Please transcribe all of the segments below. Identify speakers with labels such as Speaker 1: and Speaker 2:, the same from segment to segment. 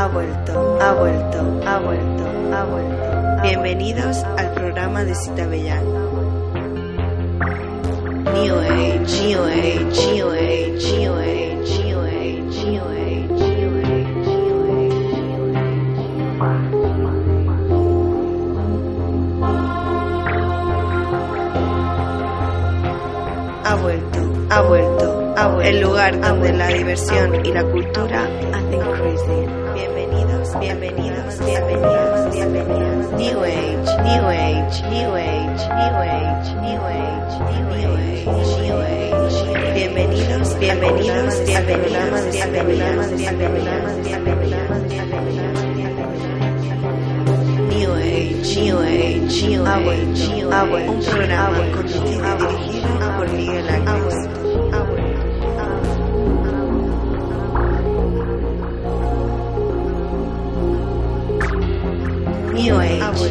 Speaker 1: Ah, vuelto, ha vuelto, ha vuelto, ha vuelto. Bienvenidos al programa de Cita Bellán. New Age, New Age, New Age, New Age, New Age, New Age, New Age, New Age, New Age. Ha vuelto, ha vuelto, ha vuelto. El lugar donde la diversión y la cultura hacen crazy. Bienvenidos, bienvenidos, bienvenidos, bienvenidos. New Age, New Age, New Age, New Age, New Age, New Age, New Age, New Age. Bienvenidos, bienvenidos, bienvenidos, bienvenidos, bienvenidos, bienvenidos, bienvenidos. New Age, New Age, New Age, New Age. Un programa conducido y dirigido por Miguel Ángel. New Age, New Age,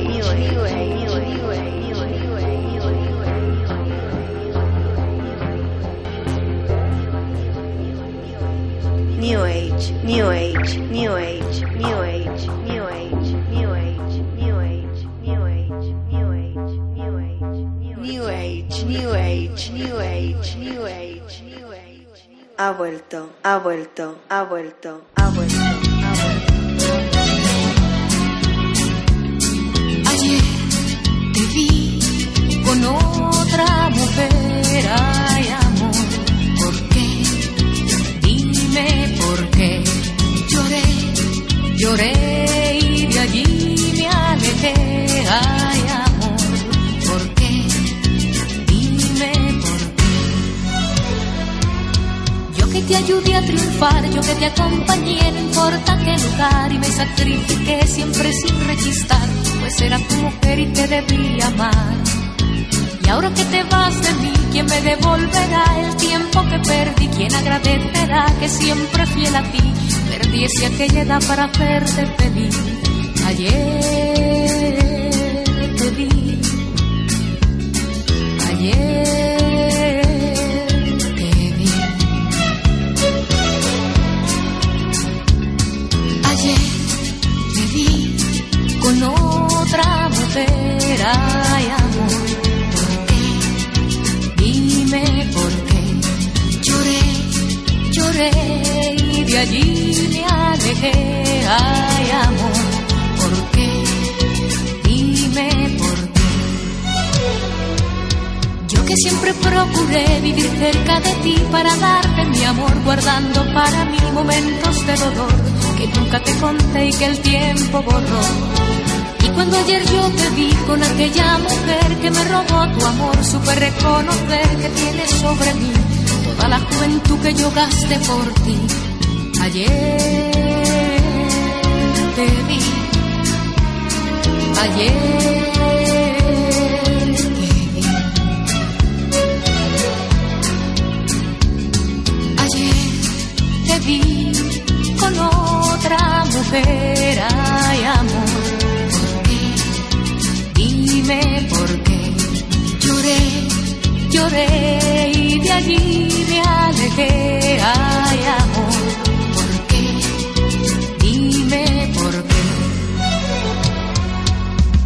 Speaker 1: New Age, New Age, New Age, New Age, New Age, New Age, New Age, New Age, New Age, New Age, New Age, New Age, New Age, New Age, New Age, New Age, New Age, New Age, New Age. Ha vuelto, ha vuelto, ha vuelto, ha vuelto. ha vuelto.
Speaker 2: Ayer te vi con otra mujer, ay amor, ¿por qué? Dime por qué. Lloré, lloré y de allí me alejé, ay amor, ¿por qué? Dime por qué. Yo que te ayudé a triunfar, yo que te acompañé, no importa qué lugar, y me sacrifiqué siempre sin rechistar, pues era tu mujer y te debía amar. Y ahora que te vas de mí, ¿quién me devolverá el tiempo que perdí? ¿Quién agradecerá que siempre fiel a ti perdiese aquella edad para hacerte feliz? Ayer te vi, ayer te vi, ayer te vi con otra mujer, ay amor, ¿por qué? Dime por qué. Lloré, lloré y de allí me alejé, ay amor, ¿por qué? Dime por qué. Yo que siempre procuré vivir cerca de ti para darte mi amor, guardando para mí momentos de dolor que nunca te conté y que el tiempo borró. Y cuando ayer yo te vi con aquella mujer que me robó tu amor, supe reconocer que tienes sobre mí toda la juventud que yo gasté por ti. Ayer te vi, ayer te vi. Ayer te vi con otra mujer, ay amor, ¿por qué? Dime por qué. Lloré, lloré y de allí me alejé, ay amor, ¿por qué? Dime por qué.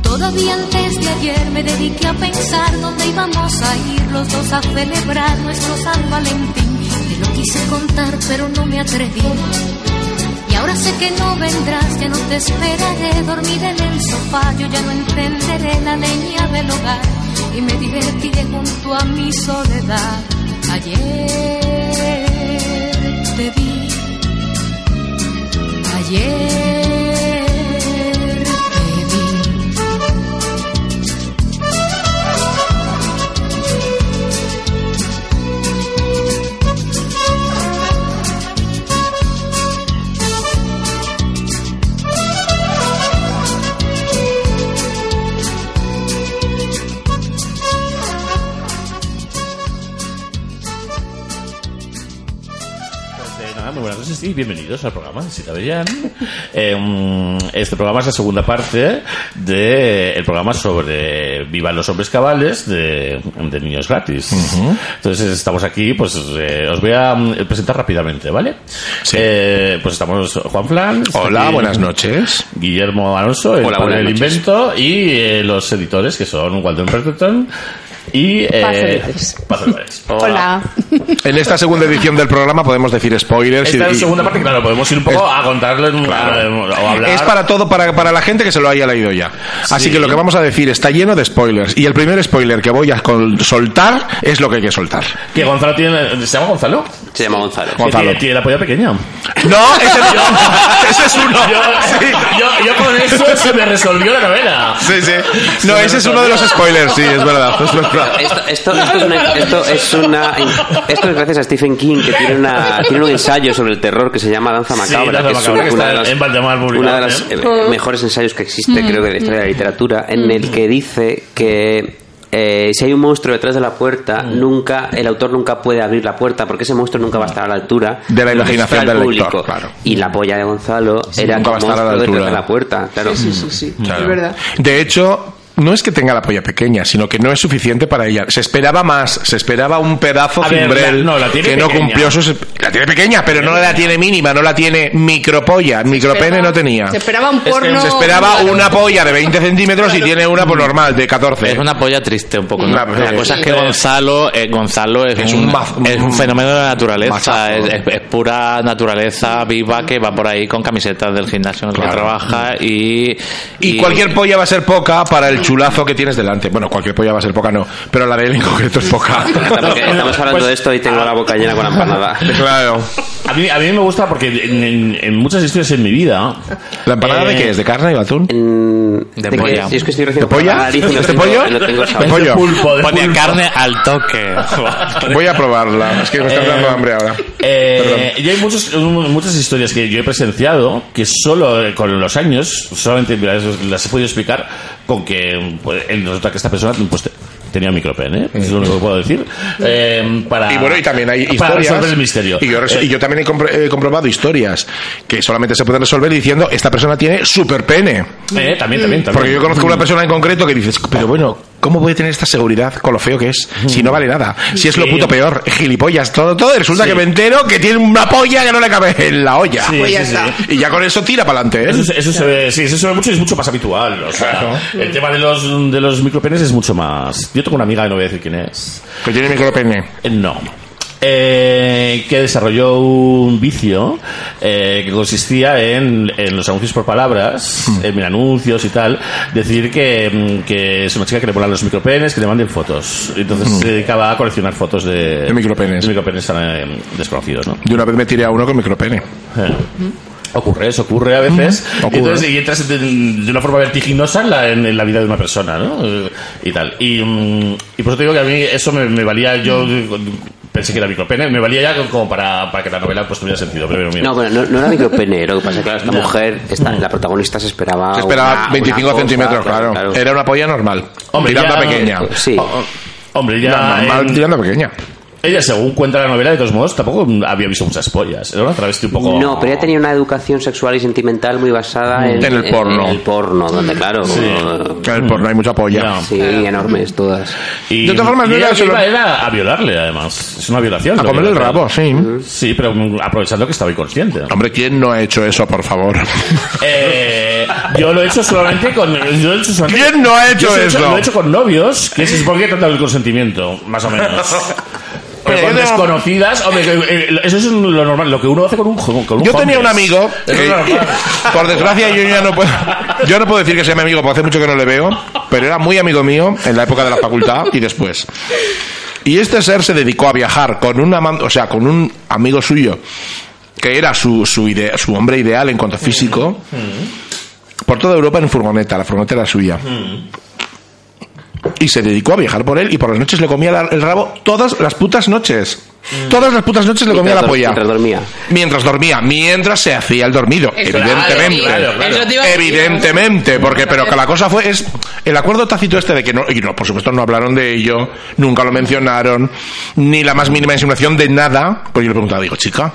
Speaker 2: Todavía antes de ayer me dediqué a pensar dónde íbamos a ir los dos a celebrar nuestro San Valentín. Te lo quise contar, pero no me atreví. Y ahora sé que no vendrás, ya no te esperaré, dormir en el sofá, yo ya no entenderé la leña del hogar y me divertiré junto a mi soledad. Ayer te vi, ayer te vi.
Speaker 3: Pues, eh, noches y bienvenidos al programa de Sita Bellán. Eh, este programa es la segunda parte del programa sobre Vivan los hombres cabales de, de Niños Gratis. Entonces estamos aquí, pues eh, os voy a mm, presentar rápidamente, ¿vale?
Speaker 4: Sí.
Speaker 3: Eh, pues estamos Juan Flan. está
Speaker 4: Hola,
Speaker 3: aquí
Speaker 4: buenas noches.
Speaker 3: Guillermo Alonso, el
Speaker 4: Hola,
Speaker 3: padre del
Speaker 4: buenas noches.
Speaker 3: invento, y eh, los editores que son Walden Perpeton y... Eh,
Speaker 5: Paz Olivares.
Speaker 3: Paz Olivares.
Speaker 5: Hola.
Speaker 4: En esta segunda edición del programa podemos decir spoilers.
Speaker 3: Esta
Speaker 4: y-
Speaker 3: es la
Speaker 4: y-
Speaker 3: segunda parte, claro, podemos ir un poco a contarlo en- a- o a hablar.
Speaker 4: Es para todo, para, para la gente que se lo haya leído ya. Así que lo que vamos a decir está lleno de spoilers. Y el primer spoiler que voy a col- soltar es lo que hay que soltar.
Speaker 3: Que Gonzalo tiene... ¿Se llama Gonzalo? Que
Speaker 6: Se llama Gonzalo.
Speaker 4: Gonzalo.
Speaker 3: Tiene, tiene la polla pequeña.
Speaker 4: No, ese, ese es uno.
Speaker 3: Yo,
Speaker 4: Sí.
Speaker 3: yo- yo con eso se me resolvió la novela.
Speaker 4: Sí, sí. No, ese es uno de los spoilers, sí, es verdad. Es verdad.
Speaker 6: Esto, esto, esto es una, esto es una- esto es gracias a Stephen King que tiene, una, tiene un ensayo sobre el terror que se llama Danza
Speaker 3: Sí,
Speaker 6: Macabra, que
Speaker 3: Danza
Speaker 6: es
Speaker 3: Macabra, que
Speaker 6: una de
Speaker 3: está
Speaker 6: las,
Speaker 3: en Valdemar publicado,
Speaker 6: una de las,
Speaker 3: ¿eh?
Speaker 6: eh, mejores ensayos que existe,
Speaker 5: Mm.
Speaker 6: creo que de la historia de la literatura, en el que dice que eh, si hay un monstruo detrás de la puerta,
Speaker 3: Mm.
Speaker 6: nunca el autor nunca puede abrir la puerta porque ese monstruo nunca va a estar a la altura
Speaker 4: De la
Speaker 6: lo que
Speaker 4: imaginación
Speaker 6: espera el
Speaker 4: del lector,
Speaker 6: público.
Speaker 4: claro.
Speaker 6: Y la polla de Gonzalo era que el
Speaker 4: nunca va a estar a la
Speaker 6: monstruo detrás
Speaker 4: altura.
Speaker 6: de la puerta, claro.
Speaker 5: Sí, sí, sí, sí.
Speaker 4: Claro.
Speaker 5: Es verdad.
Speaker 4: De hecho, no es que tenga la polla pequeña, sino que no es suficiente para ella. Se esperaba más, se esperaba un pedazo
Speaker 3: A ver,
Speaker 4: cimbrel
Speaker 3: la- no, la tiene
Speaker 4: que no
Speaker 3: pequeña.
Speaker 4: cumplió sus... La tiene pequeña, pero no la tiene mínima, no la tiene micropolla, micropene no tenía.
Speaker 5: Se esperaba un porno.
Speaker 4: Se esperaba una polla de 20 centímetros y tiene una
Speaker 3: Mm.
Speaker 4: por normal de 14.
Speaker 7: Es una polla triste Este un poco. ¿no?
Speaker 4: Una-
Speaker 7: La cosa es que
Speaker 3: Sí.
Speaker 7: Gonzalo, eh, Gonzalo es,
Speaker 4: Es un
Speaker 7: un,
Speaker 4: maz-
Speaker 7: es un fenómeno de la naturaleza.
Speaker 4: Mazazo.
Speaker 7: Es, es- es pura naturaleza viva que va por ahí con camisetas del gimnasio en el
Speaker 4: Claro.
Speaker 7: que trabaja y,
Speaker 4: Y cualquier polla va a ser poca para el chulazo que tienes delante. Bueno, cualquier polla va a ser poca, no. Pero la de él en concreto es poca.
Speaker 6: Porque estamos hablando
Speaker 3: Pues-
Speaker 6: de esto y tengo la boca llena con empanada.
Speaker 4: claro.
Speaker 3: A mí, a mí me gusta porque en, en- en muchas historias en mi vida...
Speaker 4: ¿La empanada de
Speaker 3: Eh,
Speaker 4: qué es? ¿De carne y atún?
Speaker 6: en-
Speaker 7: De
Speaker 6: que-
Speaker 7: polla.
Speaker 6: si es que estoy recién
Speaker 4: ¿De polla?
Speaker 6: operada la nariz y no
Speaker 4: ¿Es de
Speaker 6: tengo-
Speaker 4: polla?
Speaker 6: No tengo sabor.
Speaker 4: ¿De pollo?
Speaker 3: Pulpo, de
Speaker 7: Ponía
Speaker 3: pulpo.
Speaker 7: carne al toque.
Speaker 4: Voy a probarla. Es que me está dando hambre ahora.
Speaker 3: Eh, y hay muchos, muchas historias que yo he presenciado que solo eh, con los años, solamente mira, eso las he podido explicar con que pues, eh, resulta que esta persona pues, te- tenía micropene, es lo único que puedo decir. Eh, para,
Speaker 4: Y bueno, y también hay historias.
Speaker 3: para resolver el misterio.
Speaker 4: Y yo, res- y yo también he, compro- he comprobado historias que solamente se pueden resolver diciendo: Esta persona tiene super pene.
Speaker 3: Eh, eh, también, también, Mm. también.
Speaker 4: Mm. Porque yo conozco una persona en concreto que dices: Pero bueno, ¿cómo puede tener esta seguridad con lo feo que es? Si no vale nada. Si es lo
Speaker 3: Sí.
Speaker 4: puto peor. Gilipollas, todo, todo. y Resulta que me entero que tiene una polla que no le cabe en la olla.
Speaker 3: Sí,
Speaker 5: Pues ya
Speaker 3: sí, sí.
Speaker 5: está.
Speaker 4: Y ya con eso tira para adelante.
Speaker 3: Eso, se- eso se ve, sí, eso se ve mucho y es mucho más habitual. o sea,
Speaker 4: Claro.
Speaker 3: El tema de los, de los micropenes es mucho más. Yo tengo una amiga, no voy a decir quién es,
Speaker 4: Que tiene micropene.
Speaker 3: Eh, No. Eh, que desarrolló un vicio eh, que consistía en, en los anuncios por palabras,
Speaker 4: Mm.
Speaker 3: en mil anuncios y tal, decir que, mm, que es una chica que le molan los micropenes, que le manden fotos. Entonces se dedicaba a coleccionar fotos de,
Speaker 4: Mm. De micropenes.
Speaker 3: de micropenes, eh, desconocidos, ¿no?
Speaker 4: Yo una vez me tiré a uno con micropene. Mm.
Speaker 3: Eh, Ocurre, eso ocurre a veces.
Speaker 4: Ocurre.
Speaker 3: Y entonces, y entras de, de una forma vertiginosa en la, en la vida de una persona, ¿no? Eh, Y tal. Y, mm, y por eso te digo que a mí eso me, me valía, yo eh, pensé que era micropene, me valía ya como para, para que la novela pues tuviera sentido. Pero mira,
Speaker 6: No, bueno, no, no era micropene, lo que pasa es que claro, esta mujer, esta, la protagonista se esperaba.
Speaker 4: Se esperaba
Speaker 6: una- una
Speaker 4: 25
Speaker 6: cosa,
Speaker 4: centímetros, claro. Era una polla normal.
Speaker 3: Hombre,
Speaker 4: tirando
Speaker 3: ya-
Speaker 4: a pequeña.
Speaker 6: Pues Sí.
Speaker 3: Oh, oh, hombre, ya.
Speaker 4: Normal,
Speaker 3: en-
Speaker 4: tirando a pequeña.
Speaker 3: ella, según cuenta la novela, de todos modos, tampoco había visto muchas pollas. Era una travesti un poco.
Speaker 6: No, pero ella tenía una educación sexual y sentimental muy
Speaker 3: Mm.
Speaker 6: basada en,
Speaker 4: En el porno.
Speaker 6: En el porno, donde claro. como-
Speaker 4: Claro, el porno hay mucha polla.
Speaker 3: No.
Speaker 6: Sí, enormes todas.
Speaker 3: Y,
Speaker 4: De todas formas,
Speaker 3: y
Speaker 4: no era
Speaker 3: ella lo que
Speaker 4: solo-
Speaker 3: iba era a violarle, además. Es una violación. lo
Speaker 4: A
Speaker 3: que
Speaker 4: comerle el
Speaker 3: iba hacer.
Speaker 4: rabo, sí.
Speaker 3: Sí, pero mm, aprovechando que estaba inconsciente.
Speaker 4: Hombre, ¿quién no ha hecho eso, por favor?
Speaker 3: Eh, yo lo he hecho solamente con. Yo lo he hecho solamente-
Speaker 4: ¿Quién no ha
Speaker 3: Yo
Speaker 4: hecho
Speaker 3: lo he hecho-
Speaker 4: eso?
Speaker 3: Lo he hecho con novios, que se supone que tratan el consentimiento, más o menos. Pero
Speaker 4: Oye,
Speaker 3: con
Speaker 4: yo tengo-
Speaker 3: desconocidas, hombre, que- eh, eso es lo normal, lo que uno hace con un jo- con un
Speaker 4: Yo tenía un
Speaker 3: hombres.
Speaker 4: amigo,
Speaker 3: Eso
Speaker 4: que,
Speaker 3: es normal.
Speaker 4: por desgracia yo ya no puedo, yo no puedo decir que sea mi amigo, porque hace mucho que no le veo, pero era muy amigo mío en la época de la facultad y después. Y este ser se dedicó a viajar con un amante, o sea, con un amigo suyo, que era su, su, ide- su hombre ideal en cuanto a físico,
Speaker 3: Mm.
Speaker 4: por toda Europa en furgoneta, la furgoneta era suya.
Speaker 3: Mm.
Speaker 4: Y se dedicó a viajar por él y por las noches le comía la- el rabo todas las putas noches. Todas las Mm. putas noches le comía
Speaker 6: Mientras
Speaker 4: la
Speaker 6: dor-
Speaker 4: polla.
Speaker 6: mientras dormía.
Speaker 4: Mientras dormía, mientras se hacía el dormido,
Speaker 5: Eso-
Speaker 4: evidentemente.
Speaker 3: Claro, claro, claro.
Speaker 5: Eso te iba a decir.
Speaker 4: Evidentemente, porque pero que la cosa fue es el acuerdo tácito este de que no y no, por supuesto no hablaron de ello, nunca lo mencionaron, ni la más mínima insinuación de nada, pues yo le preguntaba, digo, chica,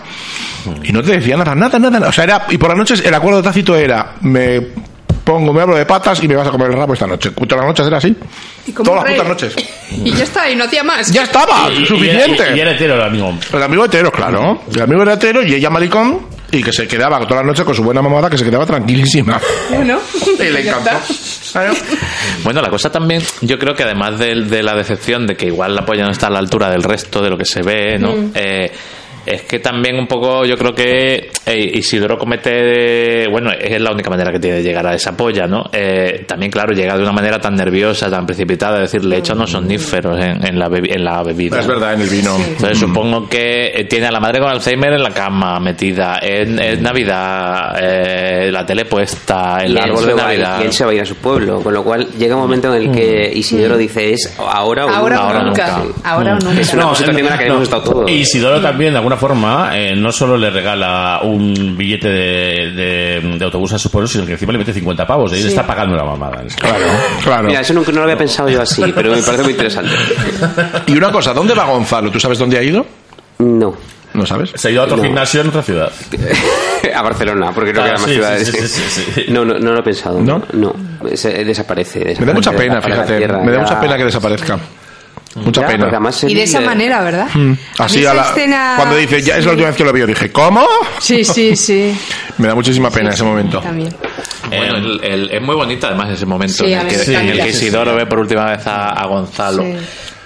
Speaker 4: y no te decía nada, nada, nada, nada. o sea, era y por las noches el acuerdo tácito era me pongo, me hablo de patas y me vas a comer el rabo esta noche. Todas las noches era así.
Speaker 5: Y como
Speaker 4: Todas
Speaker 5: un
Speaker 4: las putas
Speaker 5: rey.
Speaker 4: noches.
Speaker 5: Y ya está, y no hacía más.
Speaker 4: Ya estaba,
Speaker 3: Y- y-
Speaker 4: suficiente.
Speaker 3: Y, y era hetero el amigo.
Speaker 4: El amigo hetero, claro. El amigo era hetero y ella maricón y que se quedaba toda la noche con su buena mamada que se quedaba tranquilísima.
Speaker 5: Bueno,
Speaker 4: Y le
Speaker 5: ya
Speaker 4: encantó.
Speaker 5: está.
Speaker 4: Claro.
Speaker 7: Bueno, la cosa también, yo creo que además del- de, la decepción de que igual la polla no está a la altura del resto de lo que se ve, ¿no? Eh, es que también un poco yo creo que eh, Isidoro comete, bueno, es la única manera que tiene de llegar a esa polla, ¿no? Eh, también, claro, llega de una manera tan nerviosa, tan precipitada, es decir, le echan unos somníferos en, en la, bebi- en la bebida.
Speaker 4: Es verdad, en el vino.
Speaker 7: Entonces supongo que eh, tiene a la madre con Alzheimer en la cama metida, en, en Navidad, eh, la tele puesta, el
Speaker 6: Y él
Speaker 7: árbol
Speaker 6: se
Speaker 7: de
Speaker 6: va a ir-
Speaker 7: Navidad.
Speaker 6: y él se va a ir a su pueblo, con lo cual llega un momento en el
Speaker 4: Mm.
Speaker 6: que Isidoro dice es ahora o
Speaker 5: Ahora o nunca. Ahora o nunca.
Speaker 6: Mm.
Speaker 5: Mm.
Speaker 6: Es una
Speaker 5: No,
Speaker 6: situación en la que hemos estado todos.
Speaker 3: Isidoro también, de alguna forma, eh, no solo le regala un billete de, de- de autobús a su pueblo, sino que encima le mete 50 pavos. Y él está pagando una mamada.
Speaker 4: Claro, claro.
Speaker 6: Mira, eso nunca no lo había pensado yo así, pero me parece muy interesante.
Speaker 4: Y una cosa, ¿dónde va Gonzalo? ¿Tú sabes dónde ha ido?
Speaker 6: No.
Speaker 4: ¿No sabes?
Speaker 3: Se ha ido a otro gimnasio en otra ciudad.
Speaker 6: a Barcelona, porque no
Speaker 3: Ah,
Speaker 6: quedan más
Speaker 3: sí,
Speaker 6: ciudades.
Speaker 3: sí, sí, sí, sí.
Speaker 6: No, no, no lo he pensado.
Speaker 4: ¿No?
Speaker 6: No. Se- desaparece,
Speaker 4: Me da
Speaker 6: desaparece
Speaker 4: mucha
Speaker 6: de la
Speaker 4: pena,
Speaker 6: faz de la
Speaker 4: fíjate.
Speaker 6: tierra,
Speaker 4: Me da
Speaker 6: ya-
Speaker 4: mucha pena que desaparezca. Mucha
Speaker 6: ya,
Speaker 4: pena. Mm.
Speaker 6: porque además
Speaker 5: Y de
Speaker 6: él,
Speaker 5: esa
Speaker 6: eh,
Speaker 5: manera, ¿verdad? A mí
Speaker 4: Así
Speaker 5: esa
Speaker 4: a la-
Speaker 5: escena-
Speaker 4: cuando dice, ya es la última vez que lo veo, dije, ¿cómo?
Speaker 5: Sí, sí, sí.
Speaker 4: Me da muchísima pena ese momento.
Speaker 5: También.
Speaker 7: Bueno, el- el- es muy bonita además ese momento
Speaker 5: Sí,
Speaker 7: en,
Speaker 5: a
Speaker 7: el
Speaker 5: mí
Speaker 7: que,
Speaker 5: me
Speaker 7: en el
Speaker 5: encanta.
Speaker 7: que Isidoro ve por última vez a, a Gonzalo.
Speaker 5: Sí.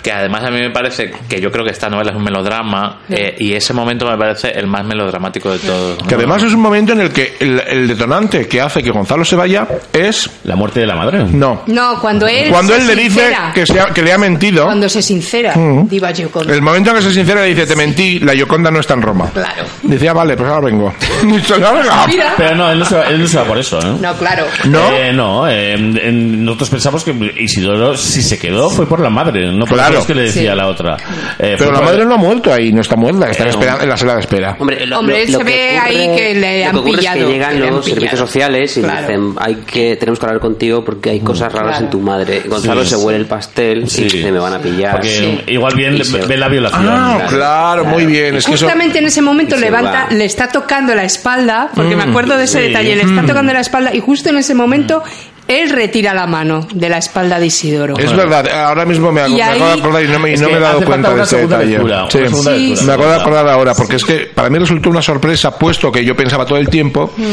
Speaker 7: Que además a mí me parece que yo creo que esta novela es un melodrama
Speaker 5: Sí.
Speaker 7: eh, y ese momento me parece el más melodramático de todos. ¿no?
Speaker 4: Que además es un momento en el que el, el detonante que hace que Gonzalo se vaya es...
Speaker 3: La muerte de la madre.
Speaker 4: No.
Speaker 5: No, cuando él.
Speaker 4: Cuando
Speaker 5: se
Speaker 4: él le dice
Speaker 5: sincera,
Speaker 4: que, Mm. Eh. se ha- que le ha mentido...
Speaker 5: Cuando se sincera, diva yo con.
Speaker 4: El momento en que se sincera le dice, te mentí, la Yoconda no está en Roma.
Speaker 5: Claro.
Speaker 4: Decía, vale, pues ahora vengo. Y se larga.
Speaker 5: Mira.
Speaker 3: Pero no, él no se va, él no se va por eso, ¿eh?
Speaker 5: No, claro.
Speaker 4: ¿No?
Speaker 3: Eh, no, eh, en- nosotros pensamos que Isidoro, si se quedó, fue por la madre, no por
Speaker 4: Claro.
Speaker 3: lo que le decía
Speaker 5: Sí.
Speaker 3: la otra. Eh, fue
Speaker 4: Pero la
Speaker 3: por-
Speaker 4: madre no ha muerto ahí, no está muerta, está
Speaker 7: Eh,
Speaker 4: esperando en la sala de espera.
Speaker 6: Hombre, lo-
Speaker 5: Hombre,
Speaker 6: lo-
Speaker 5: él
Speaker 6: lo
Speaker 5: se
Speaker 6: que
Speaker 5: ve ahí que le
Speaker 6: lo
Speaker 5: han
Speaker 6: que ocurre es que
Speaker 5: pillado,
Speaker 6: llegan
Speaker 5: que le han
Speaker 6: los servicios
Speaker 5: pillado.
Speaker 6: sociales y
Speaker 5: Claro.
Speaker 6: dicen, hay que, tenemos que hablar contigo porque hay cosas raras
Speaker 5: Claro.
Speaker 6: en tu madre. Gonzalo
Speaker 3: Sí.
Speaker 6: se huele el pastel
Speaker 3: Sí.
Speaker 6: y dice, me van a pillar.
Speaker 3: Porque
Speaker 5: Sí.
Speaker 3: igual bien
Speaker 6: Y
Speaker 3: le-
Speaker 6: se-
Speaker 3: ve la violación.
Speaker 4: Ah, claro, muy bien. Es que eso...
Speaker 5: Justamente en ese momento
Speaker 6: Y se
Speaker 5: levanta,
Speaker 6: va.
Speaker 5: le está tocando la espalda, porque me acuerdo
Speaker 4: Mm,
Speaker 5: de ese
Speaker 3: sí.
Speaker 5: detalle, le está tocando la espalda y justo en ese momento él retira la mano de la espalda de Isidoro.
Speaker 4: Es verdad, ahora mismo me, ac-
Speaker 5: Y
Speaker 4: me acabo de
Speaker 5: ahí-
Speaker 4: acordar y no me,
Speaker 3: Es
Speaker 4: no
Speaker 3: que
Speaker 4: me he dado
Speaker 3: hace falta
Speaker 4: cuenta de
Speaker 3: una
Speaker 4: ese
Speaker 3: segunda
Speaker 4: detalle.
Speaker 3: lectura,
Speaker 4: Sí.
Speaker 3: una segunda
Speaker 5: Sí,
Speaker 3: lectura.
Speaker 4: Me acabo de acordar ahora, porque es que para mí resultó una sorpresa, puesto que yo pensaba todo el tiempo
Speaker 5: Mm.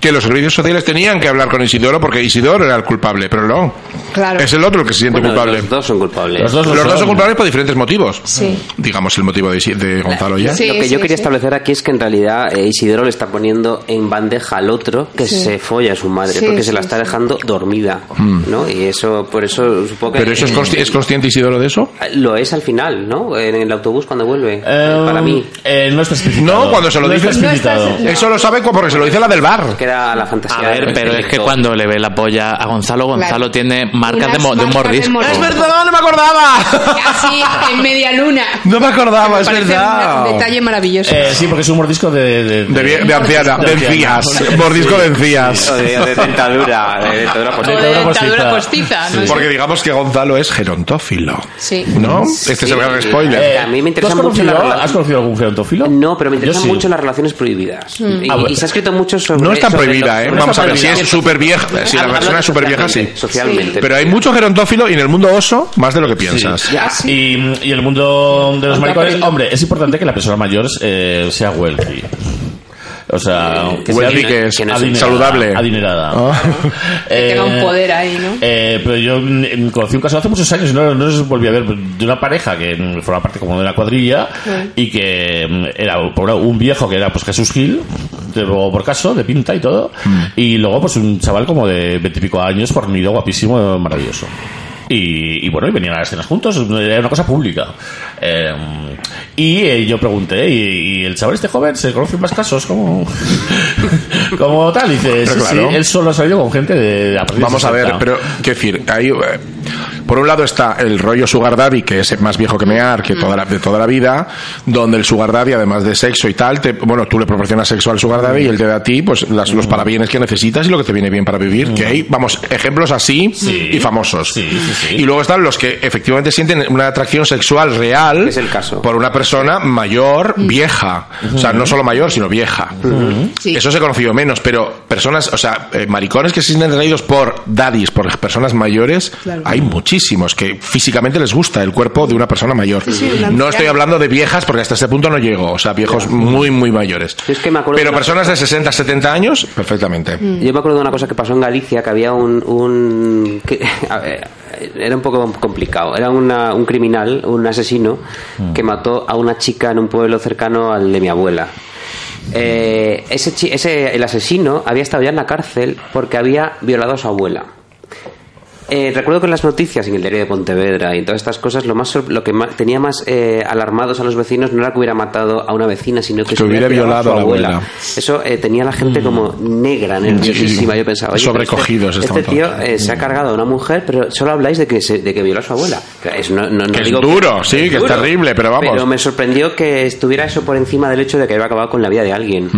Speaker 4: que los servicios sociales tenían que hablar con Isidoro, porque Isidoro era el culpable, pero no.
Speaker 5: Claro.
Speaker 4: Es el otro el que se siente
Speaker 6: Bueno,
Speaker 4: culpable.
Speaker 6: Los dos son culpables.
Speaker 3: Los dos lo
Speaker 4: Los dos
Speaker 3: son.
Speaker 4: son culpables por diferentes motivos.
Speaker 5: Sí.
Speaker 4: Digamos el motivo de, Isi- de Gonzalo ya.
Speaker 5: Sí,
Speaker 6: lo que yo
Speaker 5: sí,
Speaker 6: quería
Speaker 5: sí.
Speaker 6: establecer aquí es que en realidad eh, Isidoro le está poniendo en bandeja al otro que
Speaker 5: Sí.
Speaker 6: se folla a su madre
Speaker 5: Sí,
Speaker 6: porque
Speaker 5: sí,
Speaker 6: se la está
Speaker 5: sí.
Speaker 6: dejando dormida, ¿no? Y eso, por eso supongo que...
Speaker 4: Mm. Pero eso es, consci- es consciente Isidoro de eso?
Speaker 6: Lo es al final, ¿no? En el autobús cuando vuelve.
Speaker 3: Eh,
Speaker 6: para mí.
Speaker 3: eh, no está explicitado.
Speaker 4: Em, No, cuando se lo
Speaker 3: No está
Speaker 4: dices-
Speaker 3: explicitado.
Speaker 5: No
Speaker 4: Eso lo sabe cu- porque se lo dice la del bar.
Speaker 6: Queda la fantasía.
Speaker 7: A ver,
Speaker 6: del
Speaker 7: pero es que
Speaker 6: lector.
Speaker 7: cuando le ve la polla a Gonzalo, Gonzalo
Speaker 5: Claro.
Speaker 7: tiene marcas
Speaker 5: Unas
Speaker 7: de, mo- de
Speaker 5: marcas de
Speaker 7: un mordisco.
Speaker 5: mordisco.
Speaker 4: no me acordaba.
Speaker 5: Así, en media luna.
Speaker 4: No me acordaba, es
Speaker 5: Parece
Speaker 4: verdad.
Speaker 5: un detalle maravilloso.
Speaker 3: Eh, sí, porque es un mordisco de... De,
Speaker 4: De, vie- de anciana, de encías. Mordisco de encías.
Speaker 6: O de, de dentadura, de
Speaker 3: Ah,
Speaker 6: dentadura
Speaker 5: o
Speaker 6: postiza.
Speaker 5: de
Speaker 3: dentadura
Speaker 5: dentadura
Speaker 3: postiza.
Speaker 5: postiza.
Speaker 3: Sí.
Speaker 5: ¿no?
Speaker 4: Porque digamos que Gonzalo es gerontófilo.
Speaker 5: Sí.
Speaker 4: ¿No? Este es el gran spoiler.
Speaker 6: Eh, A mí me interesa
Speaker 3: ¿tú has
Speaker 6: mucho la
Speaker 3: conocido-
Speaker 6: rela-
Speaker 3: ¿Has conocido algún gerontófilo?
Speaker 6: No, pero me interesan
Speaker 3: Yo sí.
Speaker 6: mucho las relaciones prohibidas. Y,
Speaker 3: Ah, bueno.
Speaker 6: y se ha escrito mucho sobre.
Speaker 4: Mm. No es tan
Speaker 6: sobre
Speaker 4: prohibida,
Speaker 6: lo-
Speaker 4: ¿eh?
Speaker 6: sobre
Speaker 4: Vamos
Speaker 6: lo-
Speaker 4: a ver, si
Speaker 6: sobre
Speaker 4: es súper vieja, si la
Speaker 6: Hablo-
Speaker 4: persona
Speaker 6: hablo
Speaker 4: es súper vieja, sí.
Speaker 6: socialmente, Socialmente.
Speaker 4: Pero hay mucho gerontófilo y en el mundo oso, más de lo que
Speaker 3: Sí.
Speaker 4: piensas.
Speaker 6: Ya.
Speaker 3: Y, y el mundo de los maricones, hombre, es importante que la persona mayor eh, sea wealthy. O sea, que sea
Speaker 4: Wealthy
Speaker 3: adine-
Speaker 4: que es, que no es
Speaker 3: adinerada,
Speaker 4: saludable.
Speaker 3: Adinerada.
Speaker 4: Ah.
Speaker 3: Eh,
Speaker 5: tenga un poder ahí, ¿no?
Speaker 3: eh, pero yo mm, conocí un caso hace muchos años y no, no se volví a ver de una pareja que mm, forma parte como de una cuadrilla y que mm, era por un viejo que era pues Jesús Gil, de, luego por caso, de pinta y todo,
Speaker 4: Mm.
Speaker 3: y luego pues un chaval como de veintipico años, fornido, guapísimo, maravilloso. Y, y bueno, y venían a las cenas juntos, era una cosa pública. Eh, y eh, yo pregunté, y, y el chaval este joven se conoce en más casos como, como tal, y dice,
Speaker 4: Pero
Speaker 3: sí, sí,
Speaker 4: claro.
Speaker 3: él solo ha salido con gente de... a partir de
Speaker 4: Vamos a ver,
Speaker 3: 60.
Speaker 4: pero, quiero decir, ahí, eh, Por un lado está el rollo Sugar Daddy, que es más viejo que mear,
Speaker 6: Mm.
Speaker 4: que toda la, de toda la vida, donde el Sugar Daddy, además de sexo y tal, te- bueno, tú le proporcionas sexo al Sugar Daddy y él te da a ti pues, las-
Speaker 3: Mm.
Speaker 4: los parabienes que necesitas y lo que te viene bien para vivir. Que hay, vamos, ejemplos así y famosos.
Speaker 3: Sí, sí, sí.
Speaker 4: Y luego están los que efectivamente sienten una atracción sexual real
Speaker 6: Es el caso.
Speaker 4: por una persona mayor, vieja. O sea, no solo mayor, sino vieja.
Speaker 5: Sí.
Speaker 4: Eso se ha conocido menos, pero personas, o sea, eh, maricones que se sienten atraídos por daddies, por las personas mayores,
Speaker 5: Claro.
Speaker 4: hay muchísimos que físicamente les gusta el cuerpo de una persona mayor.
Speaker 5: sí, una
Speaker 4: no
Speaker 5: anciana.
Speaker 4: estoy hablando de viejas porque hasta este punto no llego, o sea, viejos muy, muy mayores.
Speaker 6: Yo es que me acuerdo
Speaker 4: pero
Speaker 6: de una-
Speaker 4: personas de 60, 70 años, perfectamente.
Speaker 5: Mm.
Speaker 6: Yo me acuerdo de una cosa que pasó en Galicia, que había un... un- que- a ver, era un poco complicado. Era una- un criminal, un asesino,
Speaker 4: Mm.
Speaker 6: que mató a una chica en un pueblo cercano al de mi abuela. Eh, ese, chi- ese- el asesino había estado ya en la cárcel porque había violado a su abuela. Eh, recuerdo que en las noticias, en el diario de Pontevedra y en todas estas cosas, lo, más, sor- lo que más- tenía más eh, alarmados a los vecinos no era que hubiera matado a una vecina, sino que,
Speaker 4: Que
Speaker 6: se
Speaker 4: hubiera
Speaker 6: violado
Speaker 4: violado a la abuela. Mm.
Speaker 6: Eso eh, tenía a la gente como negra, nerviosísima. Yo pensaba, oye, pero
Speaker 4: Sobrecogidos
Speaker 6: este,
Speaker 4: estaban
Speaker 6: este tío eh, se ha cargado a una mujer, pero solo habláis de que, se- de que violó a su abuela. Claro, es- no- no- no
Speaker 4: Que es
Speaker 6: digo
Speaker 4: duro, sí, que es terrible, pero vamos.
Speaker 6: Pero me sorprendió que estuviera eso por encima del hecho de que había acabado con la vida de alguien.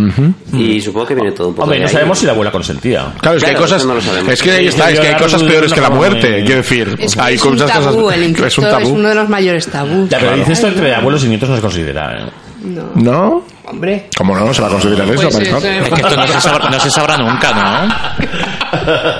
Speaker 6: Y supongo que viene todo un poco.
Speaker 3: Hombre,
Speaker 6: de
Speaker 3: no
Speaker 6: ahí.
Speaker 3: sabemos si la abuela consentía.
Speaker 4: Claro, es
Speaker 6: Claro,
Speaker 4: que hay cosas.
Speaker 6: eso no lo sabemos.
Speaker 4: es que ahí está, es que hay cosas peores que la muerte. Quiero decir,
Speaker 5: Es, que
Speaker 4: hay
Speaker 5: es un
Speaker 4: muchas
Speaker 5: tabú,
Speaker 4: cosas.
Speaker 5: el incesto
Speaker 4: es un tabú.
Speaker 5: uno de los mayores tabús.
Speaker 3: Ya, pero dice esto entre abuelos y nietos no se considera. ¿eh?
Speaker 5: No,
Speaker 4: ¿No?
Speaker 5: hombre.
Speaker 4: ¿Cómo no? ¿Se va a considerar eso?
Speaker 5: Pues
Speaker 4: maricón?
Speaker 5: eso es-
Speaker 7: Es que esto no se sabrá, no se sabrá nunca, ¿no?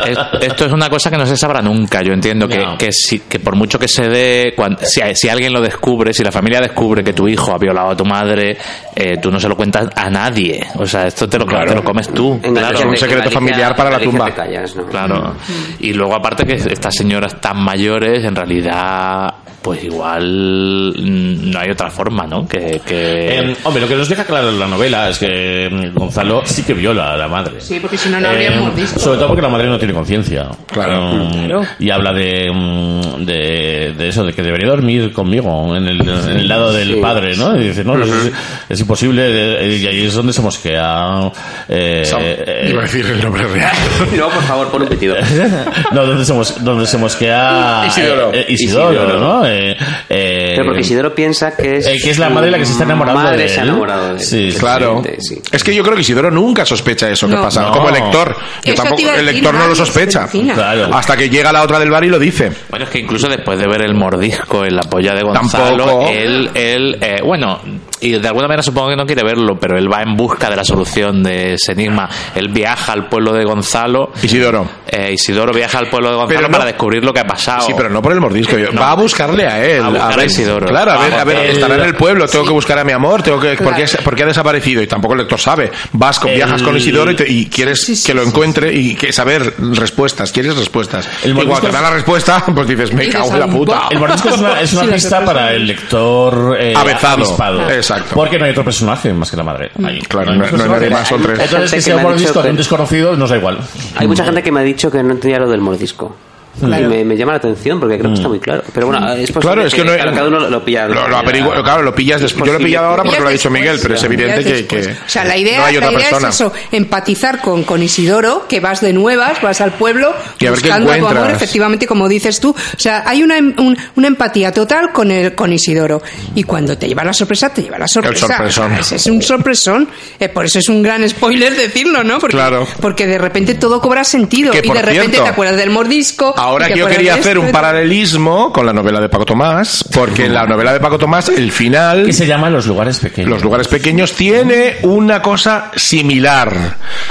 Speaker 7: Es- Esto es una cosa que no se sabrá nunca. Yo entiendo que,
Speaker 3: No.
Speaker 7: que, si- que por mucho que se dé, cuan- si, si alguien lo descubre, si la familia descubre que tu hijo ha violado a tu madre, eh, tú no se lo cuentas a nadie. O sea, esto te lo, te lo comes tú.
Speaker 6: En Galicia
Speaker 7: claro.
Speaker 4: es un
Speaker 6: te-
Speaker 4: secreto
Speaker 6: en Galicia-
Speaker 4: familiar para la
Speaker 6: Galicia
Speaker 4: tumba.
Speaker 6: te callas, ¿no?
Speaker 7: Claro. Y luego aparte que estas señoras tan mayores, en realidad, pues igual mm, no hay otra forma, ¿no? Que, que-
Speaker 3: Eh, hombre, lo que nos deja claro la novela es que mm, Gonzalo sí que viola a la madre.
Speaker 5: Sí, porque si no, no
Speaker 3: Eh,
Speaker 5: habríamos visto.
Speaker 3: Sobre todo porque la madre no tiene conciencia.
Speaker 4: Claro.
Speaker 3: Mm, Y habla de, mm, de, de eso, de que debería dormir conmigo en el, en el lado del
Speaker 6: Sí.
Speaker 3: padre, ¿no? Y dice, no, no, es, es imposible. eh, Y ahí es donde se mosquea. eh, eh,
Speaker 4: Iba a decir el nombre real.
Speaker 6: No, por favor, pon un pitido.
Speaker 3: no, donde se, mos- donde se mosquea eh,
Speaker 4: Isidoro.
Speaker 3: eh, Isidoro,
Speaker 6: Isidoro.
Speaker 3: ¿no? Eh, eh,
Speaker 6: Pero porque Isidoro piensa que es.
Speaker 3: Eh, que es la madre la que se está enamorando
Speaker 6: Madre
Speaker 3: de
Speaker 6: se ha
Speaker 3: él.
Speaker 6: enamorado de él.
Speaker 3: Sí,
Speaker 4: Claro.
Speaker 6: Efectivamente, sí.
Speaker 4: Es que yo creo que Isidoro nunca sospecha eso que
Speaker 5: No.
Speaker 4: pasa.
Speaker 3: No.
Speaker 4: Como el lector. Yo
Speaker 5: Eso
Speaker 4: tampoco-
Speaker 5: te iba a
Speaker 4: el
Speaker 5: decir,
Speaker 4: lector no lo
Speaker 5: nadie se
Speaker 4: sospecha.
Speaker 5: perfila.
Speaker 3: Claro.
Speaker 4: Hasta que llega la otra del bar y lo dice.
Speaker 7: Bueno, es que incluso después de ver el mordisco en la polla de Gonzalo,
Speaker 4: Tampoco.
Speaker 7: él, él eh, bueno, y de alguna manera supongo que no quiere verlo, pero él va en busca de la solución de ese enigma. Él viaja al pueblo de Gonzalo.
Speaker 4: Isidoro.
Speaker 7: eh, Isidoro viaja al pueblo de Gonzalo
Speaker 4: Pero no-
Speaker 7: para descubrir lo que ha pasado.
Speaker 4: Sí, pero no por el mordisco. yo-
Speaker 7: No.
Speaker 4: Va a buscarle a él.
Speaker 7: A buscar a
Speaker 4: ver,
Speaker 7: Isidoro.
Speaker 4: Claro, a ver,
Speaker 7: Vamos,
Speaker 4: a ver,
Speaker 7: el-
Speaker 4: estará en el pueblo. Tengo que buscar a mi amor. Tengo que,
Speaker 5: Claro.
Speaker 4: ¿por, qué, por qué ha desaparecido? Y tampoco el lector sabe. Vas, con- viajas con
Speaker 3: El-
Speaker 4: Isidoro y, te- y quieres
Speaker 5: Sí, sí, sí,
Speaker 4: que lo
Speaker 5: sí,
Speaker 4: encuentre y que saber respuestas. Quieres respuestas.
Speaker 3: El
Speaker 4: y cuando
Speaker 3: mordisco
Speaker 4: te da la respuesta, pues dices, me
Speaker 5: Dices,
Speaker 4: cago en la
Speaker 5: "Ay,
Speaker 4: puta.
Speaker 5: guau".
Speaker 3: El mordisco es una, es una
Speaker 5: Sí, la
Speaker 3: pista
Speaker 5: sorpresa.
Speaker 3: para el lector eh,
Speaker 4: Avezado.
Speaker 3: avispado.
Speaker 4: Exacto.
Speaker 3: Porque no hay otro personaje más que la madre.
Speaker 5: Mm.
Speaker 3: Ahí.
Speaker 4: Claro, no- no hay
Speaker 3: personaje.
Speaker 4: nadie más, son tres.
Speaker 3: Entonces, que
Speaker 6: Gente
Speaker 3: sea
Speaker 6: que
Speaker 3: un
Speaker 6: me han dicho
Speaker 3: mordisco de un
Speaker 6: que-
Speaker 3: desconocido nos da igual.
Speaker 6: Hay mucha gente que me ha dicho que no entendía lo del mordisco. Y me, me llama la atención porque creo que
Speaker 3: Mm.
Speaker 6: está muy claro. Pero bueno, es posible
Speaker 4: Claro, es que no
Speaker 6: claro, cada uno lo, lo pilla.
Speaker 4: Lo, lo
Speaker 6: pilla-
Speaker 4: averigua- claro, lo pillas
Speaker 6: Es
Speaker 4: después. Yo lo he
Speaker 6: posible
Speaker 4: pillado
Speaker 6: que-
Speaker 4: ahora porque lo ha
Speaker 5: Pillas
Speaker 4: dicho Miguel, pero es
Speaker 5: después,
Speaker 4: evidente
Speaker 5: pillas
Speaker 4: que, que.
Speaker 5: después. O sea, la idea,
Speaker 4: No hay
Speaker 5: la
Speaker 4: otra
Speaker 5: idea
Speaker 4: persona.
Speaker 5: es eso, empatizar con, con Isidoro, que vas de nuevas, vas al pueblo,
Speaker 4: Y a ver qué
Speaker 5: buscando a tu amor,
Speaker 4: encuentras.
Speaker 5: efectivamente, como dices tú. O sea, hay una, em- un- una empatía total con, el, con Isidoro. Y cuando te lleva la sorpresa, te lleva la sorpresa.
Speaker 4: sorpresón.
Speaker 5: Es, es un sorpresón. Eh, por eso es un gran spoiler decirlo, ¿no? Porque,
Speaker 4: Claro.
Speaker 5: porque de repente todo cobra sentido.
Speaker 4: Que,
Speaker 5: y
Speaker 4: por
Speaker 5: de repente
Speaker 4: cierto,
Speaker 5: te acuerdas del mordisco. y
Speaker 4: Ahora
Speaker 5: te
Speaker 4: que yo
Speaker 5: acuerdas
Speaker 4: quería
Speaker 5: de este,
Speaker 4: hacer
Speaker 5: esto,
Speaker 4: un
Speaker 5: y tal.
Speaker 4: paralelismo con la novela de Paco Tomás, porque en la novela de Paco Tomás, el final.
Speaker 3: Que se llama Los Lugares Pequeños.
Speaker 4: Los lugares pequeños tiene una cosa similar.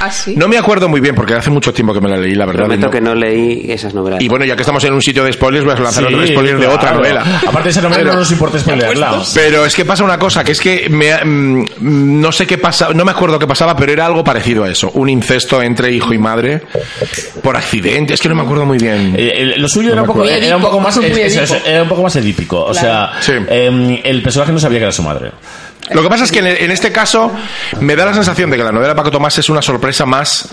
Speaker 5: ¿Ah, sí?
Speaker 4: No me acuerdo muy bien porque hace mucho tiempo que me la leí, la verdad. y
Speaker 6: Prometo
Speaker 4: no-
Speaker 6: que no leí esas novelas.
Speaker 4: Y bueno, ya que estamos en un sitio de spoilers, voy a lanzar
Speaker 3: Sí,
Speaker 4: otro spoiler de otra
Speaker 3: claro.
Speaker 4: novela.
Speaker 3: Aparte, esa novela
Speaker 4: Pero-
Speaker 3: no nos importa
Speaker 5: Pues
Speaker 3: spoilerla.
Speaker 4: Pero es que pasa una cosa, que es que me- mm, no sé qué pasa, no me acuerdo qué pasaba, pero era algo parecido a eso, un incesto entre hijo y madre por accidente, es que no me acuerdo muy bien.
Speaker 3: Eh, el- lo suyo era un, poco,
Speaker 5: acuerdo.
Speaker 3: era un poco más
Speaker 5: Muy
Speaker 3: es- es-
Speaker 5: edipo.
Speaker 3: es- era un poco más edípico o sea
Speaker 4: Sí.
Speaker 3: eh, el personaje no sabía que era su madre
Speaker 4: Lo que pasa es que en, en este caso me da la sensación de que la novela de Paco Tomás es una sorpresa más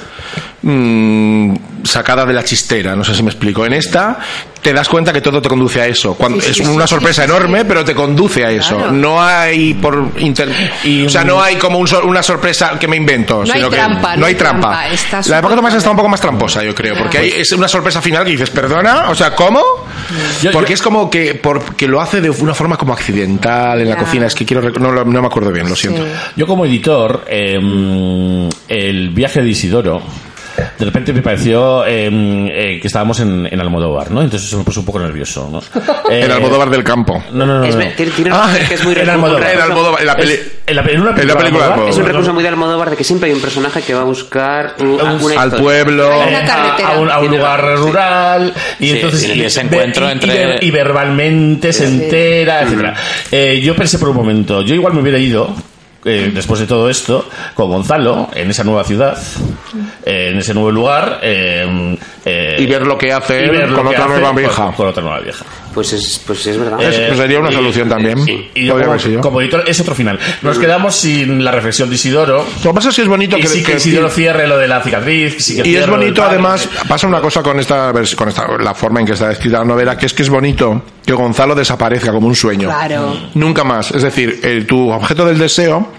Speaker 4: mm, sacada de la chistera, no sé si me explico. En esta te das cuenta que todo te conduce a eso. Cuando,
Speaker 5: Sí, sí,
Speaker 4: es
Speaker 5: sí,
Speaker 4: una
Speaker 5: sí,
Speaker 4: sorpresa
Speaker 5: sí,
Speaker 4: enorme,
Speaker 5: sí.
Speaker 4: pero te conduce a eso.
Speaker 5: Claro.
Speaker 4: No hay por inter-
Speaker 3: Y-
Speaker 4: o sea, no hay como un sor- una sorpresa que me invento,
Speaker 5: No hay
Speaker 4: sino que
Speaker 5: trampa,
Speaker 4: no hay trampa.
Speaker 5: Está
Speaker 4: la de
Speaker 5: súper
Speaker 4: Paco Tomás está
Speaker 5: claro.
Speaker 4: un poco más tramposa, yo creo, porque hay, es una sorpresa final que dices, "Perdona", o sea, ¿cómo?
Speaker 5: Mm.
Speaker 3: Yo-
Speaker 4: porque
Speaker 3: yo-
Speaker 4: es como que porque lo hace de una forma como accidental en la
Speaker 5: Ya.
Speaker 4: cocina, es que quiero rec- no, lo- no me acuerdo bien, lo siento.
Speaker 3: Yo como editor, eh, el viaje de Isidoro, de repente me pareció eh, eh, que estábamos en, en Almodóvar, ¿no? Entonces eso me puso un poco nervioso, ¿no? Eh,
Speaker 4: El Almodóvar del campo.
Speaker 3: No, no, no.
Speaker 6: Es
Speaker 3: no.
Speaker 6: ver- tiene- tiene una
Speaker 4: Ah,
Speaker 6: cosa que es muy
Speaker 3: el
Speaker 6: recurrente.
Speaker 3: Almodóvar.
Speaker 4: El Almodóvar, en la peli-
Speaker 3: Es- en la- en una
Speaker 4: en la película
Speaker 3: Almodóvar,
Speaker 6: Es un
Speaker 4: Almodóvar.
Speaker 6: recurso muy de Almodóvar de que siempre hay un personaje que va a buscar un- una historia.
Speaker 4: al pueblo.
Speaker 5: Hay una carretera.
Speaker 3: a un, a un
Speaker 6: Tiene
Speaker 3: lugar
Speaker 6: razón, sí.
Speaker 3: rural y
Speaker 7: Sí,
Speaker 3: entonces
Speaker 7: tiene
Speaker 3: y-
Speaker 7: ese
Speaker 3: ve-
Speaker 7: encuentro
Speaker 3: y- y
Speaker 7: entre-
Speaker 3: ver- y, verbalmente se entera etcétera Eh, yo pensé por un momento yo igual me hubiera ido eh, después de todo esto con Gonzalo en esa nueva ciudad eh, en ese nuevo lugar eh, eh,
Speaker 4: Y ver lo que hace
Speaker 3: y
Speaker 4: él
Speaker 3: ver lo
Speaker 4: con
Speaker 3: que
Speaker 4: otra
Speaker 3: hace
Speaker 4: nueva
Speaker 3: con-
Speaker 4: vieja.
Speaker 3: con otra nueva vieja
Speaker 6: Pues es, pues es verdad.
Speaker 4: Eso
Speaker 3: Eh,
Speaker 4: sería una
Speaker 3: y-
Speaker 4: solución también.
Speaker 3: y yo
Speaker 4: Podría
Speaker 3: como,
Speaker 4: haber sido.
Speaker 3: como editor es otro final nos quedamos sin la reflexión de Isidoro
Speaker 4: Lo que pasa es que es bonito
Speaker 3: y
Speaker 4: que,
Speaker 3: sí
Speaker 4: que-
Speaker 3: que Isidoro cierre lo de la cicatriz sí que
Speaker 4: y es
Speaker 3: cierre lo del
Speaker 4: bonito
Speaker 3: padre.
Speaker 4: además pasa una cosa con esta vers- con esta la forma en que está escrita la novela que es que es bonito que Gonzalo desaparezca como un sueño
Speaker 5: Claro.
Speaker 4: nunca más es decir eh, tu objeto del deseo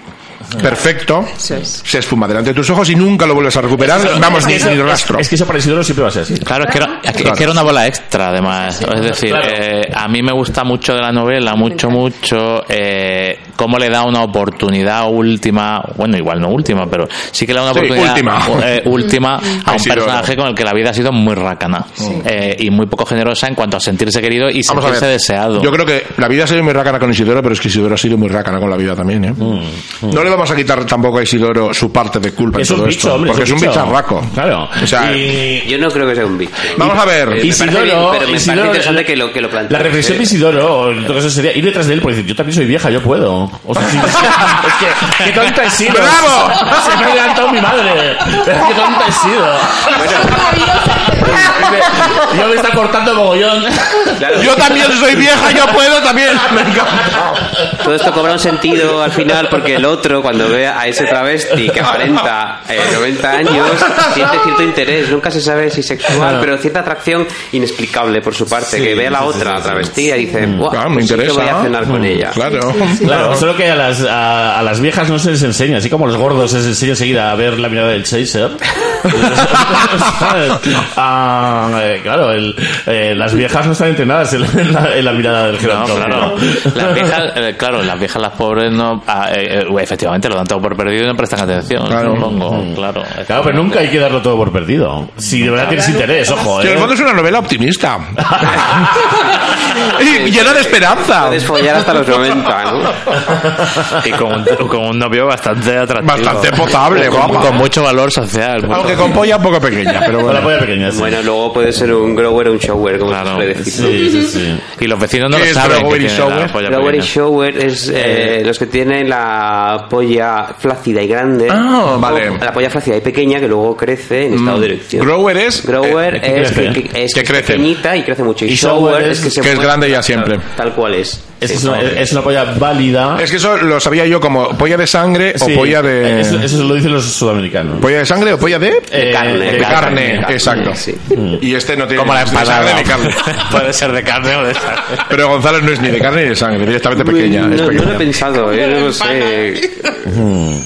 Speaker 4: perfecto
Speaker 5: Eso es.
Speaker 4: se esfuma delante de tus ojos y nunca lo vuelves a recuperar vamos ni, ni rastro
Speaker 3: es que eso para Isidoro siempre va a ser así
Speaker 7: Claro, es que, era, es que-
Speaker 4: Claro.
Speaker 7: es que era una bola extra, además. Es decir,
Speaker 3: Claro.
Speaker 7: eh, a mí me gusta mucho de la novela, mucho, mucho, eh, cómo le da una oportunidad última, bueno, igual no última, pero sí que le da una
Speaker 4: Sí,
Speaker 7: oportunidad
Speaker 4: última.
Speaker 7: eh, última a un
Speaker 4: Isidoro.
Speaker 7: personaje con el que la vida ha sido muy racana eh, y muy poco generosa en cuanto a sentirse querido y
Speaker 4: Vamos a
Speaker 7: sentirse
Speaker 4: ver.
Speaker 7: deseado.
Speaker 4: Yo creo que la vida ha sido muy rácana con Isidoro, pero es que Isidoro ha sido muy rácana con la vida también. ¿eh? No le vamos a quitar tampoco a Isidoro su parte de culpa en
Speaker 3: Mm, Es un
Speaker 4: Pues todo
Speaker 3: bicho,
Speaker 4: esto,
Speaker 3: hombre.
Speaker 4: porque es un,
Speaker 3: bicho.
Speaker 4: bicharraco.
Speaker 3: Claro.
Speaker 4: O sea,
Speaker 3: Y-
Speaker 6: Yo no creo que sea un bicho.
Speaker 4: vamos a ver.
Speaker 6: Eh, me parece
Speaker 3: Isidoro,
Speaker 6: bien, pero me parece
Speaker 3: Isidoro-
Speaker 6: interesante que lo- que lo plantees.
Speaker 3: La reflexión de Isidoro, o en todo caso, sería ir detrás de él por decir, yo también soy vieja, yo puedo. O sea, sí, es que- es que, qué tonta he sido.
Speaker 4: ¡Bravo!
Speaker 3: Se me ha levantado mi madre. Qué tonta he sido. Yo me está cortando mogollón.
Speaker 6: Claro.
Speaker 4: Yo también soy vieja, yo puedo también. Me encanta.
Speaker 6: Todo esto cobra un sentido al final porque el otro, cuando ve a ese travesti que aparenta eh, 90 años, siente cierto interés. Nunca se sabe si sexual, pero cierta atracción inexplicable por su parte. que ve a la otra travesti y dice,
Speaker 3: Mm.
Speaker 6: "Buah,
Speaker 4: Claro, me
Speaker 6: pues sí que
Speaker 4: interesa.
Speaker 6: voy a cenar con ella.
Speaker 4: Claro.
Speaker 3: Claro, solo que a las, a, a las viejas no se les enseña, así como a los gordos se les enseña enseguida a ver la mirada del chaser. ¿sabes? Ah, eh, claro, el- eh, las viejas no están entrenadas en la, en la- en la mirada del
Speaker 7: No,
Speaker 3: gerontólogo.
Speaker 7: claro. Las viejas, eh, claro, las viejas, las pobres, no, ah, eh, eh, efectivamente, lo dan todo por perdido y no prestan atención,
Speaker 4: Claro.
Speaker 7: supongo, claro.
Speaker 3: Claro, pero nunca hay que darlo todo por perdido. Si de verdad tienes interés, ojo,
Speaker 4: Que en
Speaker 3: ¿eh?
Speaker 4: el fondo es una novela optimista. y llena de esperanza.
Speaker 6: Puedes follar hasta los 90, ¿no?
Speaker 7: Y con un, con un novio bastante atractivo.
Speaker 4: Bastante potable,
Speaker 7: con,
Speaker 4: guapa.
Speaker 7: con mucho valor social. muy-
Speaker 4: Aunque con polla un poco pequeña, pero
Speaker 3: Con la
Speaker 4: bueno.
Speaker 3: polla pequeña, sí.
Speaker 6: Bueno, luego puede ser un grower o un shower, como
Speaker 7: Claro.
Speaker 6: se suele decir. ¿no?
Speaker 3: Sí, sí, sí.
Speaker 7: Y los vecinos no
Speaker 4: ¿Qué
Speaker 7: lo
Speaker 4: es
Speaker 7: saben.
Speaker 4: grower y
Speaker 7: Que tienen la
Speaker 4: shower?
Speaker 7: polla
Speaker 6: Grower y
Speaker 7: pequeña.
Speaker 6: shower es eh, los que tienen la polla flácida y grande.
Speaker 4: Ah,
Speaker 6: O
Speaker 4: vale. Mm.
Speaker 6: La polla flácida y pequeña que luego crece en estado de erección.
Speaker 4: Grower es,
Speaker 6: Grower
Speaker 3: eh, que
Speaker 6: es, que,
Speaker 3: crece.
Speaker 6: que- es
Speaker 4: Que
Speaker 6: que es
Speaker 4: crece.
Speaker 6: pequeñita y crece mucho. Y,
Speaker 3: Y
Speaker 6: shower,
Speaker 3: shower
Speaker 6: es que se
Speaker 4: que es
Speaker 6: mueve
Speaker 4: grande ya siempre.
Speaker 6: Tal cual es.
Speaker 3: Es,
Speaker 6: Sí.
Speaker 3: es una, es una polla válida.
Speaker 4: Es que eso lo sabía yo como polla de sangre
Speaker 3: Sí, eh,
Speaker 4: o polla de.
Speaker 3: Eso, eso lo dicen los sudamericanos.
Speaker 4: ¿Polla de sangre o polla de?
Speaker 3: Eh,
Speaker 6: carne.
Speaker 4: de
Speaker 3: de
Speaker 4: carne,
Speaker 6: carne,
Speaker 4: exacto.
Speaker 6: sí.
Speaker 4: Y este no tiene
Speaker 7: Como la
Speaker 4: ni de sangre
Speaker 7: empanada.
Speaker 4: ni carne.
Speaker 7: Puede ser de carne o de sangre.
Speaker 4: Pero Gonzalo no es ni de carne ni de sangre, directamente pequeña.
Speaker 6: no,
Speaker 4: es
Speaker 6: no
Speaker 4: pequeña.
Speaker 6: lo he pensado, eh, no lo sé.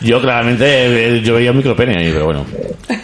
Speaker 3: Yo claramente eh, yo veía un micropene ahí, pero bueno.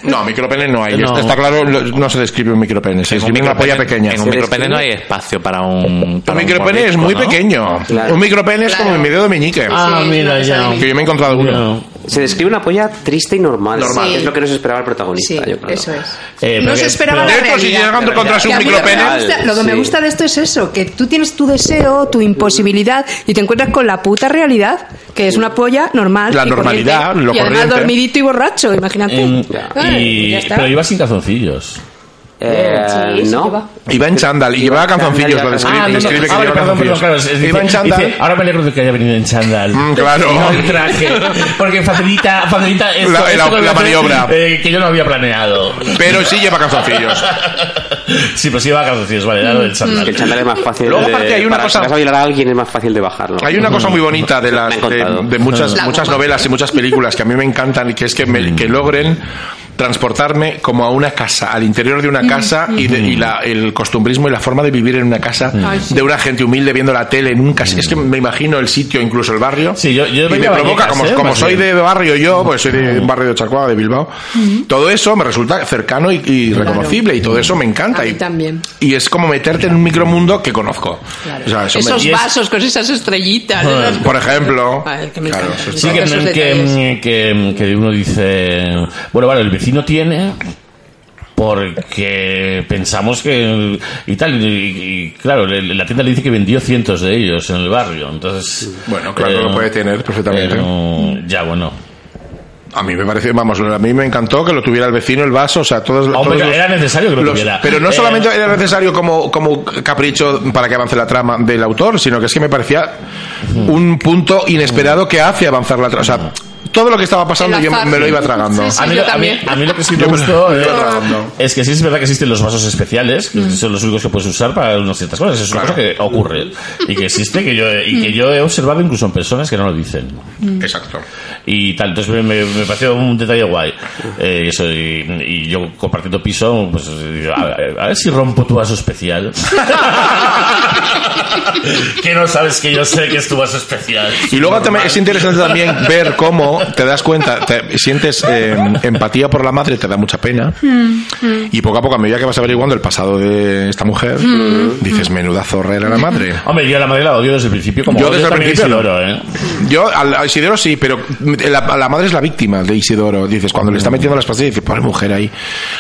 Speaker 4: No, micropene no hay.
Speaker 3: No.
Speaker 4: Está claro, lo- no se describe un micropene, se describe una polla pequeña.
Speaker 7: En un
Speaker 4: un
Speaker 7: micropene no hay espacio para un. para un
Speaker 4: micropene es
Speaker 7: mordisco,
Speaker 4: muy
Speaker 7: ¿no?
Speaker 4: pequeño.
Speaker 6: Claro.
Speaker 4: Un micropene es como
Speaker 5: Claro.
Speaker 4: mi dedo meñique.
Speaker 3: Ah, mira, ya.
Speaker 4: Que yo me he encontrado uno.
Speaker 3: No.
Speaker 6: Se describe una polla triste y normal.
Speaker 4: Normal.
Speaker 6: que Es lo que nos esperaba el protagonista,
Speaker 5: Sí,
Speaker 6: yo creo.
Speaker 5: eso es.
Speaker 3: Eh, pero
Speaker 5: no se
Speaker 3: que-
Speaker 5: esperaba
Speaker 3: pero-
Speaker 5: la
Speaker 4: De hecho, si
Speaker 5: realidad.
Speaker 4: llegando contra
Speaker 5: Que
Speaker 4: un
Speaker 5: a mí lo que me
Speaker 4: micropene.
Speaker 5: gusta- Lo que me
Speaker 6: Sí.
Speaker 5: gusta de esto es eso, que tú tienes tu deseo, tu imposibilidad y te encuentras con la puta realidad, que es una polla normal.
Speaker 4: La
Speaker 5: y
Speaker 4: normalidad,
Speaker 5: corriente,
Speaker 4: lo
Speaker 5: y además
Speaker 4: corriente.
Speaker 5: dormidito y borracho, imagínate.
Speaker 3: Mm,
Speaker 6: Ya.
Speaker 5: Ay,
Speaker 3: y-
Speaker 5: ya está.
Speaker 3: pero iba sin calzoncillos.
Speaker 6: Eh,
Speaker 5: Sí, sí que
Speaker 6: no.
Speaker 5: va.
Speaker 4: Y va en chándal, y lleva canzoncillos, lo describe,
Speaker 6: Ah, no, no.
Speaker 4: describe que
Speaker 3: ah, vale,
Speaker 4: lleva
Speaker 3: perdón, perdón,
Speaker 4: canzoncillos.
Speaker 3: claro, es- es-
Speaker 4: y va en
Speaker 3: dice-
Speaker 4: chándal.
Speaker 3: dice, ahora me alegro de que haya venido en chándal.
Speaker 4: Mm, claro.
Speaker 3: Y No en traje. Porque facilita, facilita esto-
Speaker 4: La- la-
Speaker 3: esto con
Speaker 4: la
Speaker 3: que-
Speaker 4: maniobra.
Speaker 3: eh, que yo no había planeado.
Speaker 4: Pero sí lleva canzoncillos.
Speaker 3: sí, pues iba a calzoncillos, vale, era lo del chándal.
Speaker 6: El chándal es más fácil.
Speaker 4: Luego,
Speaker 6: de-
Speaker 4: aparte, hay una
Speaker 6: para
Speaker 4: cosa-
Speaker 6: Si vas a violar a alguien es más fácil de bajarlo.
Speaker 4: Hay una cosa muy bonita de las
Speaker 6: Me han
Speaker 4: de,
Speaker 6: contado.
Speaker 4: de muchas
Speaker 5: La
Speaker 4: muchas
Speaker 5: goma.
Speaker 4: novelas y muchas películas que a mí me encantan y que es que, me- que logren transportarme como a una casa, al interior de
Speaker 5: Mm,
Speaker 4: una casa y, de- y la- el costumbrismo y la forma de vivir en una casa
Speaker 5: Ay, sí.
Speaker 4: de una gente humilde viendo la tele en un cas- Es que me imagino el sitio, incluso el barrio.
Speaker 3: Sí, yo- yo
Speaker 4: y me
Speaker 3: veía
Speaker 4: provoca,
Speaker 3: Vallecas,
Speaker 4: como,
Speaker 3: ¿eh?
Speaker 4: como
Speaker 3: Más
Speaker 4: soy
Speaker 3: bien.
Speaker 4: de barrio yo, pues soy de un barrio de Charcoa, de Bilbao. Todo eso me resulta cercano y, y reconocible y todo eso me encanta.
Speaker 5: A mí
Speaker 4: y,
Speaker 5: también.
Speaker 4: Y es como meterte en un micromundo que conozco. O sea, eso me-
Speaker 5: Esos
Speaker 3: y es-
Speaker 5: vasos con esas estrellitas. esas-
Speaker 4: por ejemplo.
Speaker 5: Ay, Ah, que me
Speaker 4: Claro,
Speaker 5: encanta.
Speaker 4: eso
Speaker 3: Sí,
Speaker 4: está-
Speaker 3: que,
Speaker 5: Esos
Speaker 3: que, mm,
Speaker 5: detalles.
Speaker 3: que- que uno dice, bueno, vale, el vecino tiene porque pensamos que y tal y, y, claro le- la tienda le dice que vendió cientos de ellos en el barrio entonces
Speaker 4: Bueno, claro, lo puede tener perfectamente.
Speaker 3: pero- ya bueno
Speaker 4: A mí me parece, vamos, a mí me encantó que lo tuviera el vecino, el vaso, o sea, todos,
Speaker 3: Hombre,
Speaker 4: todos los-
Speaker 3: era necesario que lo
Speaker 4: los-
Speaker 3: tuviera
Speaker 4: Pero no
Speaker 3: Eh,
Speaker 4: solamente era necesario como, como capricho para que avance la trama del autor, sino que es que me parecía un punto inesperado que hace avanzar la trama. O sea, todo lo que estaba pasando
Speaker 5: El
Speaker 4: yo
Speaker 5: azar,
Speaker 4: me lo
Speaker 5: sí.
Speaker 4: iba tragando.
Speaker 5: Sí, sí.
Speaker 3: a mí,
Speaker 5: yo
Speaker 3: a, mí,
Speaker 5: también.
Speaker 3: a mí lo que sí me
Speaker 4: Yo me lo-
Speaker 3: gustó
Speaker 4: me lo
Speaker 3: eh,
Speaker 4: tragando.
Speaker 3: es que sí es verdad que existen los vasos especiales,
Speaker 5: Mm.
Speaker 3: que son los únicos que puedes usar para unas ciertas cosas. Es una
Speaker 4: Claro.
Speaker 3: cosa que ocurre y que existe que yo, he- y
Speaker 5: Mm.
Speaker 3: que yo he observado incluso en personas que no lo dicen.
Speaker 4: Exacto.
Speaker 3: Y tal, entonces me, me- me pareció un detalle guay. Eh, y eso, y, y yo compartiendo piso, pues digo, a, ver, a ver si rompo tu vaso especial. que no sabes que yo sé que es tu vaso especial.
Speaker 4: Y luego también es interesante también ver cómo te das cuenta, te- sientes eh, empatía por la madre, te da mucha pena. Y poco a poco, a medida que vas averiguando el pasado de esta mujer,
Speaker 5: Mm.
Speaker 4: dices, menuda zorra era la madre.
Speaker 3: Hombre, yo a la madre la odio desde el principio, como
Speaker 4: Yo
Speaker 3: odio
Speaker 4: desde el
Speaker 3: también a
Speaker 4: principio no.
Speaker 3: Isidoro, ¿eh?
Speaker 4: Yo, al- a Isidoro sí, pero la, a la madre es la víctima de Isidoro. Dices, cuando le está metiendo las pastillas, dices, pobre mujer ahí,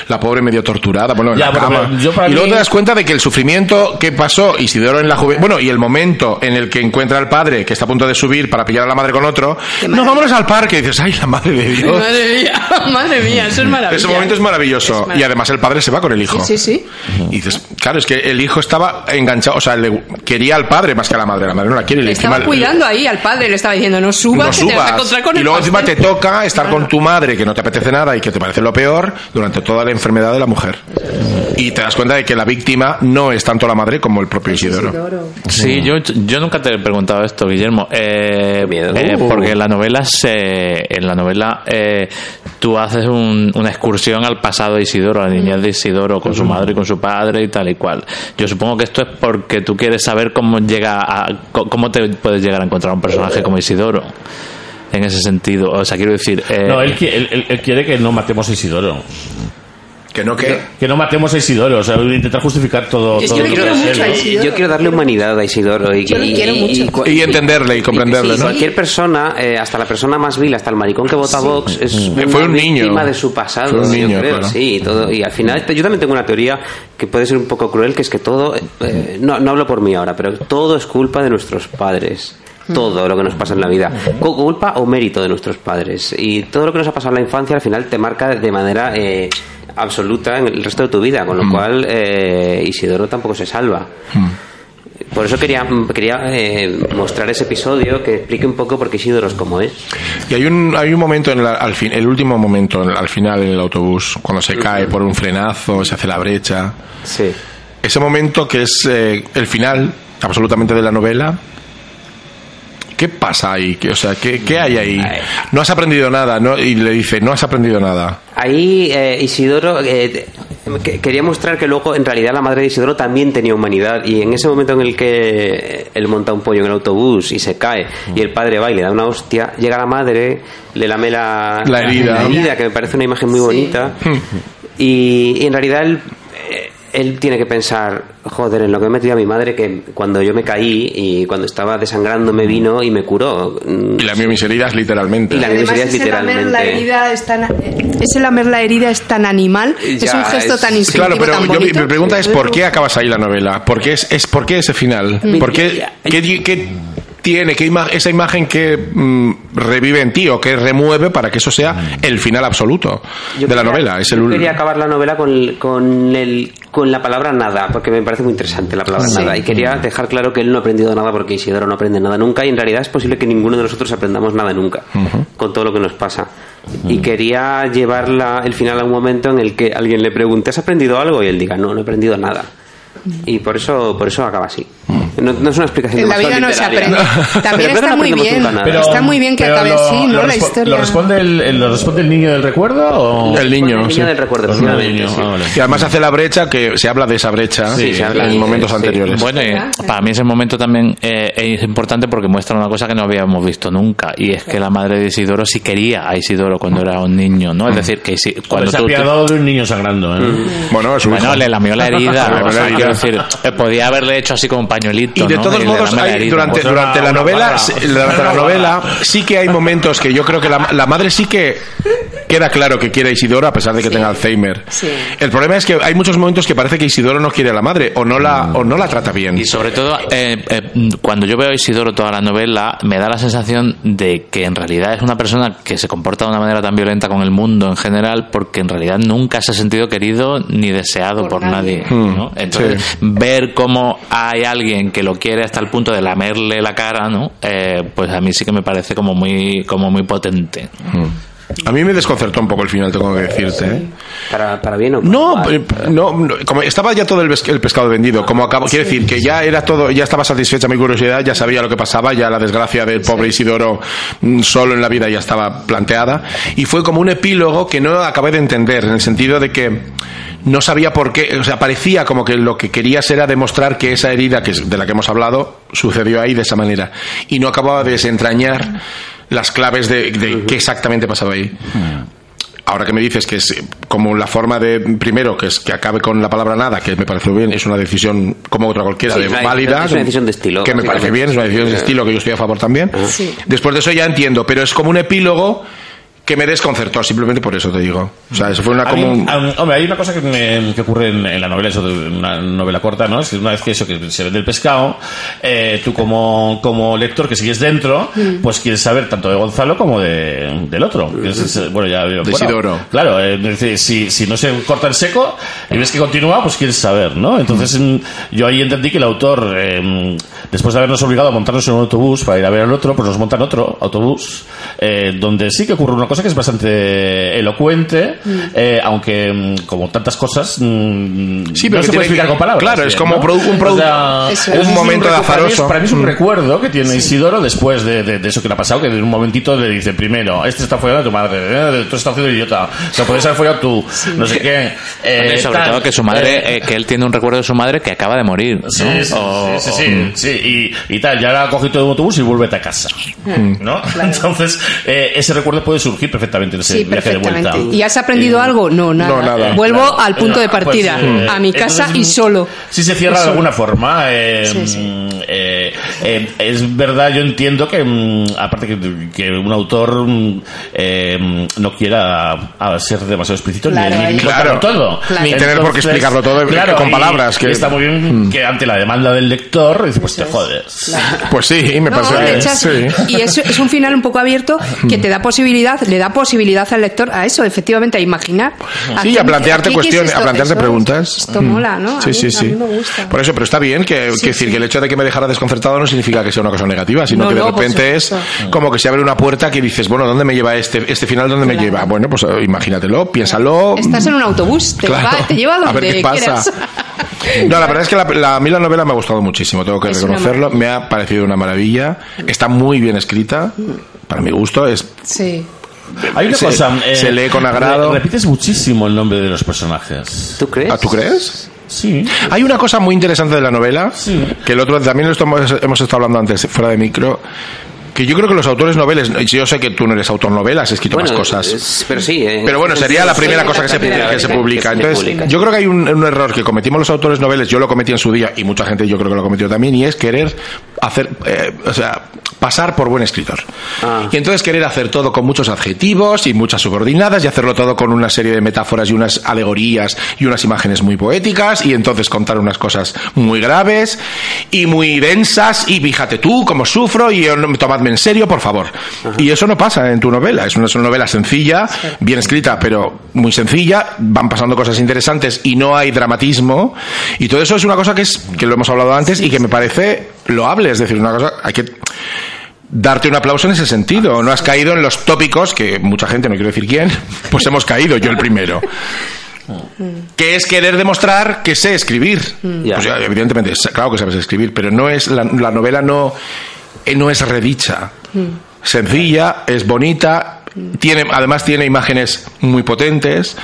Speaker 4: la pobre medio torturada, bueno, en
Speaker 3: Ya,
Speaker 4: la
Speaker 3: pero
Speaker 4: cama.
Speaker 3: para- yo para
Speaker 4: y luego
Speaker 3: mí-
Speaker 4: te das cuenta de que el sufrimiento que pasó Isidoro en la juventud, bueno, y el momento en el que encuentra al padre que está a punto de subir para pillar a la madre con otro, nos vámonos al parque, y dices, ay, la madre de Dios.
Speaker 5: Madre mía, madre mía, eso es maravilloso.
Speaker 4: Ese momento es maravilloso.
Speaker 5: Es maravilloso.
Speaker 4: Y además el padre se va con el hijo.
Speaker 5: Sí, sí,
Speaker 4: Y dices, claro, es que el hijo estaba enganchado, o sea, le quería al padre más que a la madre. La madre no la quiere. y
Speaker 5: Le estaba
Speaker 4: encima-
Speaker 5: cuidando ahí al padre, le estaba diciendo, no subas,
Speaker 4: no
Speaker 5: que te vas a
Speaker 4: subas.
Speaker 5: encontrar con
Speaker 4: y
Speaker 5: el
Speaker 4: luego encima te
Speaker 5: pastel".
Speaker 4: toca estar con tu madre que no te apetece nada y que te parece lo peor durante toda la enfermedad de la mujer. Y te das cuenta de que la víctima no es tanto la madre como el propio Isidoro. Mm.
Speaker 7: Sí, yo, yo nunca te he preguntado esto, Guillermo. Eh,
Speaker 6: miedo.
Speaker 7: eh,
Speaker 6: Uh.
Speaker 7: porque en la novela, se, en la novela eh, tú haces un- una excursión al pasado de Isidoro, a la niñez de Isidoro, con su madre y con su padre y tal y cual. Yo supongo que esto es porque tú quieres saber cómo llega a, co- cómo te puedes llegar a encontrar un personaje como Isidoro. En ese sentido, o sea, quiero decir... eh,
Speaker 3: No, él, qui- él- él- él quiere que no matemos a Isidoro.
Speaker 4: Que no que.
Speaker 3: Que no matemos a Isidoro, o sea, intentar justificar todo.
Speaker 5: Es que
Speaker 3: todo
Speaker 5: yo le quiero
Speaker 3: todo
Speaker 5: mucho a
Speaker 3: él, ¿no?
Speaker 5: Isidoro.
Speaker 6: Yo quiero darle humanidad a Isidoro y,
Speaker 5: Yo le
Speaker 6: y-
Speaker 5: quiero
Speaker 6: y-
Speaker 5: mucho.
Speaker 6: y cu-
Speaker 4: Y entenderle y comprenderle,
Speaker 6: sí,
Speaker 4: ¿no?
Speaker 6: Cualquier persona, eh, hasta la persona más vil, hasta el maricón que vota Vox, es
Speaker 4: Fue
Speaker 6: una
Speaker 4: un niño.
Speaker 6: víctima de su pasado.
Speaker 4: Fue un
Speaker 6: yo
Speaker 4: niño,
Speaker 6: creo,
Speaker 4: claro.
Speaker 6: sí, y todo. Y al final, yo también tengo una teoría que puede ser un poco cruel, que es que todo, eh, no, no hablo por mí ahora, pero todo es culpa de nuestros padres. Todo lo que nos pasa en la vida. Cu- Culpa o mérito de nuestros padres. Y todo lo que nos ha pasado en la infancia al final te marca de manera eh, absoluta en el resto de tu vida, con lo cual eh, Isidoro tampoco se salva. Por eso quería, quería eh, mostrar ese episodio que explique un poco por qué Isidoro es como es.
Speaker 4: Y hay un, hay un momento, en la- al fin, el último momento, en- al final en el autobús, cuando se cae por un frenazo, se hace la brecha.
Speaker 6: Sí.
Speaker 4: Ese momento que es eh, el final absolutamente de la novela. ¿Qué pasa ahí? ¿Qué- O sea, ¿qué, qué hay ahí? No has aprendido nada, ¿no? Y le dice, no has aprendido nada.
Speaker 6: Ahí eh, Isidoro eh, que- quería mostrar que luego en realidad la madre de Isidoro también tenía humanidad y en ese momento en el que él monta un pollo en el autobús y se cae y el padre va y le da una hostia, llega la madre, le lame la,
Speaker 4: La herida.
Speaker 6: que me parece una imagen muy bonita y, y en realidad él, eh, él tiene que pensar, joder, en lo que me metido a mi madre que cuando yo me caí y cuando estaba desangrando me vino y me curó. Mm,
Speaker 4: Y lamió mis heridas literalmente.
Speaker 6: Y la-
Speaker 5: Además,
Speaker 6: Sería
Speaker 5: ese lamer la
Speaker 6: literalmente-
Speaker 5: herida es tan, ese lamer la herida es tan animal, es
Speaker 6: Ya,
Speaker 5: un gesto
Speaker 6: es-
Speaker 5: tan
Speaker 6: Claro,
Speaker 5: instintivo,
Speaker 4: Claro, pero
Speaker 5: tan
Speaker 4: yo, mi,
Speaker 5: bonito.
Speaker 4: mi pregunta es ¿por qué acabas ahí la novela? ¿Por qué, es, es, ¿por qué ese final? ¿Por qué, qué, di- qué tiene qué ima- esa imagen que mm, revive en ti o que remueve para que eso sea el final absoluto
Speaker 6: Mm. Yo
Speaker 4: de la
Speaker 6: quería-
Speaker 4: novela? Es
Speaker 6: yo
Speaker 4: el ul-
Speaker 6: quería acabar la novela con, con, el, con la palabra nada, porque me parece muy interesante la palabra nada. Y quería dejar claro que él no ha aprendido nada porque Isidoro no aprende nada nunca. Y en realidad es posible que ninguno de nosotros aprendamos nada nunca con todo lo que nos pasa. Y quería llevar la- el final a un momento en el que alguien le pregunte, ¿has aprendido algo? Y él diga, no, no he aprendido nada. Y por eso, por eso acaba así. No, no es una explicación
Speaker 5: En la vida no se
Speaker 6: demasiado
Speaker 5: aprende.
Speaker 6: literaria.
Speaker 5: También
Speaker 6: Pero creo que
Speaker 5: está
Speaker 6: no
Speaker 5: muy
Speaker 6: aprendemos
Speaker 5: bien.
Speaker 6: nunca nada.
Speaker 5: Pero- Está muy bien que
Speaker 3: pero
Speaker 5: acabe
Speaker 3: lo-
Speaker 5: así, ¿no?
Speaker 3: lo
Speaker 5: La
Speaker 3: respo-
Speaker 5: historia.
Speaker 3: ¿Lo responde el, el- lo responde el niño del recuerdo o...?
Speaker 4: El niño,
Speaker 6: El niño
Speaker 4: sí.
Speaker 6: del recuerdo,
Speaker 3: Los niños,
Speaker 6: efectivamente, sí.
Speaker 3: ah, vale.
Speaker 4: Que además hace la brecha, que se habla de esa brecha
Speaker 6: Sí, se habla.
Speaker 4: en momentos
Speaker 6: Sí.
Speaker 4: anteriores.
Speaker 7: Bueno, y para mí ese momento también eh, es importante porque muestra una cosa que no habíamos visto nunca y es que la madre de Isidoro sí quería a Isidoro cuando era un niño, ¿no?
Speaker 4: Mm.
Speaker 7: Es decir, que si,
Speaker 3: Cuando
Speaker 7: cuando
Speaker 3: se ha
Speaker 7: tú-
Speaker 3: apiadado de un niño sangrando, ¿eh?
Speaker 4: Bueno, es un
Speaker 7: Bueno,
Speaker 4: hijo.
Speaker 7: le lamió la
Speaker 4: Le
Speaker 7: herida.
Speaker 4: lamió
Speaker 7: o sea,
Speaker 4: la herida.
Speaker 7: quiero decir, eh, podía haberle hecho así con un pañuelito.
Speaker 4: Y de
Speaker 7: ¿no?
Speaker 4: todos
Speaker 7: le
Speaker 4: modos,
Speaker 7: lame la
Speaker 4: hay-
Speaker 7: herida.
Speaker 4: durante,
Speaker 3: Una-
Speaker 4: durante la
Speaker 3: una
Speaker 4: novela,
Speaker 3: bala.
Speaker 4: sí, durante la
Speaker 3: Una
Speaker 4: novela sí que hay momentos que yo creo que la, la madre sí que queda claro que quiere a Isidoro a pesar de que tenga Alzheimer.
Speaker 5: Sí.
Speaker 4: El problema es que hay muchos momentos que parece que Isidoro no quiere a la madre o no la
Speaker 7: Mm.
Speaker 4: o no la trata bien.
Speaker 7: Y sobre todo, eh, eh, cuando yo veo a Isidoro toda la novela, me da la sensación de que en realidad es una persona que se comporta de una manera tan violenta con el mundo en general, porque en realidad nunca se ha sentido querido ni deseado por,
Speaker 5: Por
Speaker 7: nadie.
Speaker 5: nadie. Mm,
Speaker 7: ¿no? Entonces, ver cómo hay alguien que lo quiere hasta el punto de lamerle la cara, ¿no? Eh, pues a mí sí que me parece como muy, como muy potente.
Speaker 4: A mí me desconcertó un poco el final, tengo que decirte. ¿eh?
Speaker 6: Para, para bien o para
Speaker 4: No,
Speaker 6: mal.
Speaker 4: eh, no, no, como estaba ya todo el, pes- el pescado vendido, como
Speaker 6: Ah,
Speaker 4: acabo, quiero decir que ya era todo, ya estaba satisfecha mi curiosidad, ya sabía lo que pasaba, ya la desgracia del pobre Isidoro mm, solo en la vida ya estaba planteada y fue como un epílogo que no acabé de entender en el sentido de que no sabía por qué, o sea, parecía como que lo que querías era demostrar que esa herida que es- de la que hemos hablado sucedió ahí de esa manera y no acababa de desentrañar las claves de, de qué exactamente pasaba ahí.
Speaker 6: Mm.
Speaker 4: Ahora que me dices que es eh, como la forma de, primero, que es que acabe con la palabra nada, que me parece muy bien, es una decisión como otra cualquiera,
Speaker 6: Sí,
Speaker 4: de
Speaker 6: es una
Speaker 4: válida.
Speaker 6: decisión- es una decisión de estilo,
Speaker 4: Que me parece
Speaker 6: básicamente.
Speaker 4: bien, es una decisión de
Speaker 6: Sí. Ah.
Speaker 4: estilo que yo estoy a favor también.
Speaker 5: Sí.
Speaker 4: Después de eso ya entiendo, pero es como un epílogo que me desconcertó, simplemente por eso te digo. O sea, eso fue una
Speaker 3: A mí,
Speaker 4: como... un-
Speaker 3: a mí- hombre, hay una cosa que, me- que ocurre en, en la novela, eso de una novela corta, ¿no? Es que una vez que eso que se vende el pescado, eh, tú como, como lector que sigues dentro, pues quieres saber tanto de Gonzalo como de, del otro. Que es- es- bueno, ya bueno,
Speaker 4: Eh, Isidoro.
Speaker 3: Claro, eh, es decir, si, si no se corta en seco y ves que continúa, pues quieres saber, ¿no? Entonces mm, yo ahí entendí que el autor, eh, después de habernos obligado a montarnos en un autobús para ir a ver al otro, pues nos montan otro autobús, eh, donde sí que ocurre una cosa que es bastante elocuente, eh, aunque mm, como tantas cosas... mm,
Speaker 4: Sí,
Speaker 3: no
Speaker 4: pero que
Speaker 3: se
Speaker 4: tiene-
Speaker 3: puede explicar con palabras.
Speaker 4: claro, es como produ- un produ-
Speaker 5: Eso
Speaker 4: un
Speaker 5: es.
Speaker 4: momento
Speaker 3: recu- para mí es-
Speaker 4: azaroso.
Speaker 3: Para mí es un
Speaker 4: Mm.
Speaker 3: recuerdo que tiene Isidoro después de, de- de eso que le ha pasado, que en un momentito le dice primero, este está follando a tu madre, eh, tú estás haciendo idiota, te puedes haber follado tú, no sé qué. eh,
Speaker 7: Bueno, y sobre
Speaker 3: tal,
Speaker 7: todo que su madre,
Speaker 3: eh,
Speaker 7: eh, que él tiene un recuerdo de su madre que acaba de morir. ¿no?
Speaker 3: Sí, sí,
Speaker 7: O-
Speaker 3: sí, sí, sí, sí, y, y tal, ya la ha cogido de un autobús y vuélvete a casa.
Speaker 7: Hmm.
Speaker 3: ¿no? Entonces, eh, ese recuerdo puede surgir perfectamente en ese
Speaker 5: Sí,
Speaker 3: viaje de vuelta.
Speaker 5: perfectamente. ¿Y has aprendido algo? No, nada.
Speaker 4: Eh, no, nada.
Speaker 5: Vuelvo
Speaker 3: Claro,
Speaker 5: al punto
Speaker 3: claro,
Speaker 5: de partida,
Speaker 3: pues, eh,
Speaker 5: a mi casa
Speaker 3: entonces,
Speaker 5: y solo.
Speaker 3: Sí se cierra
Speaker 5: Y
Speaker 3: de
Speaker 5: solo.
Speaker 3: alguna forma. eh,
Speaker 5: Sí, sí.
Speaker 3: mm, eh, eh, es verdad, yo entiendo que, mm, aparte que, que un autor mm, eh, mm, no quiera a ser demasiado explícito ni-
Speaker 5: Claro,
Speaker 3: ni,
Speaker 5: ahí.
Speaker 3: contarlo
Speaker 4: Claro.
Speaker 3: todo.
Speaker 5: Claro. Ni
Speaker 4: tener por qué explicarlo todo con
Speaker 3: y-
Speaker 4: palabras, que- Mm.
Speaker 3: y está muy bien que ante la demanda del lector, dices, pues te
Speaker 5: es.
Speaker 3: jodes.
Speaker 4: Pues sí, me
Speaker 5: No,
Speaker 4: parece
Speaker 5: le
Speaker 4: bien.
Speaker 5: echas-
Speaker 4: Sí.
Speaker 5: Y eso es un final un poco abierto que te da posibilidad, le da posibilidad al lector a eso, efectivamente, a imaginar.
Speaker 4: Sí, y a
Speaker 5: Aquí- aquí,
Speaker 4: plantearte
Speaker 5: ¿qué es
Speaker 4: cuestiones,
Speaker 5: esto?
Speaker 4: a plantearte
Speaker 5: Eso-
Speaker 4: preguntas.
Speaker 5: Esto
Speaker 4: Mm.
Speaker 5: mola, ¿no? A
Speaker 4: Sí,
Speaker 5: mí-
Speaker 4: sí,
Speaker 5: a
Speaker 4: sí.
Speaker 5: mí me gusta.
Speaker 4: Por eso, pero está bien que, que decir que el hecho de que me dejara desconcertado no significa que sea una cosa negativa, sino
Speaker 5: No,
Speaker 4: que de
Speaker 5: no, por
Speaker 4: repente es Mm.
Speaker 5: supuesto.
Speaker 4: como que se abre una puerta que dices, bueno, ¿dónde me lleva este este final? ¿Dónde me
Speaker 5: Claro.
Speaker 4: lleva? Bueno, pues eh, imagínatelo, piénsalo.
Speaker 5: Estás en un autobús, te,
Speaker 4: Claro.
Speaker 5: va- te lleva a
Speaker 4: A ver
Speaker 5: donde
Speaker 4: qué pasa.
Speaker 5: quieras.
Speaker 4: No, la verdad es que la, la- a mí la novela me ha gustado muchísimo, tengo que
Speaker 5: Es una
Speaker 4: reconocerlo. Me ha parecido una maravilla. Está muy bien escrita. Para mi gusto, es
Speaker 5: Sí.
Speaker 3: Hay una
Speaker 4: se-
Speaker 3: cosa. eh,
Speaker 4: se lee con agrado.
Speaker 3: re- repites muchísimo el nombre de los personajes.
Speaker 6: ¿Tú crees?
Speaker 4: ¿Ah, ¿Tú crees?
Speaker 3: Sí.
Speaker 4: Hay una cosa muy interesante de la novela,
Speaker 3: Sí.
Speaker 4: que el otro también lo estamos- hemos estado hablando antes, fuera de micro, que yo creo que los autores noveles, yo sé que tú no eres autor novela, has escrito
Speaker 6: Bueno,
Speaker 4: más cosas.
Speaker 6: es- pero sí. eh,
Speaker 4: Pero bueno, sería la
Speaker 6: sí,
Speaker 4: primera
Speaker 6: sí,
Speaker 4: cosa que se,
Speaker 6: la primera
Speaker 4: que se
Speaker 6: vez
Speaker 4: publica.
Speaker 6: se
Speaker 4: Entonces,
Speaker 6: publica.
Speaker 4: yo creo que hay un, un error que cometimos los autores noveles, yo lo cometí en su día y mucha gente yo creo que lo cometió también, y es querer hacer, eh, o sea, pasar por buen escritor.
Speaker 6: Ah.
Speaker 4: Y entonces querer hacer todo con muchos adjetivos y muchas subordinadas y hacerlo todo con una serie de metáforas y unas alegorías y unas imágenes muy poéticas y entonces contar unas cosas muy graves y muy densas y fíjate tú cómo sufro y yo no- tomadme en serio, por favor. Y eso no pasa en tu novela, es una, es una novela sencilla, bien escrita, pero muy sencilla, van pasando cosas interesantes y no hay dramatismo y todo eso es una cosa que es que lo hemos hablado antes y que me parece loable, es decir, una cosa hay que darte un aplauso en ese sentido. No has caído en los tópicos que mucha gente, no quiero decir quién, pues hemos caído, yo el primero. que es querer demostrar que sé escribir. O sea, evidentemente, sa- claro que sabes escribir, pero no es la, la novela no, eh, no es redicha. Sencilla, es bonita, tiene, además tiene imágenes muy potentes.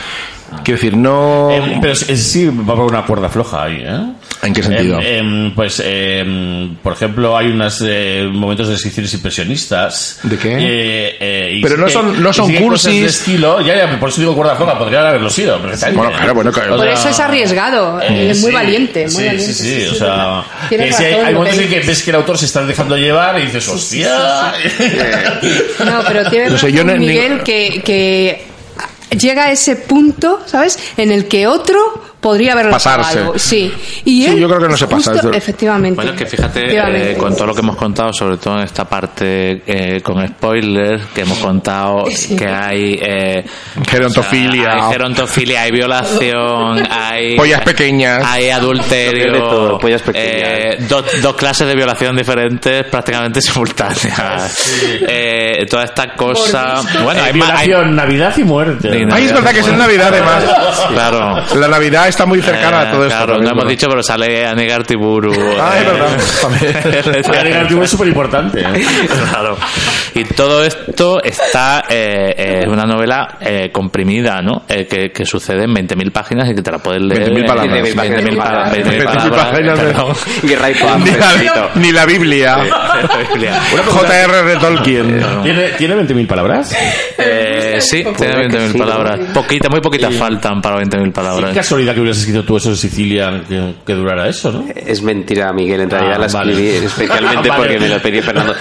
Speaker 4: Quiero decir, no...
Speaker 3: Eh, pero sí- sí va por una cuerda floja ahí, ¿eh?
Speaker 4: ¿En qué sentido?
Speaker 3: Em, em, pues, em, por ejemplo, hay unos momentos de descripciones impresionistas.
Speaker 4: ¿De qué?
Speaker 3: Eh, eh, y
Speaker 4: Pero
Speaker 3: sí
Speaker 4: no
Speaker 3: que-
Speaker 4: son- no
Speaker 3: y
Speaker 4: son
Speaker 3: sí que hay cosas
Speaker 4: cursis.
Speaker 3: de estilo, ya, ya, por eso digo cuerda floja, podría haberlo sido. perfectamente.
Speaker 4: Bueno, claro, bueno, claro.
Speaker 3: O
Speaker 5: Por
Speaker 3: sea,
Speaker 5: eso es arriesgado,
Speaker 3: eh,
Speaker 5: es muy
Speaker 3: sí,
Speaker 5: valiente, muy
Speaker 3: sí,
Speaker 5: valiente.
Speaker 3: Sí, sí,
Speaker 5: sí,
Speaker 3: o
Speaker 5: sí,
Speaker 3: sea,
Speaker 5: tienes
Speaker 3: que sí, hay,
Speaker 5: razón,
Speaker 3: hay
Speaker 5: lo
Speaker 3: momentos
Speaker 5: que
Speaker 3: en que ves que el autor se está dejando llevar y dices, hostia.
Speaker 4: Eh,
Speaker 5: No, pero tiene
Speaker 4: No sé,
Speaker 5: razón
Speaker 4: yo no-
Speaker 5: Miguel
Speaker 4: ni-
Speaker 5: que, que llega a ese punto, ¿sabes? En el que otro podría haberlo
Speaker 4: Pasarse.
Speaker 5: acabado. Sí. Y
Speaker 4: Sí,
Speaker 5: él
Speaker 4: yo creo que no se pasa,
Speaker 5: justo-
Speaker 4: es de-
Speaker 5: efectivamente.
Speaker 7: Bueno, es que fíjate,
Speaker 5: efectivamente.
Speaker 7: eh, con todo lo que hemos contado, sobre todo en esta parte eh, con spoilers, que hemos contado que hay... Eh,
Speaker 4: Gerontofilia.
Speaker 7: hay gerontofilia, hay violación, hay...
Speaker 4: eh, Pollas pequeñas.
Speaker 7: Hay adulterio.
Speaker 6: Lo peor de todo, pollas pequeñas.
Speaker 7: eh, dos, dos clases de violación diferentes prácticamente simultáneas. Eh, toda esta cosa... Bueno, hay, ma- hay-
Speaker 3: violación, Navidad y muerte.
Speaker 7: Sí,
Speaker 4: Ay, es verdad que es en Navidad, además.
Speaker 7: Claro.
Speaker 4: La Navidad está muy cercana
Speaker 7: Eh,
Speaker 4: a todo esto.
Speaker 7: Claro,
Speaker 4: ahora
Speaker 7: no
Speaker 4: mismo.
Speaker 7: hemos dicho, pero sale eh, Anigar Tiburu.
Speaker 4: Ah, es verdad.
Speaker 3: La negativa es súper importante.
Speaker 4: ¿eh?
Speaker 7: claro. Y todo esto está. eh, eh, es una novela eh, comprimida, ¿no? Eh, que, que sucede en 20.000 páginas y que te la puedes leer.
Speaker 4: 20.000
Speaker 7: en
Speaker 4: palabras.
Speaker 7: 20.000 palabras.
Speaker 4: 20.000
Speaker 7: 20.000
Speaker 4: páginas de-
Speaker 7: palabras.
Speaker 6: Guerra y paz,
Speaker 4: Ni la,
Speaker 6: Pedrito.
Speaker 4: ni la Biblia.
Speaker 7: Biblia.
Speaker 4: J.R.R.
Speaker 6: Eh,
Speaker 4: Tolkien.
Speaker 3: ¿Tiene, ¿tiene 20.000 palabras?
Speaker 7: Eh, sí, tiene 20.000 palabras. Poquita, muy poquitas faltan para 20.000
Speaker 3: Qué
Speaker 7: palabras.
Speaker 3: casualidad que hubieras escrito tú eso en Sicilia que, que durara eso, ¿no?
Speaker 6: Es mentira, Miguel. En realidad
Speaker 3: Ah,
Speaker 6: la
Speaker 3: vale.
Speaker 6: escribí especialmente
Speaker 3: Vale.
Speaker 6: porque me lo pedí Fernando.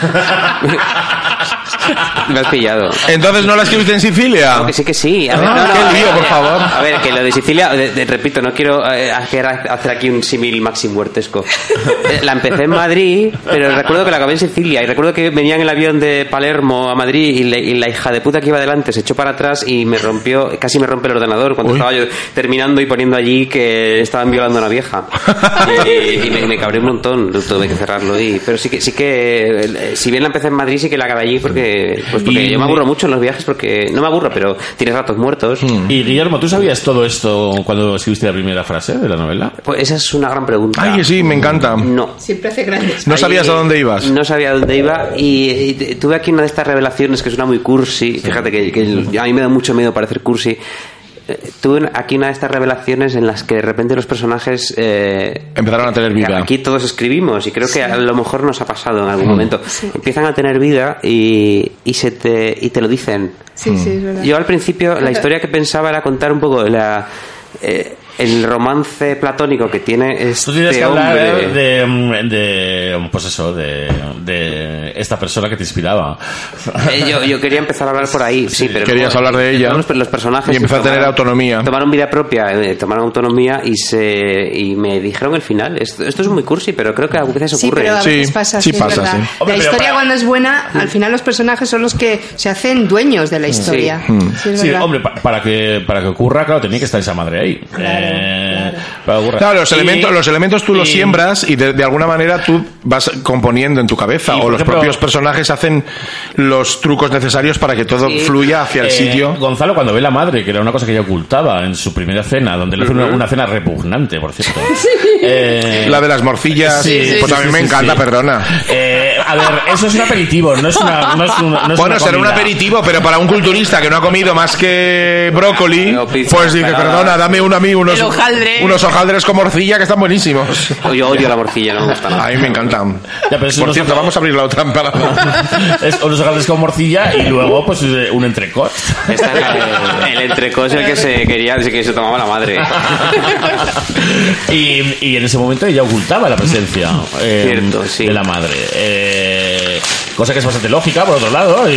Speaker 6: me has pillado.
Speaker 4: Entonces no la escribiste en Sicilia.
Speaker 6: Que sí, que sí. A ver,
Speaker 4: Ah,
Speaker 6: no, no,
Speaker 4: qué
Speaker 6: a ver,
Speaker 4: lío, por favor.
Speaker 6: A ver, que lo de Sicilia, de- de- repito, no quiero eh, hacer, hacer aquí un símil Maxim Huertesco. Eh, La empecé en Madrid, pero recuerdo que la acabé en Sicilia. Y recuerdo que venía en el avión de Palermo a Madrid y, le- y la hija de puta que iba delante se echó para atrás y me rompió, casi me rompe el ordenador cuando estaba yo terminando y poniendo allí que estaban violando a una vieja. Y, y me, me cabré un montón, tuve que cerrarlo. Y, pero sí que, sí que, eh, si bien la empecé en Madrid, sí que la acabé allí porque, pues porque
Speaker 3: Y-
Speaker 6: yo me aburro mucho en los viajes porque no me aburro, pero tienes ratos muertos.
Speaker 3: Y Guillermo, ¿tú sabías todo esto cuando escribiste la primera frase de la novela?
Speaker 6: Pues esa es una gran pregunta.
Speaker 4: Ay, sí, me encanta.
Speaker 6: No.
Speaker 5: Siempre hace grandes.
Speaker 4: No sabías a dónde ibas.
Speaker 6: No sabía a dónde iba y, y te- tuve aquí una de estas revelaciones que suena muy cursi. Fíjate que, que a mí me da mucho miedo parecer cursi. Eh, Tuve una- aquí una de estas revelaciones en las que de repente los personajes eh,
Speaker 4: Empezaron a tener vida. Mm.
Speaker 6: Aquí todos escribimos y creo que a lo mejor nos ha pasado en algún momento. Empiezan a tener vida y, y se te, y te lo dicen.
Speaker 5: Sí, sí, es verdad.
Speaker 6: Yo al principio la historia que pensaba era contar un poco la, eh, el romance platónico que tiene
Speaker 3: Tú tienes
Speaker 6: este
Speaker 3: que hablar
Speaker 6: hombre.
Speaker 3: de, mm, de, pues eso, de, de esta persona que te inspiraba.
Speaker 6: Eh, yo, yo quería empezar a hablar por ahí, sí, pero...
Speaker 4: Querías hablar de ella.
Speaker 6: Los, los personajes...
Speaker 4: Y empezó a tener
Speaker 6: tomaron-
Speaker 4: autonomía.
Speaker 6: Tomaron vida propia, eh, tomaron autonomía y se y me dijeron el final. Esto, esto es muy cursi, pero creo que a veces
Speaker 5: Sí,
Speaker 6: ocurre.
Speaker 5: pero a
Speaker 4: Sí,
Speaker 5: veces pasa,
Speaker 4: sí
Speaker 5: sí, es
Speaker 4: pasa,
Speaker 5: verdad.
Speaker 4: sí.
Speaker 3: Hombre,
Speaker 5: La
Speaker 3: pero
Speaker 5: historia
Speaker 3: para-
Speaker 5: cuando es buena, al final los personajes son los que se hacen dueños de la historia. Sí,
Speaker 4: Mm.
Speaker 5: es
Speaker 3: Sí,
Speaker 5: verdad.
Speaker 3: hombre, pa- para que para que ocurra, claro, tenía que estar esa madre ahí. Eh, para que ocurra.
Speaker 4: Claro, los
Speaker 3: Y-
Speaker 4: elementos, los elementos tú los
Speaker 3: y-
Speaker 4: siembras y de, de alguna manera tú vas componiendo en tu cabeza
Speaker 3: Y,
Speaker 4: o
Speaker 3: por
Speaker 4: los
Speaker 3: ejemplo,
Speaker 4: propios personajes hacen los trucos necesarios para que todo fluya hacia el
Speaker 3: Eh,
Speaker 4: sitio.
Speaker 3: Gonzalo, cuando ve la madre, que era una cosa que ella ocultaba en su primera cena, donde le hace una, una cena repugnante, por cierto. Eh,
Speaker 4: La de las morcillas,
Speaker 3: Sí, sí,
Speaker 4: pues a
Speaker 3: sí,
Speaker 4: mí me
Speaker 3: sí,
Speaker 4: encanta,
Speaker 3: sí.
Speaker 4: perdona.
Speaker 3: eh, a ver, eso es un aperitivo, no es una. No es una- no es
Speaker 4: Bueno,
Speaker 3: una
Speaker 4: será un
Speaker 3: comida.
Speaker 4: aperitivo, pero para un culturista que no ha comido más que brócoli,
Speaker 6: O pizza,
Speaker 4: pues dice,
Speaker 6: ensalada.
Speaker 4: perdona, dame uno a mí unos,
Speaker 5: El hojaldre.
Speaker 4: unos hojaldres con morcilla que están buenísimos.
Speaker 6: Yo odio la morcilla, no me gusta nada.
Speaker 4: A mí me encantan.
Speaker 3: Ya, pero eso
Speaker 4: Por
Speaker 3: no
Speaker 4: cierto,
Speaker 3: se-
Speaker 4: vamos a abrir la otra empanada.
Speaker 3: es unos hojaldres con morcilla y luego, pues, eh, un entrecot.
Speaker 6: Esta es la- el entrecos el que se quería, el que se tomaba la madre.
Speaker 3: y, y en ese momento ella ocultaba la presencia eh,
Speaker 6: Cierto, sí.
Speaker 3: de la madre. Eh, cosa que es bastante lógica, por otro lado, y,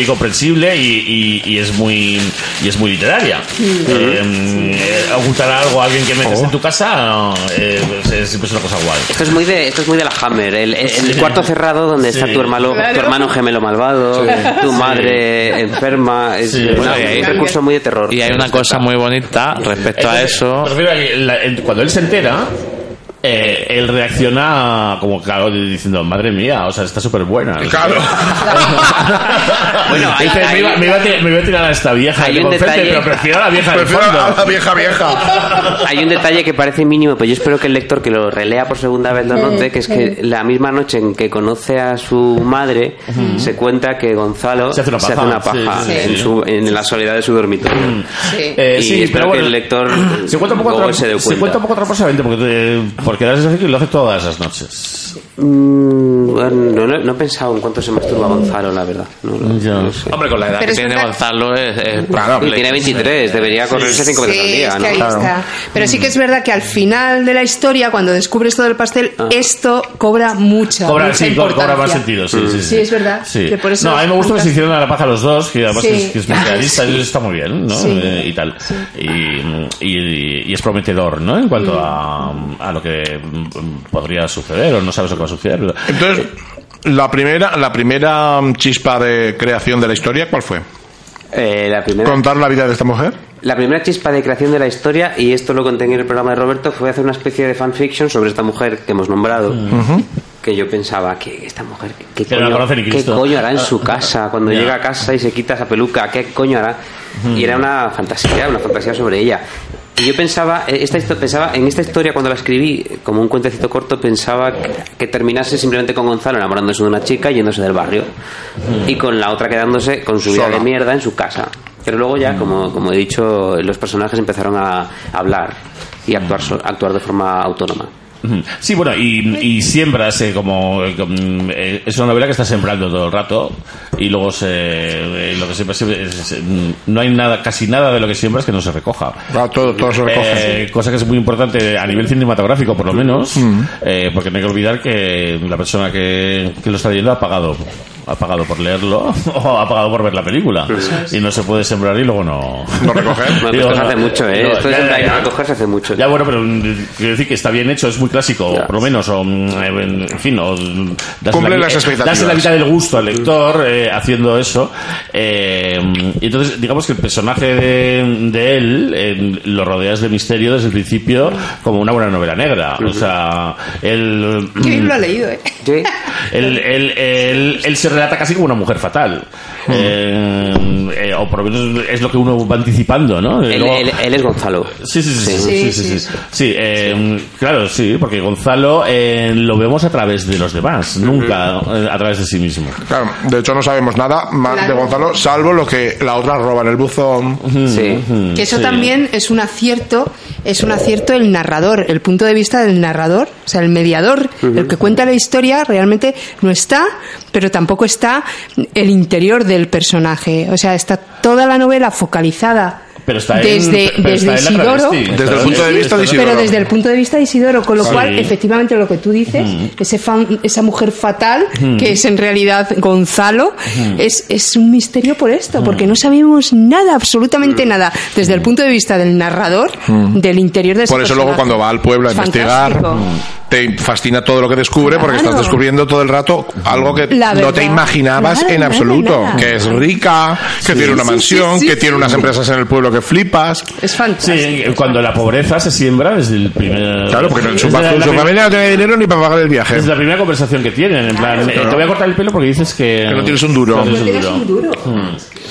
Speaker 3: y comprensible y, y- y es muy y es muy literaria. Eh, eh, ocultar algo a alguien que metes en tu casa no, eh, es, es siempre es una cosa guay.
Speaker 6: Esto es muy de, esto es muy de la Hammer, el, el- el cuarto cerrado donde está
Speaker 3: Sí.
Speaker 6: tu hermano, tu hermano gemelo malvado, tu madre enferma, es
Speaker 3: Sí.
Speaker 6: una-
Speaker 3: Bueno,
Speaker 7: y hay-
Speaker 6: un recurso muy de terror.
Speaker 7: Y hay una cosa muy bonita respecto a
Speaker 3: Entonces,
Speaker 7: eso.
Speaker 3: me refiero a que la- en- cuando él se entera, eh, él reacciona como, claro, diciendo, madre mía, o sea, está súper buena.
Speaker 4: Claro.
Speaker 3: bueno,
Speaker 6: Bueno, ahí-
Speaker 3: me, iba, me iba a ti- me iba a tirar a esta vieja
Speaker 6: Hay
Speaker 3: que
Speaker 6: un
Speaker 3: confete,
Speaker 6: detalle.
Speaker 3: pero prefiero a la vieja del
Speaker 4: Prefiero a
Speaker 3: fondo.
Speaker 4: la vieja vieja.
Speaker 6: Hay un detalle que parece mínimo, pero yo espero que el lector que lo relea por segunda vez lo note, que es que la misma noche en que conoce a su madre, se cuenta que Gonzalo
Speaker 3: Se hace una paja.
Speaker 6: paja
Speaker 3: Sí, sí,
Speaker 6: en,
Speaker 3: sí.
Speaker 6: su- en la soledad de su dormitorio.
Speaker 5: Sí.
Speaker 3: Eh,
Speaker 6: Y
Speaker 3: sí,
Speaker 6: espero
Speaker 3: pero
Speaker 6: que
Speaker 3: bueno,
Speaker 6: el lector
Speaker 3: se cuenta un poco
Speaker 6: luego
Speaker 3: otra,
Speaker 6: se dé
Speaker 3: se cuenta
Speaker 6: cuenta.
Speaker 3: un poco otra cosa, evidentemente, porque, te- porque da la sensación que lo hace todas las noches.
Speaker 6: Mm, bueno, no, no- no he pensado en cuánto se masturba Gonzalo, la verdad. No, no-
Speaker 3: Ya.
Speaker 6: no sé.
Speaker 7: Hombre, con la edad
Speaker 5: Pero
Speaker 7: que
Speaker 5: es
Speaker 7: tiene
Speaker 5: verdad-
Speaker 7: Gonzalo es, es
Speaker 4: Claro.
Speaker 7: probable.
Speaker 6: Y tiene 23, debería correrse cinco veces al
Speaker 5: Sí,
Speaker 6: día,
Speaker 5: es que
Speaker 6: ¿no?
Speaker 5: ahí está. Pero sí que es verdad que al final de la historia, cuando descubres todo el pastel,
Speaker 6: Ah.
Speaker 5: esto cobra mucha,
Speaker 3: Cobra,
Speaker 5: mucha
Speaker 3: sí, co-
Speaker 5: importancia.
Speaker 3: cobra más sentido, sí, sí, sí.
Speaker 5: Sí, es verdad,
Speaker 3: Sí.
Speaker 5: que por eso-
Speaker 3: no, a mí me gusta que se hicieron a la paja los dos, que además
Speaker 5: Sí.
Speaker 3: que es, que es muy realista, y eso está muy bien, ¿no?
Speaker 5: Sí.
Speaker 3: Eh, y tal. Y, y- y es prometedor, ¿no? En cuanto a, a lo que mm, podría suceder, o no sabes lo que va a suceder. Eh, pero-
Speaker 4: Entonces, la primera, la primera mm, chispa de creación de la historia, ¿cuál fue?
Speaker 6: Eh, la primera
Speaker 4: ¿Contar la vida de esta mujer?
Speaker 6: La primera chispa de creación de la historia, y esto lo conté en el programa de Roberto, fue hacer una especie de fanfiction sobre esta mujer que hemos nombrado.
Speaker 8: Mm.
Speaker 6: Que yo pensaba, que esta mujer, ¿qué,
Speaker 3: Que no la
Speaker 6: coño,
Speaker 3: conoce ni
Speaker 6: qué
Speaker 3: Cristo.
Speaker 6: coño hará en su casa? Cuando
Speaker 3: Ya.
Speaker 6: llega a casa y se quita esa peluca, ¿qué coño hará? Y era una fantasía, una fantasía sobre ella. Y yo pensaba, eh, esta, histo- pensaba, en esta historia cuando la escribí, como un cuentecito corto, pensaba que, que terminase simplemente con Gonzalo enamorándose de una chica y yéndose del barrio. Y con la otra quedándose con su vida
Speaker 4: Sola.
Speaker 6: de mierda en su casa. Pero luego ya, como, como he dicho, los personajes empezaron a hablar y actuar, so- actuar de forma autónoma.
Speaker 3: Ujú. Sí, bueno, y, y siembras eh, como... eh, com- eh, es una novela que está sembrando todo el rato y luego se, eh, lo que siempre se- es- es- no hay nada, casi nada de lo que siembras que no se recoja.
Speaker 4: Claro, Ah, todo, todo se recoge.
Speaker 3: Eh, cosa que es muy importante a nivel cinematográfico, por lo menos, eh, porque no hay que olvidar que la persona que, que lo está leyendo ha pagado, ha pagado por leerlo o ha pagado por ver la película. Y no se puede sembrar y luego no.
Speaker 4: No recoger.
Speaker 6: Bueno,
Speaker 3: Digo,
Speaker 6: esto se
Speaker 3: no,
Speaker 6: hace mucho, ¿eh?
Speaker 3: no,
Speaker 6: esto
Speaker 3: ya,
Speaker 6: de
Speaker 3: ya, ya.
Speaker 6: recoger se hace mucho.
Speaker 3: Ya bueno, pero mm, quiero decir que está bien hecho, es muy clásico,
Speaker 6: Ya.
Speaker 3: por lo menos, o mm, eh, en fin, o mm, das
Speaker 4: Cumple
Speaker 3: la,
Speaker 4: las
Speaker 3: eh,
Speaker 4: expectativas. Mm.
Speaker 3: das la mitad del gusto al lector eh, haciendo eso. Eh, y entonces, digamos que el personaje de, de él eh, lo rodeas de misterio desde el principio como una buena novela negra. O sea, él
Speaker 5: Qué bien lo ha leído, ¿eh?
Speaker 6: Sí.
Speaker 3: él, él, él- él se relata casi como una mujer fatal.
Speaker 6: Mm.
Speaker 3: Eh, eh, o por lo menos es lo que uno va anticipando, ¿no? Eh,
Speaker 6: Él,
Speaker 3: luego-
Speaker 6: él- él es Gonzalo.
Speaker 3: Sí, sí, sí, sí, sí,
Speaker 5: Sí,
Speaker 3: sí, sí,
Speaker 5: sí,
Speaker 3: sí. Sí, eh, claro, sí, porque Gonzalo eh, lo vemos a través de los demás, nunca eh, a través de sí mismo.
Speaker 4: Claro, de hecho no sabemos nada más
Speaker 5: Claro.
Speaker 4: de Gonzalo, salvo lo que la otra roba en el buzón.
Speaker 6: Sí.
Speaker 3: Mm,
Speaker 5: Que eso
Speaker 3: sí.
Speaker 5: también es un acierto, es un acierto el narrador, el punto de vista del narrador, o sea, el mediador, el que cuenta la historia realmente no está, pero tampoco está el interior del personaje, o sea, está toda la novela focalizada
Speaker 3: Pero está en-
Speaker 5: desde,
Speaker 3: pero
Speaker 5: desde
Speaker 3: está en la
Speaker 5: Isidoro,
Speaker 3: travesti.
Speaker 4: Desde el
Speaker 3: Está-
Speaker 4: punto de
Speaker 3: sí,
Speaker 4: vista de
Speaker 3: está-
Speaker 4: Isidoro.
Speaker 5: pero desde el punto de vista de Isidoro, con lo
Speaker 3: Sí.
Speaker 5: cual efectivamente lo que tú dices, ese fan- esa mujer fatal que es en realidad Gonzalo, es, es un misterio por esto, porque no sabemos nada, absolutamente nada, desde el punto de vista del narrador, del interior de ese
Speaker 4: Por eso luego
Speaker 5: personaje.
Speaker 4: cuando va al pueblo a
Speaker 5: Es
Speaker 4: investigar,
Speaker 5: fantástico.
Speaker 4: te fascina todo lo que descubre porque
Speaker 5: Claro.
Speaker 4: estás descubriendo todo el rato algo que
Speaker 5: La
Speaker 4: no te
Speaker 5: verdad.
Speaker 4: imaginabas
Speaker 5: Nada,
Speaker 4: en
Speaker 5: nada,
Speaker 4: absoluto.
Speaker 5: nada.
Speaker 4: Que es rica, que tiene una
Speaker 5: sí,
Speaker 4: mansión,
Speaker 5: sí, sí,
Speaker 4: que
Speaker 5: sí.
Speaker 4: tiene unas empresas en el pueblo que flipas.
Speaker 5: Es fantástico.
Speaker 3: Sí, cuando la pobreza se siembra desde el primer.
Speaker 4: Claro, porque en su,
Speaker 3: desde la-
Speaker 4: su
Speaker 3: la prim-
Speaker 4: familia no tiene dinero ni para pagar el viaje.
Speaker 3: Desde la primera conversación que tienen, en plan, eh, te voy a cortar el pelo porque dices que.
Speaker 4: Que no tienes un
Speaker 3: No
Speaker 4: duro.
Speaker 3: tienes un duro.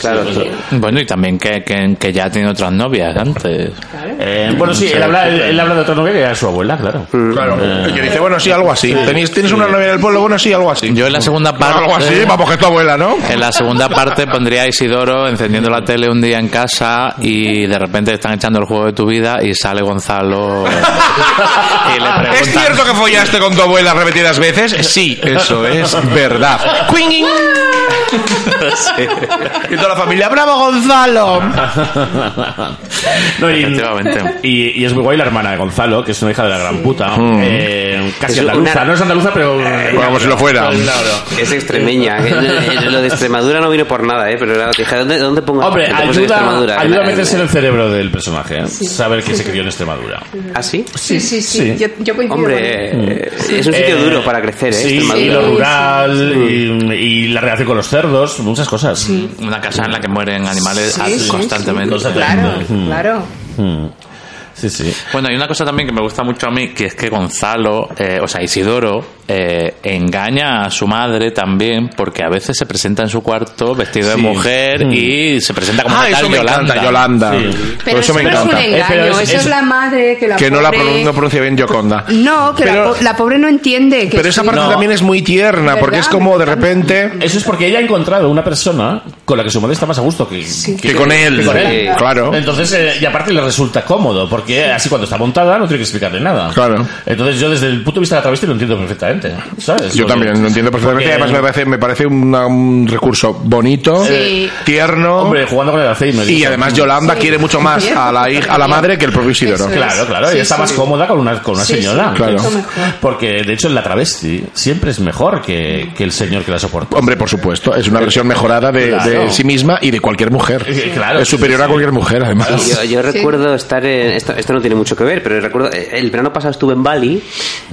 Speaker 6: Claro, sí.
Speaker 7: Bueno, y también que, que, que ya tiene otras novias antes.
Speaker 3: Eh, bueno, sí, él habla, él, él habla de otra novia que era su abuela, claro. Eh,
Speaker 4: Claro. Y que dice, bueno, sí, algo así. ¿Tenéis, ¿Tienes una novia en el pueblo? Bueno, sí, algo así.
Speaker 7: Yo en la segunda parte.
Speaker 4: algo así, vamos, que es tu abuela, ¿no?
Speaker 7: En la segunda parte pondría a Isidoro encendiendo la tele un día en casa y de repente están echando el juego de tu vida y sale Gonzalo y le preguntan
Speaker 4: ¿Es cierto que follaste con tu abuela repetidas veces? Sí, eso es verdad. Quinging. Y toda la familia, ¡bravo Gonzalo!
Speaker 3: No,
Speaker 7: Efectivamente.
Speaker 3: y, y, y es muy guay la hermana de Gonzalo, que es una hija de la gran puta. Eh, casi
Speaker 6: Es
Speaker 3: andaluza.
Speaker 6: una-
Speaker 3: No es andaluza, pero.
Speaker 4: Mm. Bueno, como si lo fuera.
Speaker 3: Claro.
Speaker 6: Es extremeña. eh, Lo de Extremadura no vino por nada, ¿eh? Pero era- dije, ¿dónde, dónde pongo
Speaker 4: Pues
Speaker 3: Hombre,
Speaker 6: dónde puse
Speaker 3: ayuda,
Speaker 6: Extremadura?
Speaker 3: ayuda a meterse en el cerebro del personaje. ¿eh? Saber que se crió en Extremadura.
Speaker 6: ¿Ah, sí?
Speaker 5: Sí, sí, sí.
Speaker 3: Sí.
Speaker 5: Yo, yo coincido con él.
Speaker 6: Hombre, eh, es un sitio
Speaker 3: Eh,
Speaker 6: duro para crecer, ¿eh?
Speaker 3: Sí,
Speaker 6: Extremadura.
Speaker 3: y lo rural, y, y la relación con los cerdos, muchas cosas.
Speaker 7: una casa en la que mueren animales
Speaker 5: Sí, Eh, sí,
Speaker 7: constantemente.
Speaker 5: sí, Claro, claro.
Speaker 3: Mm. Sí, sí.
Speaker 7: Bueno, hay una cosa también que me gusta mucho a mí, que es que Gonzalo, eh, o sea, Isidoro, eh, engaña a su madre también, porque a veces se presenta en su cuarto vestido
Speaker 4: Sí.
Speaker 7: de mujer
Speaker 6: Mm.
Speaker 7: y se presenta como
Speaker 4: Ah,
Speaker 7: una
Speaker 4: eso
Speaker 7: tal
Speaker 4: me
Speaker 7: Yolanda.
Speaker 4: encanta, Yolanda.
Speaker 3: Sí.
Speaker 4: Pero
Speaker 5: Pero
Speaker 4: eso me
Speaker 5: siempre es un
Speaker 4: encanta.
Speaker 3: Eh, pero
Speaker 5: engaño.
Speaker 3: es-
Speaker 5: Eso
Speaker 3: es-
Speaker 5: es la madre que la
Speaker 4: Que no la
Speaker 5: pobre-
Speaker 4: pronun- no pronuncia bien Yoconda.
Speaker 5: No, que la
Speaker 4: Pero-
Speaker 5: po- la, pobre no entiende. Que
Speaker 4: Pero esa
Speaker 5: su
Speaker 4: parte
Speaker 5: hijo-
Speaker 4: también es muy tierna, porque es
Speaker 5: ¿Verdad?
Speaker 4: como de repente...
Speaker 3: Eso es porque ella ha encontrado una persona con la que su madre está más a gusto que,
Speaker 4: Que con él.
Speaker 3: que con él.
Speaker 4: Sí, claro.
Speaker 3: Entonces, eh, y aparte le resulta cómodo, porque así cuando está montada no tiene que explicarle nada.
Speaker 4: Claro.
Speaker 3: Entonces yo desde el punto de vista de la travesti lo entiendo perfectamente, ¿sabes?
Speaker 4: Yo
Speaker 3: Porque-
Speaker 4: también lo entiendo perfectamente.
Speaker 3: porque-
Speaker 4: Además, me parece, me parece una- un recurso bonito,
Speaker 5: Sí.
Speaker 4: tierno.
Speaker 3: eh, Hombre, jugando con el aceite.
Speaker 4: y además, Yolanda quiere mucho más a la, hija- a la madre que el propio Isidoro.
Speaker 5: Eso es.
Speaker 3: Claro, claro,
Speaker 5: Sí,
Speaker 3: ella está
Speaker 5: sí,
Speaker 3: más
Speaker 5: sí.
Speaker 3: cómoda con una, con una
Speaker 5: Sí, sí,
Speaker 3: señora.
Speaker 4: Claro.
Speaker 5: mucho mejor.
Speaker 3: Porque, de hecho, la travesti siempre es mejor que, que el señor que la soporta. Eh,
Speaker 4: Hombre, por supuesto, es una versión mejorada de,
Speaker 3: Claro.
Speaker 4: de sí misma y de cualquier mujer.
Speaker 3: Sí, claro.
Speaker 4: es superior a cualquier mujer, además.
Speaker 6: Yo, yo recuerdo estar en, esto, esto no tiene mucho que ver, pero recuerdo eh, el verano pasado estuve en Bali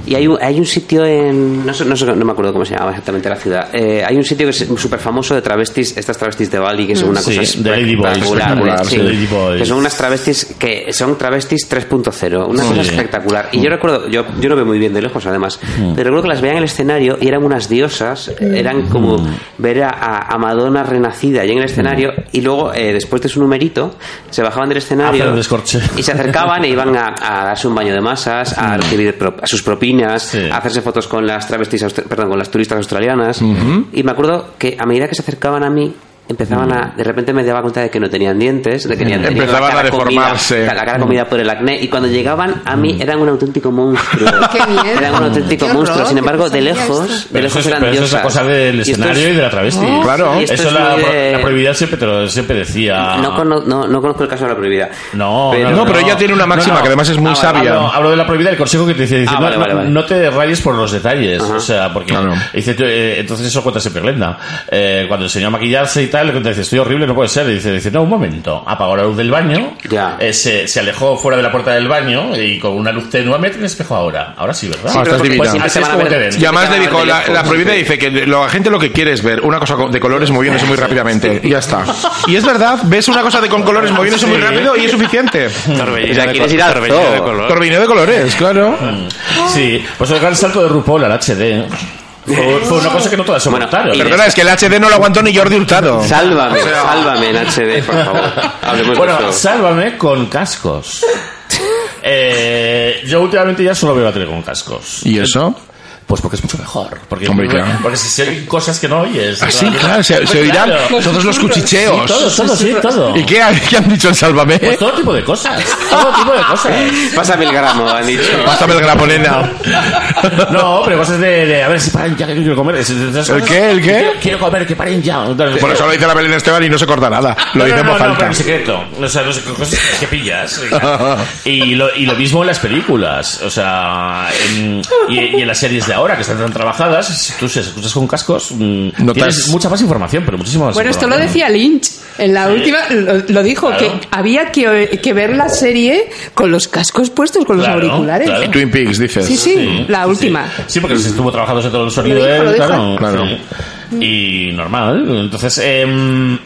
Speaker 6: y hay un, hay un sitio en no, sé- no, sé- no me acuerdo cómo se llamaba exactamente la ciudad. Eh, hay un sitio que es súper famoso de travestis, estas travestis de Bali que son una
Speaker 3: Mm, Sí,
Speaker 6: cosa
Speaker 3: de Lady Boys,
Speaker 6: espectacular,
Speaker 3: espectacular,
Speaker 6: sí.
Speaker 3: sí, Lady Boys.
Speaker 6: que son unas travestis que son travestis 3.0, una
Speaker 3: Sí.
Speaker 6: cosa espectacular. Y yo recuerdo, yo, yo no veo muy bien de lejos además,
Speaker 8: Mm.
Speaker 6: pero recuerdo que las veía en el escenario y eran unas diosas, eran como ver a- a, a Madonna renacida allí en el escenario y luego eh, después de su numerito se bajaban del escenario
Speaker 3: Hacer el descorche.
Speaker 6: y se acercaban e iban a, a darse un baño de masas, a recibir pro- a sus propinas,
Speaker 3: Sí.
Speaker 6: a hacerse fotos con las travestis, austra- perdón, con las turistas australianas
Speaker 8: Mm-hmm.
Speaker 6: y me acuerdo que a medida que se acercaban a mí empezaban a de repente me daba cuenta de que no tenían dientes de que tenían tenían la
Speaker 4: Empezaban a
Speaker 6: cara comida-
Speaker 4: deformarse.
Speaker 6: la cara comida por el acné y cuando llegaban a
Speaker 3: Mm.
Speaker 6: mí eran un auténtico monstruo
Speaker 5: Qué miedo.
Speaker 6: eran un auténtico
Speaker 5: Qué
Speaker 6: monstruo
Speaker 5: horror,
Speaker 6: sin
Speaker 5: qué
Speaker 6: embargo de
Speaker 5: pesadilla
Speaker 6: lejos
Speaker 5: esto.
Speaker 6: de
Speaker 3: Pero eso,
Speaker 6: lejos
Speaker 3: es,
Speaker 6: eran
Speaker 3: pero eso es la
Speaker 6: diosas.
Speaker 3: cosa del
Speaker 6: Y esto
Speaker 3: escenario y
Speaker 6: es-
Speaker 3: de la travesti.
Speaker 5: Oh,
Speaker 4: Claro. sí,
Speaker 6: esto
Speaker 3: Eso
Speaker 6: es
Speaker 3: la,
Speaker 6: muy de-
Speaker 3: la prohibida siempre, te lo- siempre decía.
Speaker 6: no, cono- no, no conozco el caso de la prohibida
Speaker 3: No,
Speaker 6: Pero-
Speaker 4: No, pero ella tiene una máxima que además es muy
Speaker 3: Ah, vale,
Speaker 4: sabia.
Speaker 3: Hablo, hablo de la prohibida, el consejo que te dice, dice,
Speaker 6: Ah,
Speaker 3: no,
Speaker 6: vale, vale,
Speaker 3: no-
Speaker 6: vale.
Speaker 3: no te rayes por los detalles, o sea, porque
Speaker 4: Claro.
Speaker 3: dice, tú, eh, entonces eso cuenta siempre Glenda. Eh, cuando enseñó a maquillarse y tal, le cuenta, dice, estoy horrible, no puede ser, y dice, dice, no, un momento, apagó la luz del baño,
Speaker 6: Ya.
Speaker 3: eh, se, se alejó fuera de la puerta del baño y con una luz tenue mete el espejo ahora, ahora sí, ¿verdad?
Speaker 4: Sí, Ah, pero estás porque divina.
Speaker 3: Pues
Speaker 4: siempre
Speaker 3: así
Speaker 6: te
Speaker 3: es
Speaker 6: van a
Speaker 3: como te
Speaker 6: ver.
Speaker 3: ven.
Speaker 4: Y además le dijo, la, la
Speaker 6: Sí.
Speaker 4: prohibida dice que lo- la gente lo que quiere es ver una cosa con- de colores moviéndose muy rápidamente. Y ya está. Y es verdad, ves una cosa de con colores moviéndose muy
Speaker 3: Sí.
Speaker 4: rápido y es suficiente.
Speaker 7: Torbellino
Speaker 6: O sea,
Speaker 7: de
Speaker 6: quieres
Speaker 7: col-
Speaker 6: ir al
Speaker 7: torbellino
Speaker 6: zoo.
Speaker 7: de color.
Speaker 4: Torbellino de colores, claro.
Speaker 3: Mm. Sí, pues el gran salto de RuPaul al ¿eh? HD fue, fue una cosa que no todas
Speaker 6: Bueno,
Speaker 3: soportaron.
Speaker 6: y de-
Speaker 4: Perdona, es que el HD no lo aguantó ni Jordi Hurtado.
Speaker 6: sálvame sálvame en HD por favor hablemos de
Speaker 3: bueno,
Speaker 6: eso.
Speaker 3: sálvame con cascos. Eh, yo últimamente ya solo veo la tele con cascos.
Speaker 4: ¿Y eso?
Speaker 3: Pues porque es mucho mejor. Porque,
Speaker 4: Hombre, claro.
Speaker 3: porque si se oyen cosas que no oyes.
Speaker 4: Ah, sí,
Speaker 3: ¿no?
Speaker 4: claro, se- se
Speaker 3: Hombre,
Speaker 4: oirán
Speaker 3: claro.
Speaker 4: todos los
Speaker 3: Sí,
Speaker 4: cuchicheos.
Speaker 3: todo, todo, sí, todo.
Speaker 4: ¿Y qué, ha- qué han dicho en Sálvame?
Speaker 3: Pues todo tipo de cosas. Todo tipo de cosas.
Speaker 6: pásame el gramo han dicho
Speaker 4: Pásame el graponena.
Speaker 3: No, pero cosas de, de, a ver si paren ya que yo quiero comer. Es- es- esas
Speaker 4: ¿El
Speaker 3: cosas.
Speaker 4: qué? ¿El qué?
Speaker 3: Quiero, quiero comer, que paren ya.
Speaker 4: Por eso lo dice la Belén Esteban y no se corta nada. Lo
Speaker 3: No,
Speaker 4: dice
Speaker 3: no,
Speaker 4: en
Speaker 3: no,
Speaker 4: voz
Speaker 3: no,
Speaker 4: alta.
Speaker 3: pero en secreto. O sea, no sé, cosas que pillas. Y lo, y lo mismo en las películas. O sea, en- y, y en las series de ahora que están tan trabajadas, si tú se escuchas con cascos, mm,
Speaker 4: Notas-
Speaker 3: tienes mucha más información, pero muchísima más
Speaker 5: Bueno, esto lo
Speaker 3: información.
Speaker 5: decía Lynch. En la última lo, lo dijo,
Speaker 3: Claro.
Speaker 5: que había que, que ver la serie con los cascos puestos, con los
Speaker 3: Claro,
Speaker 5: auriculares.
Speaker 3: claro.
Speaker 4: Y Twin Peaks, dices.
Speaker 5: Sí, sí, la última.
Speaker 3: Sí, Sí, porque se estuvo trabajando sobre todo el sonido
Speaker 5: Lo dijo,
Speaker 3: él,
Speaker 5: lo dijo.
Speaker 3: claro.
Speaker 4: Claro.
Speaker 3: sí. Y normal. Entonces, em,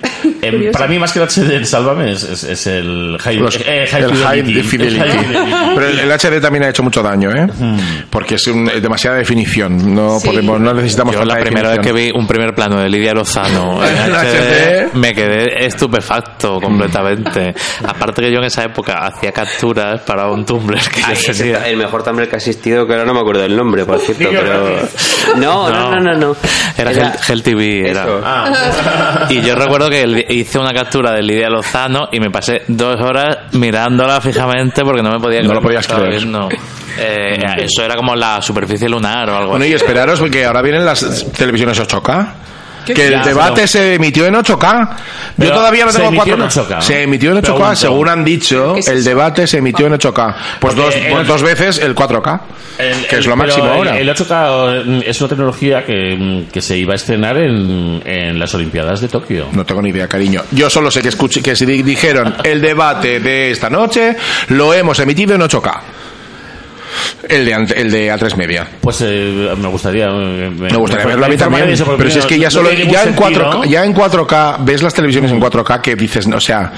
Speaker 3: em, para mí más que el HD en Sálvame es, es- es el high,
Speaker 4: Los-
Speaker 3: eh, high
Speaker 4: el high
Speaker 3: fidelity. El high
Speaker 4: fidelity.
Speaker 3: fidelity.
Speaker 4: Pero el, el HD también ha hecho mucho daño, ¿eh? Porque es un- eh, demasiada definición. No
Speaker 5: Sí.
Speaker 4: podemos, no necesitamos
Speaker 7: Yo
Speaker 4: tanta
Speaker 7: la primera vez que
Speaker 4: definición.
Speaker 7: vi un primer plano de Lidia Lozano en
Speaker 4: En
Speaker 7: HD,
Speaker 4: HD.
Speaker 7: me quedé estupefacto completamente. Aparte que yo en esa época hacía capturas para un Tumblr que yo
Speaker 6: Ay, ese
Speaker 7: tenía.
Speaker 6: ta- Pues el mejor Tumblr que ha existido, que ahora no me acuerdo del nombre, por cierto, pero... No, no, no, no, no.
Speaker 7: Era, Hell, Hell TV, era.
Speaker 6: Eso.
Speaker 4: Ah.
Speaker 7: Y yo recuerdo que el- hice una captura de Lidia Lozano y me pasé dos horas mirándola fijamente porque no me podía creer
Speaker 4: No lo
Speaker 7: que
Speaker 4: podías
Speaker 7: estaba
Speaker 4: creer. Mm.
Speaker 7: viendo. Eh, eso era como la superficie lunar o algo
Speaker 4: Bueno,
Speaker 7: así.
Speaker 4: y esperaros porque ahora vienen las televisiones 8K. Que el
Speaker 3: Ya,
Speaker 4: debate
Speaker 3: pero-
Speaker 4: se emitió en 8K. Yo
Speaker 3: Pero
Speaker 4: todavía no
Speaker 3: se
Speaker 4: tengo
Speaker 3: emitió
Speaker 4: 4K.
Speaker 3: en 8K.
Speaker 4: Se emitió en 8K,
Speaker 3: Pregunto.
Speaker 4: según han dicho,
Speaker 5: es
Speaker 4: el
Speaker 5: eso?
Speaker 4: debate se emitió en 8K. Pues
Speaker 3: Porque
Speaker 4: dos,
Speaker 3: el-
Speaker 4: pues dos veces el 4K,
Speaker 3: El-
Speaker 4: que es
Speaker 3: el-
Speaker 4: lo máximo
Speaker 3: pero el-
Speaker 4: ahora.
Speaker 3: El, 8K es una tecnología que, que se iba a estrenar en, en las Olimpiadas de Tokio.
Speaker 4: No tengo ni idea, cariño. Yo solo sé que escuché que si di- dijeron el debate de esta noche lo hemos emitido en 8K. El de, ante- el de A3 Media.
Speaker 3: Pues eh, me gustaría. eh, Me,
Speaker 4: Me gustaría
Speaker 3: me-
Speaker 4: verlo a mí
Speaker 3: me informaría
Speaker 4: también.
Speaker 3: de eso, porque
Speaker 4: Pero si es que ya
Speaker 3: no
Speaker 4: solo
Speaker 3: tiene
Speaker 4: ya en
Speaker 3: ningún sentido,
Speaker 4: 4K, ya en 4K ves las televisiones en 4K que dices, o sea,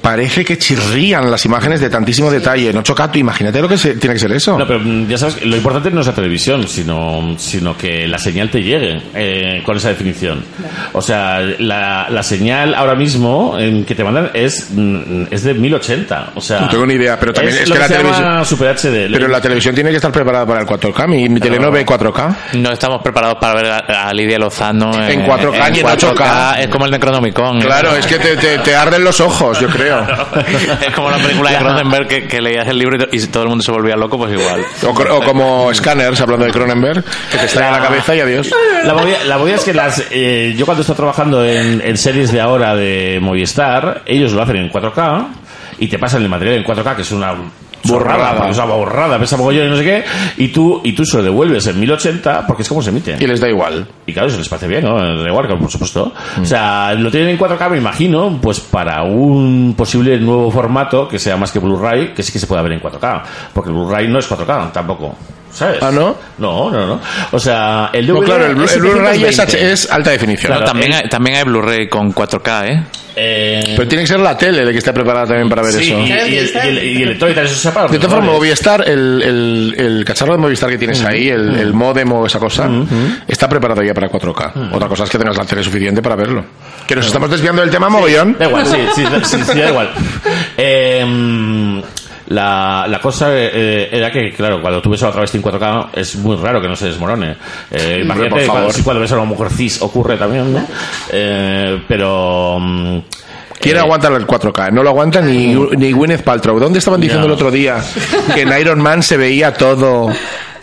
Speaker 4: parece que chirrían las imágenes de tantísimo detalle. No chocato, imagínate lo que se- tiene que ser eso.
Speaker 3: No, pero mm, ya sabes, que lo importante no es la televisión, sino, sino que la señal te llegue eh, con esa definición. O sea, la, la señal ahora mismo en que te mandan es, mm, es de 1080. O sea,
Speaker 4: No tengo ni idea, pero también es
Speaker 3: lo
Speaker 4: que la
Speaker 3: se llama
Speaker 4: televisión-
Speaker 3: Super HD.
Speaker 4: Pero la televisión tiene que estar preparada para el 4K. Mi, mi tele no ve 4K.
Speaker 7: No estamos preparados para ver a, a Lidia Lozano
Speaker 3: Eh,
Speaker 4: En 4K y en 8K.
Speaker 7: Es como el Necronomicon. ¿eh?
Speaker 4: Claro, es que te, te- te arden los ojos, yo creo.
Speaker 7: es como la película de Cronenberg que, que leías el libro y to- y todo el mundo se volvía loco, pues igual.
Speaker 4: O, cr- o como Scanners, hablando de Cronenberg, que te estalla la cabeza y adiós.
Speaker 3: La movida, la movida es que las, eh, yo cuando estoy trabajando en, en series de ahora de Movistar, ellos lo hacen en 4K y te pasan el material en 4K, que es una
Speaker 4: Borrada.
Speaker 3: borrada, es una borrada, pesa mogollón y no sé qué, y tú, y tú se lo devuelves en 1080 porque es como se emite.
Speaker 4: Y les da igual.
Speaker 3: Y claro, eso les parece bien, ¿no? De Warcraft, por supuesto. O sea, lo tienen en 4K, me imagino, pues para un posible nuevo formato que sea más que Blu-ray, que sí que se pueda ver en 4K. Porque el Blu-ray no es 4K tampoco. ¿Sabes?
Speaker 4: Ah, ¿no?
Speaker 3: No, no, no. O sea, el
Speaker 4: No,
Speaker 3: DVD
Speaker 4: claro, el, Blu-
Speaker 3: es
Speaker 4: el Blu-ray es,
Speaker 3: 720.
Speaker 4: H- es alta definición.
Speaker 7: Claro, también,
Speaker 3: eh.
Speaker 7: hay, también hay Blu-ray con 4K, ¿eh?
Speaker 3: Eh,
Speaker 4: Pero tiene que ser la tele la que está preparada también para ver
Speaker 3: sí,
Speaker 4: eso.
Speaker 3: y, y el, y, el, y el lector y tal, eso se separa.
Speaker 4: De todas formas, Movistar, el, el, el cacharro de Movistar que
Speaker 3: Mm.
Speaker 4: tienes ahí, el, el modem o esa cosa, está preparado ya para 4K. Otra cosa es que tengas la tele suficiente para verlo. Que nos estamos desviando del tema mogollón.
Speaker 3: Da igual, sí, sí, da- sí, sí, da igual. Eh, la, la cosa eh, era que, claro, cuando tú ves a otra vez en 4K, es muy raro que no se desmorone. Eh, imagínate
Speaker 4: por favor.
Speaker 3: cuando, si cuando ves a una mujer cis ocurre también, ¿no? Eh, pero... mm,
Speaker 4: ¿Quién aguanta el 4K? No lo aguanta ni, ni Gwyneth Paltrow. ¿Dónde estaban diciendo
Speaker 3: No.
Speaker 4: el otro día que en Iron Man se veía todo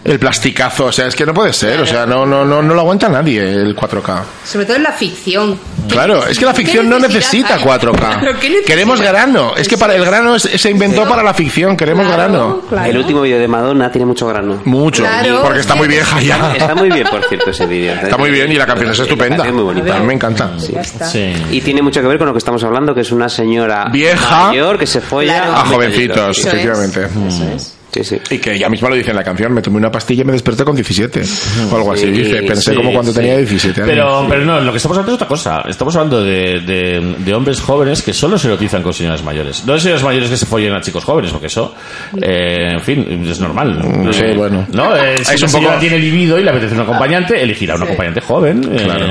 Speaker 4: el plasticazo? O sea, es que no puede ser. O sea, no, no, no, no lo aguanta nadie el 4K.
Speaker 5: Sobre todo en la ficción.
Speaker 4: Claro, es que la
Speaker 5: ¿Qué
Speaker 4: ficción no
Speaker 5: necesidad
Speaker 4: necesita
Speaker 5: hay?
Speaker 4: 4K.
Speaker 5: Claro, ¿qué necesidad?
Speaker 4: Queremos grano. Es que para el grano es- se inventó para la ficción. Queremos grano.
Speaker 5: claro.
Speaker 6: El último vídeo de Madonna tiene mucho grano.
Speaker 4: Mucho.
Speaker 5: Claro,
Speaker 4: porque está
Speaker 5: es
Speaker 4: muy
Speaker 5: que-
Speaker 4: vieja ya.
Speaker 6: Está muy bien, por cierto, ese vídeo.
Speaker 4: Está muy bien y la canción es estupenda.
Speaker 6: La canción es muy bonita.
Speaker 4: A mí me encanta.
Speaker 5: Ya está.
Speaker 3: sí.
Speaker 6: Y tiene mucho que ver con lo que estamos hablando, que es una señora
Speaker 4: Vieja.
Speaker 6: mayor que se folla
Speaker 5: Claro.
Speaker 4: A jovencitos,
Speaker 5: Eso es.
Speaker 4: efectivamente. Mm.
Speaker 5: Eso es.
Speaker 6: Sí, sí.
Speaker 4: Y que ella misma lo dice en la canción, me tomé una pastilla y me desperté con 17. O algo así,
Speaker 6: Sí,
Speaker 4: dice. Pensé
Speaker 6: sí,
Speaker 4: como cuando
Speaker 6: sí.
Speaker 4: tenía 17 años.
Speaker 3: Pero, pero no, lo que estamos hablando es otra cosa. Estamos hablando de, de- de hombres jóvenes que solo se erotizan con señoras mayores. No de señoras mayores que se follen a chicos jóvenes, porque eso, eh, en fin, es normal.
Speaker 4: Sí,
Speaker 3: Eh,
Speaker 4: bueno.
Speaker 3: ¿no? Eh, si
Speaker 4: Es
Speaker 3: una
Speaker 4: un poco- Ah.
Speaker 3: señora tiene libido y le apetece un acompañante, elegirá un
Speaker 5: Sí.
Speaker 3: acompañante joven, eh,
Speaker 4: Claro.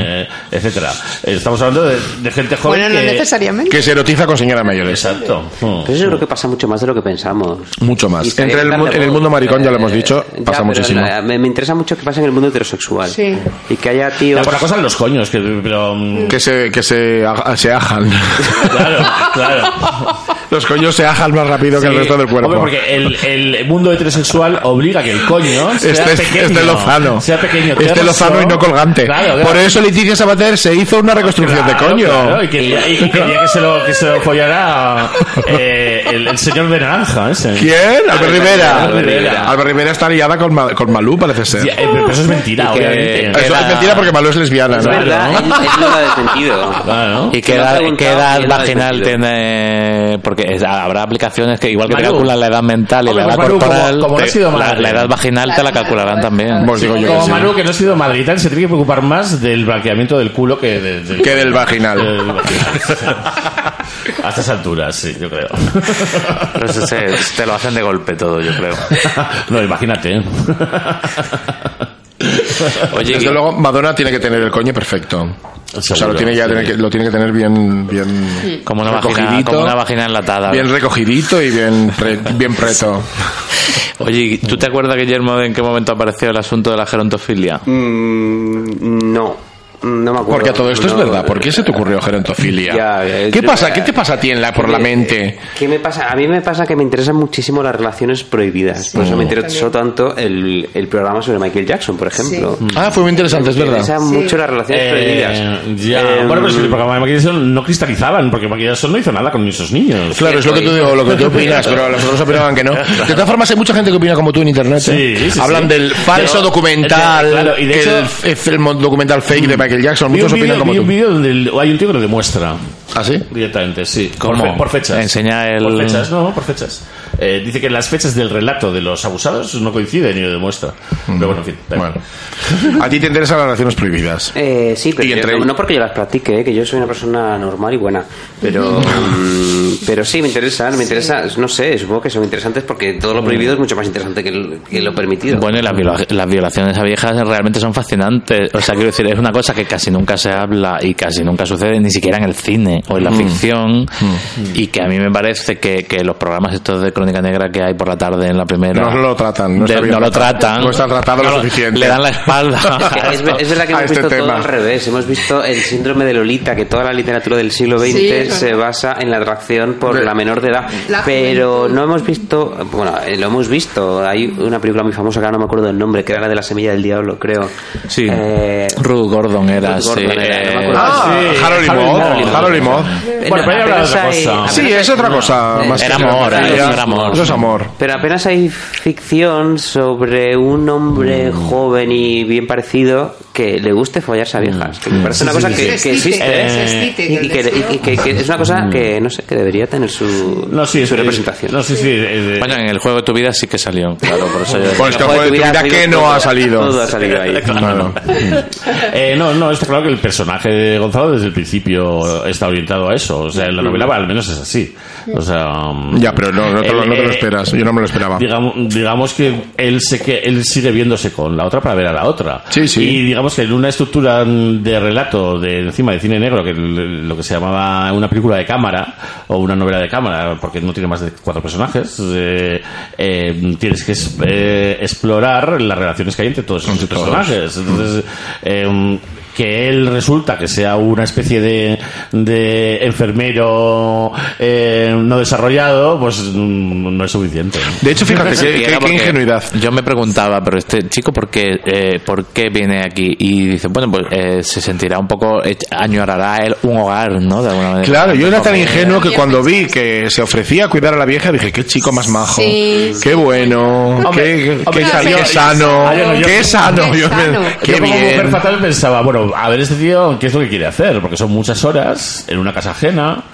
Speaker 3: etcétera. Eh, Estamos hablando de, de gente joven
Speaker 5: Bueno, no
Speaker 3: que...
Speaker 5: necesariamente.
Speaker 4: Que se erotiza con señoras mayores.
Speaker 3: Exacto. Mm.
Speaker 6: Pero eso creo que pasa mucho más de lo que pensamos.
Speaker 4: Mucho más.
Speaker 6: Y estaría
Speaker 4: Entre el mu-
Speaker 6: encantado.
Speaker 4: en el mundo maricón, ya lo hemos
Speaker 6: Eh,
Speaker 4: dicho,
Speaker 6: ya,
Speaker 4: pasa
Speaker 6: pero
Speaker 4: muchísimo.
Speaker 6: la- me, me interesa mucho que pasa en el mundo heterosexual.
Speaker 5: Sí.
Speaker 6: Y que haya tíos...
Speaker 3: Ya, por la cosa de los coños, que, pero... mm,
Speaker 4: Que se, que se, a- se ajan.
Speaker 3: Claro, claro.
Speaker 4: Los coños se ajan más rápido que el
Speaker 3: Sí.
Speaker 4: resto del cuerpo.
Speaker 3: Hombre, porque el, el mundo heterosexual obliga a que el coño sea
Speaker 4: Este, es-
Speaker 3: pequeño.
Speaker 4: este lozano.
Speaker 3: Sea pequeño.
Speaker 4: Este
Speaker 3: terso.
Speaker 4: lozano y no colgante.
Speaker 3: Claro, claro.
Speaker 4: Por eso Leticia Sabater se hizo una reconstrucción
Speaker 3: Claro,
Speaker 4: de coño.
Speaker 3: claro, y quería, y quería que se lo, que se lo follara eh, el, el señor de naranja ese.
Speaker 4: ¿Quién? Eh. Albert Rivera.
Speaker 3: Albert Rivera.
Speaker 4: Albert Rivera está liada con, Ma- con Malú, parece ser.
Speaker 3: Sí, eh, pero eso es mentira,
Speaker 7: Y que-
Speaker 3: obviamente.
Speaker 7: eh,
Speaker 4: Eso
Speaker 7: era-
Speaker 4: es mentira porque Malú es lesbiana,
Speaker 6: Es
Speaker 4: ¿no?
Speaker 6: verdad, él, él no lo ha defendido.
Speaker 3: Claro.
Speaker 7: ¿Y
Speaker 6: qué
Speaker 7: qué
Speaker 6: edad-
Speaker 7: edad,
Speaker 6: qué edad
Speaker 7: vaginal
Speaker 6: vaginal
Speaker 7: tiene? Porque es- habrá aplicaciones que igual que te
Speaker 3: Manu.
Speaker 7: calculan la edad mental y
Speaker 3: Hombre,
Speaker 7: la edad
Speaker 3: pues Manu,
Speaker 7: corporal,
Speaker 3: como- como
Speaker 7: te-
Speaker 3: no ha sido
Speaker 7: la,
Speaker 3: madre.
Speaker 7: la edad vaginal te la calcularán también.
Speaker 4: Pues digo yo que
Speaker 3: Como
Speaker 4: sí.
Speaker 3: Manu, que no ha sido madre y tal, se tiene que preocupar más del blanqueamiento del culo que de- del...
Speaker 4: Que del vaginal.
Speaker 3: del- A estas alturas, sí, yo creo.
Speaker 7: Pero eso se- Pues te lo hacen de golpe todo, yo creo.
Speaker 3: No, imagínate.
Speaker 7: Oye,
Speaker 4: Desde luego, Madonna tiene que tener el coño perfecto. o sea, lo
Speaker 3: Seguro,
Speaker 4: tiene, ya
Speaker 3: sí.
Speaker 4: tiene que, lo tiene que tener bien, bien
Speaker 7: como una, vagina,
Speaker 4: recogidito,
Speaker 7: como una vagina enlatada.
Speaker 4: bien recogidito y bien, pre- bien preto.
Speaker 7: Oye, ¿tú te acuerdas, Guillermo, de en qué momento apareció el asunto de la gerontofilia?
Speaker 6: Mm, no. No me acuerdo.
Speaker 4: Porque todo esto es
Speaker 6: No,
Speaker 4: verdad. ¿Por qué se te ocurrió gerontofilia?
Speaker 6: Ya, eh,
Speaker 4: ¿Qué
Speaker 6: yo-
Speaker 4: pasa? ¿Qué te pasa a ti en la, por la
Speaker 6: Me-
Speaker 4: mente?
Speaker 6: ¿Qué me pasa? A mí me pasa que me interesan muchísimo las relaciones prohibidas. por eso me interesó tanto el, el programa sobre Michael Jackson, por ejemplo.
Speaker 3: Mm.
Speaker 4: Ah, fue muy interesante, es
Speaker 6: Me
Speaker 4: verdad.
Speaker 6: interesan mucho las relaciones
Speaker 3: Eh,
Speaker 6: prohibidas.
Speaker 3: ya.
Speaker 6: Eh,
Speaker 3: bueno, pero es que el programa de maquillación no cristalizaban, porque maquillación no hizo nada con esos niños.
Speaker 4: Claro, es lo que tú digo, lo que tú opinas, pero los otros opinaban que no. De todas formas, hay mucha gente que opina como tú en internet. ¿eh?
Speaker 3: Sí, sí,
Speaker 4: Hablan
Speaker 3: sí.
Speaker 4: del falso
Speaker 3: Pero-
Speaker 4: documental,
Speaker 3: eh, claro, y de
Speaker 4: el,
Speaker 3: hecho-
Speaker 4: el documental fake de Michael Jackson.
Speaker 3: Vi
Speaker 4: Muchos
Speaker 3: un vídeo-
Speaker 4: opinan como
Speaker 3: vi un
Speaker 4: tú.
Speaker 3: vídeo donde el- hay un tío que lo demuestra.
Speaker 4: ¿Ah, sí?
Speaker 3: Directamente, sí.
Speaker 7: ¿Cómo?
Speaker 3: Por, fe- por fechas.
Speaker 7: Enseña el-
Speaker 3: Por
Speaker 4: Mm.
Speaker 3: fechas, no, por fechas. Eh, dice que las fechas del relato de los abusados no coinciden y lo demuestra. Pero bueno, en fin. da igual.
Speaker 4: Mm. Bueno. A ti te interesan las relaciones prohibidas.
Speaker 6: Eh, sí, pero
Speaker 4: Y
Speaker 6: yo-
Speaker 4: entre-
Speaker 6: no, no porque yo las practique, eh, que yo soy una persona normal y buena, pero mm, pero sí me interesan, me interesa, no sé, supongo que son interesantes porque todo
Speaker 4: Mm.
Speaker 6: lo prohibido es mucho más interesante que, el- que lo permitido.
Speaker 7: Bueno, y las, viola- las violaciones a viejas realmente son fascinantes. O sea, quiero decir, es una cosa que casi nunca se habla y casi nunca sucede, ni siquiera en el cine o en
Speaker 4: Mm.
Speaker 7: la ficción. Y que a mí me parece que, que los programas estos de Crónica Negra que hay por la tarde en la primera.
Speaker 4: No lo tratan, no
Speaker 7: de-
Speaker 4: está bien
Speaker 7: no lo
Speaker 4: tratado.
Speaker 7: tratan.
Speaker 4: No está tratado lo suficiente.
Speaker 7: Le dan la espalda.
Speaker 6: Que Es, ve- es verdad que
Speaker 4: A
Speaker 6: hemos
Speaker 4: este
Speaker 6: visto todo
Speaker 4: tema.
Speaker 6: al revés. Hemos visto el síndrome de Lolita, que toda la literatura del siglo XX
Speaker 5: Sí, eso.
Speaker 6: se basa en la atracción por
Speaker 4: De-
Speaker 6: la menor de edad.
Speaker 5: La
Speaker 6: pero
Speaker 5: juventud.
Speaker 6: no hemos visto, bueno, eh, lo hemos visto. Hay una película muy famosa que ahora no me acuerdo el nombre, que era la de la semilla del diablo, creo.
Speaker 7: Sí.
Speaker 6: Eh,
Speaker 7: Ruth Gordon era,
Speaker 6: Ruth Gordon
Speaker 7: sí,
Speaker 6: era, no me
Speaker 7: eh,
Speaker 6: acuerdo.
Speaker 4: Ah,
Speaker 3: Sí,
Speaker 4: Harold y
Speaker 3: Harold y Maude.
Speaker 4: Maude. Harold y Maude.
Speaker 6: eh, no,
Speaker 3: Bueno, pero ahí habrá
Speaker 6: apenas
Speaker 3: otra
Speaker 6: hay-
Speaker 3: cosa.
Speaker 4: Sí, es otra cosa. más
Speaker 7: Era
Speaker 4: que-
Speaker 7: amor, era- era amor.
Speaker 4: Eso es amor.
Speaker 6: Pero apenas hay ficción sobre un
Speaker 3: Mm.
Speaker 6: hombre joven y bien parecido que le guste follarse
Speaker 3: Mm.
Speaker 6: a viejas. Que me parece una cosa que, que existe.
Speaker 3: Eh,
Speaker 6: Y, y que, y que- que es una cosa que no sé que debería tener su,
Speaker 3: Mm. No, sí,
Speaker 6: su
Speaker 3: es-
Speaker 6: representación
Speaker 3: No, sí, sí. eh, eh,
Speaker 7: Bueno, en el juego de tu vida sí que salió, claro, por eso yo-
Speaker 4: Pues que
Speaker 6: Joder,
Speaker 4: fue de tu vida
Speaker 6: salido
Speaker 4: que no
Speaker 6: todo-
Speaker 4: ha
Speaker 6: todo ha
Speaker 4: salido.
Speaker 6: salido ahí
Speaker 4: Claro.
Speaker 3: Eh, no, no, está claro que el personaje de Gonzalo desde el principio está orientado a eso. O sea, en la novela al menos es así. O sea, um,
Speaker 4: Mm. Ya, pero no, no te, lo,
Speaker 3: él,
Speaker 4: no te lo
Speaker 3: eh,
Speaker 4: esperas. Yo no me lo esperaba.
Speaker 3: Digamos, digamos que él se que él sigue viéndose con la otra para ver a la otra.
Speaker 4: Sí, sí.
Speaker 3: Y digamos que en una estructura de relato de encima de cine negro, que l- lo que se llamaba una película de cámara o una novela de cámara, porque no tiene más de cuatro personajes, eh, eh, tienes que es- eh, explorar las relaciones que hay entre todos esos
Speaker 4: Entre todos.
Speaker 3: personajes. Entonces, eh, que él resulta que sea una especie de, de enfermero eh, no desarrollado, pues mm, no es suficiente.
Speaker 4: De hecho, fíjate,
Speaker 7: Sí, era
Speaker 4: qué, qué- qué
Speaker 7: porque
Speaker 4: ingenuidad.
Speaker 7: Yo me preguntaba, pero este chico, ¿por qué, eh, ¿por qué viene aquí? Y dice, bueno, pues eh, se sentirá un poco, eh, añorará él un hogar, ¿no? De alguna manera.
Speaker 4: Claro, yo era tan
Speaker 7: Porque-
Speaker 4: ingenuo que
Speaker 7: eh,
Speaker 4: cuando vi que se ofrecía a cuidar a la vieja, dije, qué chico más majo,
Speaker 5: Sí, sí.
Speaker 4: qué bueno,
Speaker 3: Hombre,
Speaker 4: qué,
Speaker 3: hombre,
Speaker 4: qué sa-
Speaker 5: yo-
Speaker 4: qué sano,
Speaker 3: Ah, yo no, yo-
Speaker 4: qué sano,
Speaker 5: Qué
Speaker 4: yo-
Speaker 5: sano.
Speaker 4: qué
Speaker 3: Yo como mujer
Speaker 4: bien.
Speaker 3: fatal pensaba, bueno, a ver este tío, ¿qué es lo que quiere hacer? Porque son muchas horas en una casa ajena.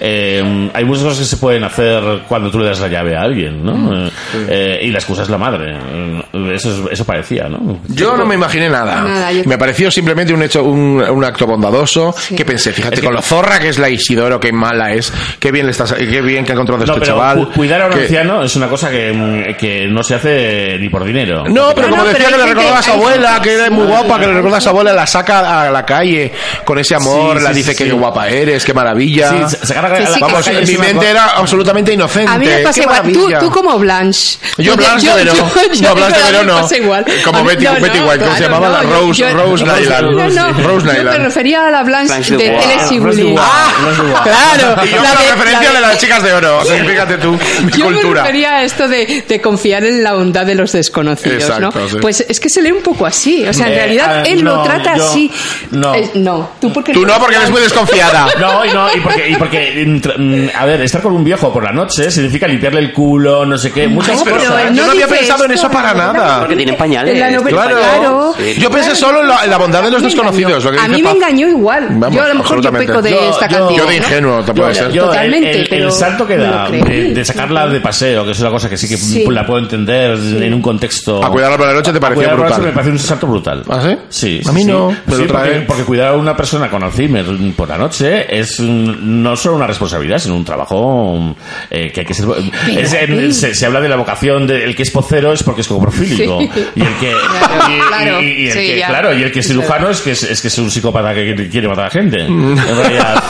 Speaker 3: eh, hay muchas cosas que se pueden hacer cuando tú le das la llave a alguien, ¿no?
Speaker 4: Mm,
Speaker 3: Eh, eh, y la excusa es la madre. Eh, Eso, es- eso parecía, ¿no?
Speaker 4: Yo no me imaginé nada.
Speaker 5: Nada, yo-
Speaker 4: Me pareció simplemente un hecho, un, un acto bondadoso que pensé, fíjate, con lo zorra que es la Isidoro, qué mala es, qué bien le estás, qué bien que ha encontrado
Speaker 3: No,
Speaker 4: este
Speaker 3: pero
Speaker 4: chaval.
Speaker 3: cu- cuidar a un
Speaker 4: que-
Speaker 3: anciano es una cosa que, mm, que no se hace ni por dinero.
Speaker 4: No, pero
Speaker 5: No,
Speaker 4: como
Speaker 5: no,
Speaker 4: decía
Speaker 5: pero
Speaker 4: que le
Speaker 5: hay gente-
Speaker 4: recordaba a su
Speaker 5: hay
Speaker 4: abuela,
Speaker 5: gente-
Speaker 4: que era muy guapa, que le recordaba a su abuela, la saca a la calle con ese amor,
Speaker 3: Sí,
Speaker 4: la
Speaker 3: sí,
Speaker 4: dice
Speaker 3: sí,
Speaker 4: que
Speaker 3: sí.
Speaker 4: qué guapa eres, qué maravilla.
Speaker 3: Sí, sacar a-
Speaker 5: Que
Speaker 3: a la-
Speaker 5: sí, que
Speaker 4: Vamos,
Speaker 5: sí.
Speaker 3: es
Speaker 4: mi
Speaker 3: una
Speaker 4: mente
Speaker 3: cosa-
Speaker 4: era absolutamente inocente.
Speaker 5: A mí me pasa
Speaker 4: Qué
Speaker 5: igual. Tú,
Speaker 4: maravilla.
Speaker 5: tú como Blanche.
Speaker 4: Yo
Speaker 5: Tú de-
Speaker 4: Blanche, pero no. No, Blanche,
Speaker 5: a mí
Speaker 4: pero
Speaker 5: me
Speaker 4: no.
Speaker 5: pasa igual.
Speaker 4: Como
Speaker 5: A mí-
Speaker 4: Betty- Betty White, ¿cómo se llamaba? La
Speaker 5: yo-
Speaker 4: Rose-
Speaker 5: yo-
Speaker 4: Rose
Speaker 5: no,
Speaker 4: Nyland.
Speaker 5: No, no,
Speaker 4: Rose
Speaker 5: Yo me
Speaker 4: Nyland.
Speaker 5: refería a la Blanche
Speaker 6: Blanche
Speaker 5: de
Speaker 6: Dubois.
Speaker 5: Tennessee Williams.
Speaker 3: Blanche Dubois,
Speaker 5: Ah,
Speaker 3: Blanche Dubois.
Speaker 5: claro.
Speaker 4: Y yo con la
Speaker 5: de-
Speaker 4: referencia de
Speaker 5: de-
Speaker 4: las chicas de oro. O sea, fíjate tú, mi
Speaker 5: yo me
Speaker 4: cultura.
Speaker 5: refería a esto de, de confiar en la bondad de los desconocidos,
Speaker 4: Exacto,
Speaker 5: ¿no?
Speaker 4: sí.
Speaker 5: Pues es que se lee un poco así. O sea, en
Speaker 3: Eh,
Speaker 5: realidad
Speaker 3: ah,
Speaker 5: él
Speaker 3: no,
Speaker 5: lo trata
Speaker 3: yo-
Speaker 5: así.
Speaker 3: no.
Speaker 5: Eh, no, tú porque
Speaker 4: Tú no, porque eres muy desconfiada.
Speaker 3: No, y no, y porque, y porque mm, tra- mm, a ver, estar con un viejo por la noche significa limpiarle el culo, no sé qué, muchas
Speaker 5: pero
Speaker 3: cosas.
Speaker 5: él
Speaker 4: Yo no había
Speaker 5: dice
Speaker 4: pensado en
Speaker 5: esto,
Speaker 4: eso para
Speaker 5: no, no,
Speaker 4: nada.
Speaker 5: no,
Speaker 6: Porque tienen pañales.
Speaker 5: En la novela,
Speaker 4: Claro.
Speaker 5: claro.
Speaker 6: eh, Sí.
Speaker 4: Yo pensé solo en la, en la bondad de los
Speaker 5: Me engañó.
Speaker 4: desconocidos. lo que
Speaker 5: a
Speaker 4: dice
Speaker 5: mí me
Speaker 4: Paz.
Speaker 5: engañó igual.
Speaker 4: Vamos,
Speaker 5: yo a lo mejor yo
Speaker 4: absolutamente.
Speaker 5: peco de
Speaker 4: Yo-
Speaker 5: esta
Speaker 3: yo-
Speaker 5: canción.
Speaker 4: yo de ingenuo, te puede
Speaker 5: Yo-
Speaker 4: ser.
Speaker 3: Yo, el-
Speaker 5: Totalmente,
Speaker 3: el, el
Speaker 5: pero
Speaker 3: salto que
Speaker 5: me
Speaker 3: da
Speaker 5: lo creí.
Speaker 3: de, de sacarla de paseo, que es una cosa que sí que
Speaker 5: Sí.
Speaker 3: la puedo entender en un contexto.
Speaker 4: A cuidarla por la noche te pareció
Speaker 3: cuidar a la
Speaker 4: brutal.
Speaker 3: noche me parece un salto brutal.
Speaker 4: ¿Ah, sí?
Speaker 3: Sí.
Speaker 4: A
Speaker 3: sí,
Speaker 4: mí
Speaker 3: sí.
Speaker 4: no, pero
Speaker 3: Sí,
Speaker 4: otra
Speaker 3: porque,
Speaker 4: vez.
Speaker 3: porque cuidar a una persona con Alzheimer por la noche es un- no solo una responsabilidad, sino un trabajo eh, que hay que ser. es- en- se, se habla de la vocación del que es pocero es porque es coprofílico.
Speaker 5: Sí.
Speaker 3: Y el que.
Speaker 5: Claro,
Speaker 3: y- y-
Speaker 5: claro.
Speaker 3: y- y el
Speaker 5: Sí,
Speaker 3: que-
Speaker 5: ya.
Speaker 3: claro, y el que es cirujano es que es, es que es un psicópata que quiere matar a gente. En realidad,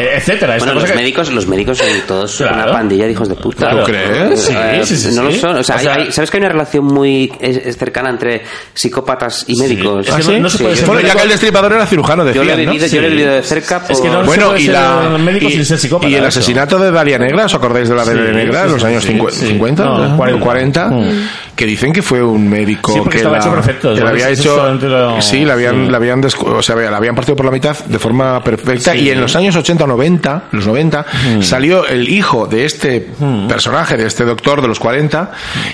Speaker 3: eh, etcétera. Es
Speaker 6: bueno,
Speaker 3: una cosa
Speaker 6: los
Speaker 3: que-
Speaker 6: médicos, los médicos son todos
Speaker 3: Claro.
Speaker 6: una pandilla de hijos de puta.
Speaker 3: Claro.
Speaker 4: ¿Tú crees?
Speaker 3: Sí,
Speaker 6: Eh,
Speaker 3: sí, sí,
Speaker 6: no lo
Speaker 3: sí.
Speaker 6: son. O sea,
Speaker 3: O sea-
Speaker 6: hay- hay- ¿sabes que hay una relación muy eh, eh, cercana entre psicópatas y
Speaker 3: Sí.
Speaker 6: médicos? ¿Ah,
Speaker 3: Es que no- no se puede
Speaker 6: yo-
Speaker 3: ser
Speaker 4: ¿Ah, Bueno, ya que el destripador era cirujano,
Speaker 6: Yo
Speaker 4: decían,
Speaker 6: lo he
Speaker 4: ¿no?
Speaker 6: vivido, yo lo he
Speaker 3: Sí.
Speaker 6: vivido de cerca por...
Speaker 3: Es que no-
Speaker 4: Bueno,
Speaker 3: puede
Speaker 4: y
Speaker 3: ser
Speaker 4: la
Speaker 3: médico
Speaker 4: y,
Speaker 3: sin ser psicópata,
Speaker 4: y el
Speaker 3: eso.
Speaker 4: asesinato de Dalia Negra, ¿os acordáis de la
Speaker 3: Sí,
Speaker 4: Dalia Negra
Speaker 3: sí,
Speaker 4: en los
Speaker 3: sí,
Speaker 4: años
Speaker 3: sí,
Speaker 4: 50,
Speaker 3: sí.
Speaker 4: 50,
Speaker 3: No,
Speaker 4: ¿no?
Speaker 3: 40.
Speaker 4: 40,
Speaker 3: Mm.
Speaker 4: que dicen que fue un médico
Speaker 3: Sí, porque
Speaker 4: que
Speaker 3: estaba
Speaker 4: la,
Speaker 3: hecho perfecto,
Speaker 4: que la
Speaker 3: ¿no?
Speaker 4: había
Speaker 3: Eso
Speaker 4: hecho
Speaker 3: solamente lo-
Speaker 4: sí la habían
Speaker 3: sí.
Speaker 4: la habían descu- o sea la habían partido por la mitad de forma perfecta y en los años 80 o 90 los 90
Speaker 3: Mm.
Speaker 4: salió el hijo de este personaje de este doctor de los 40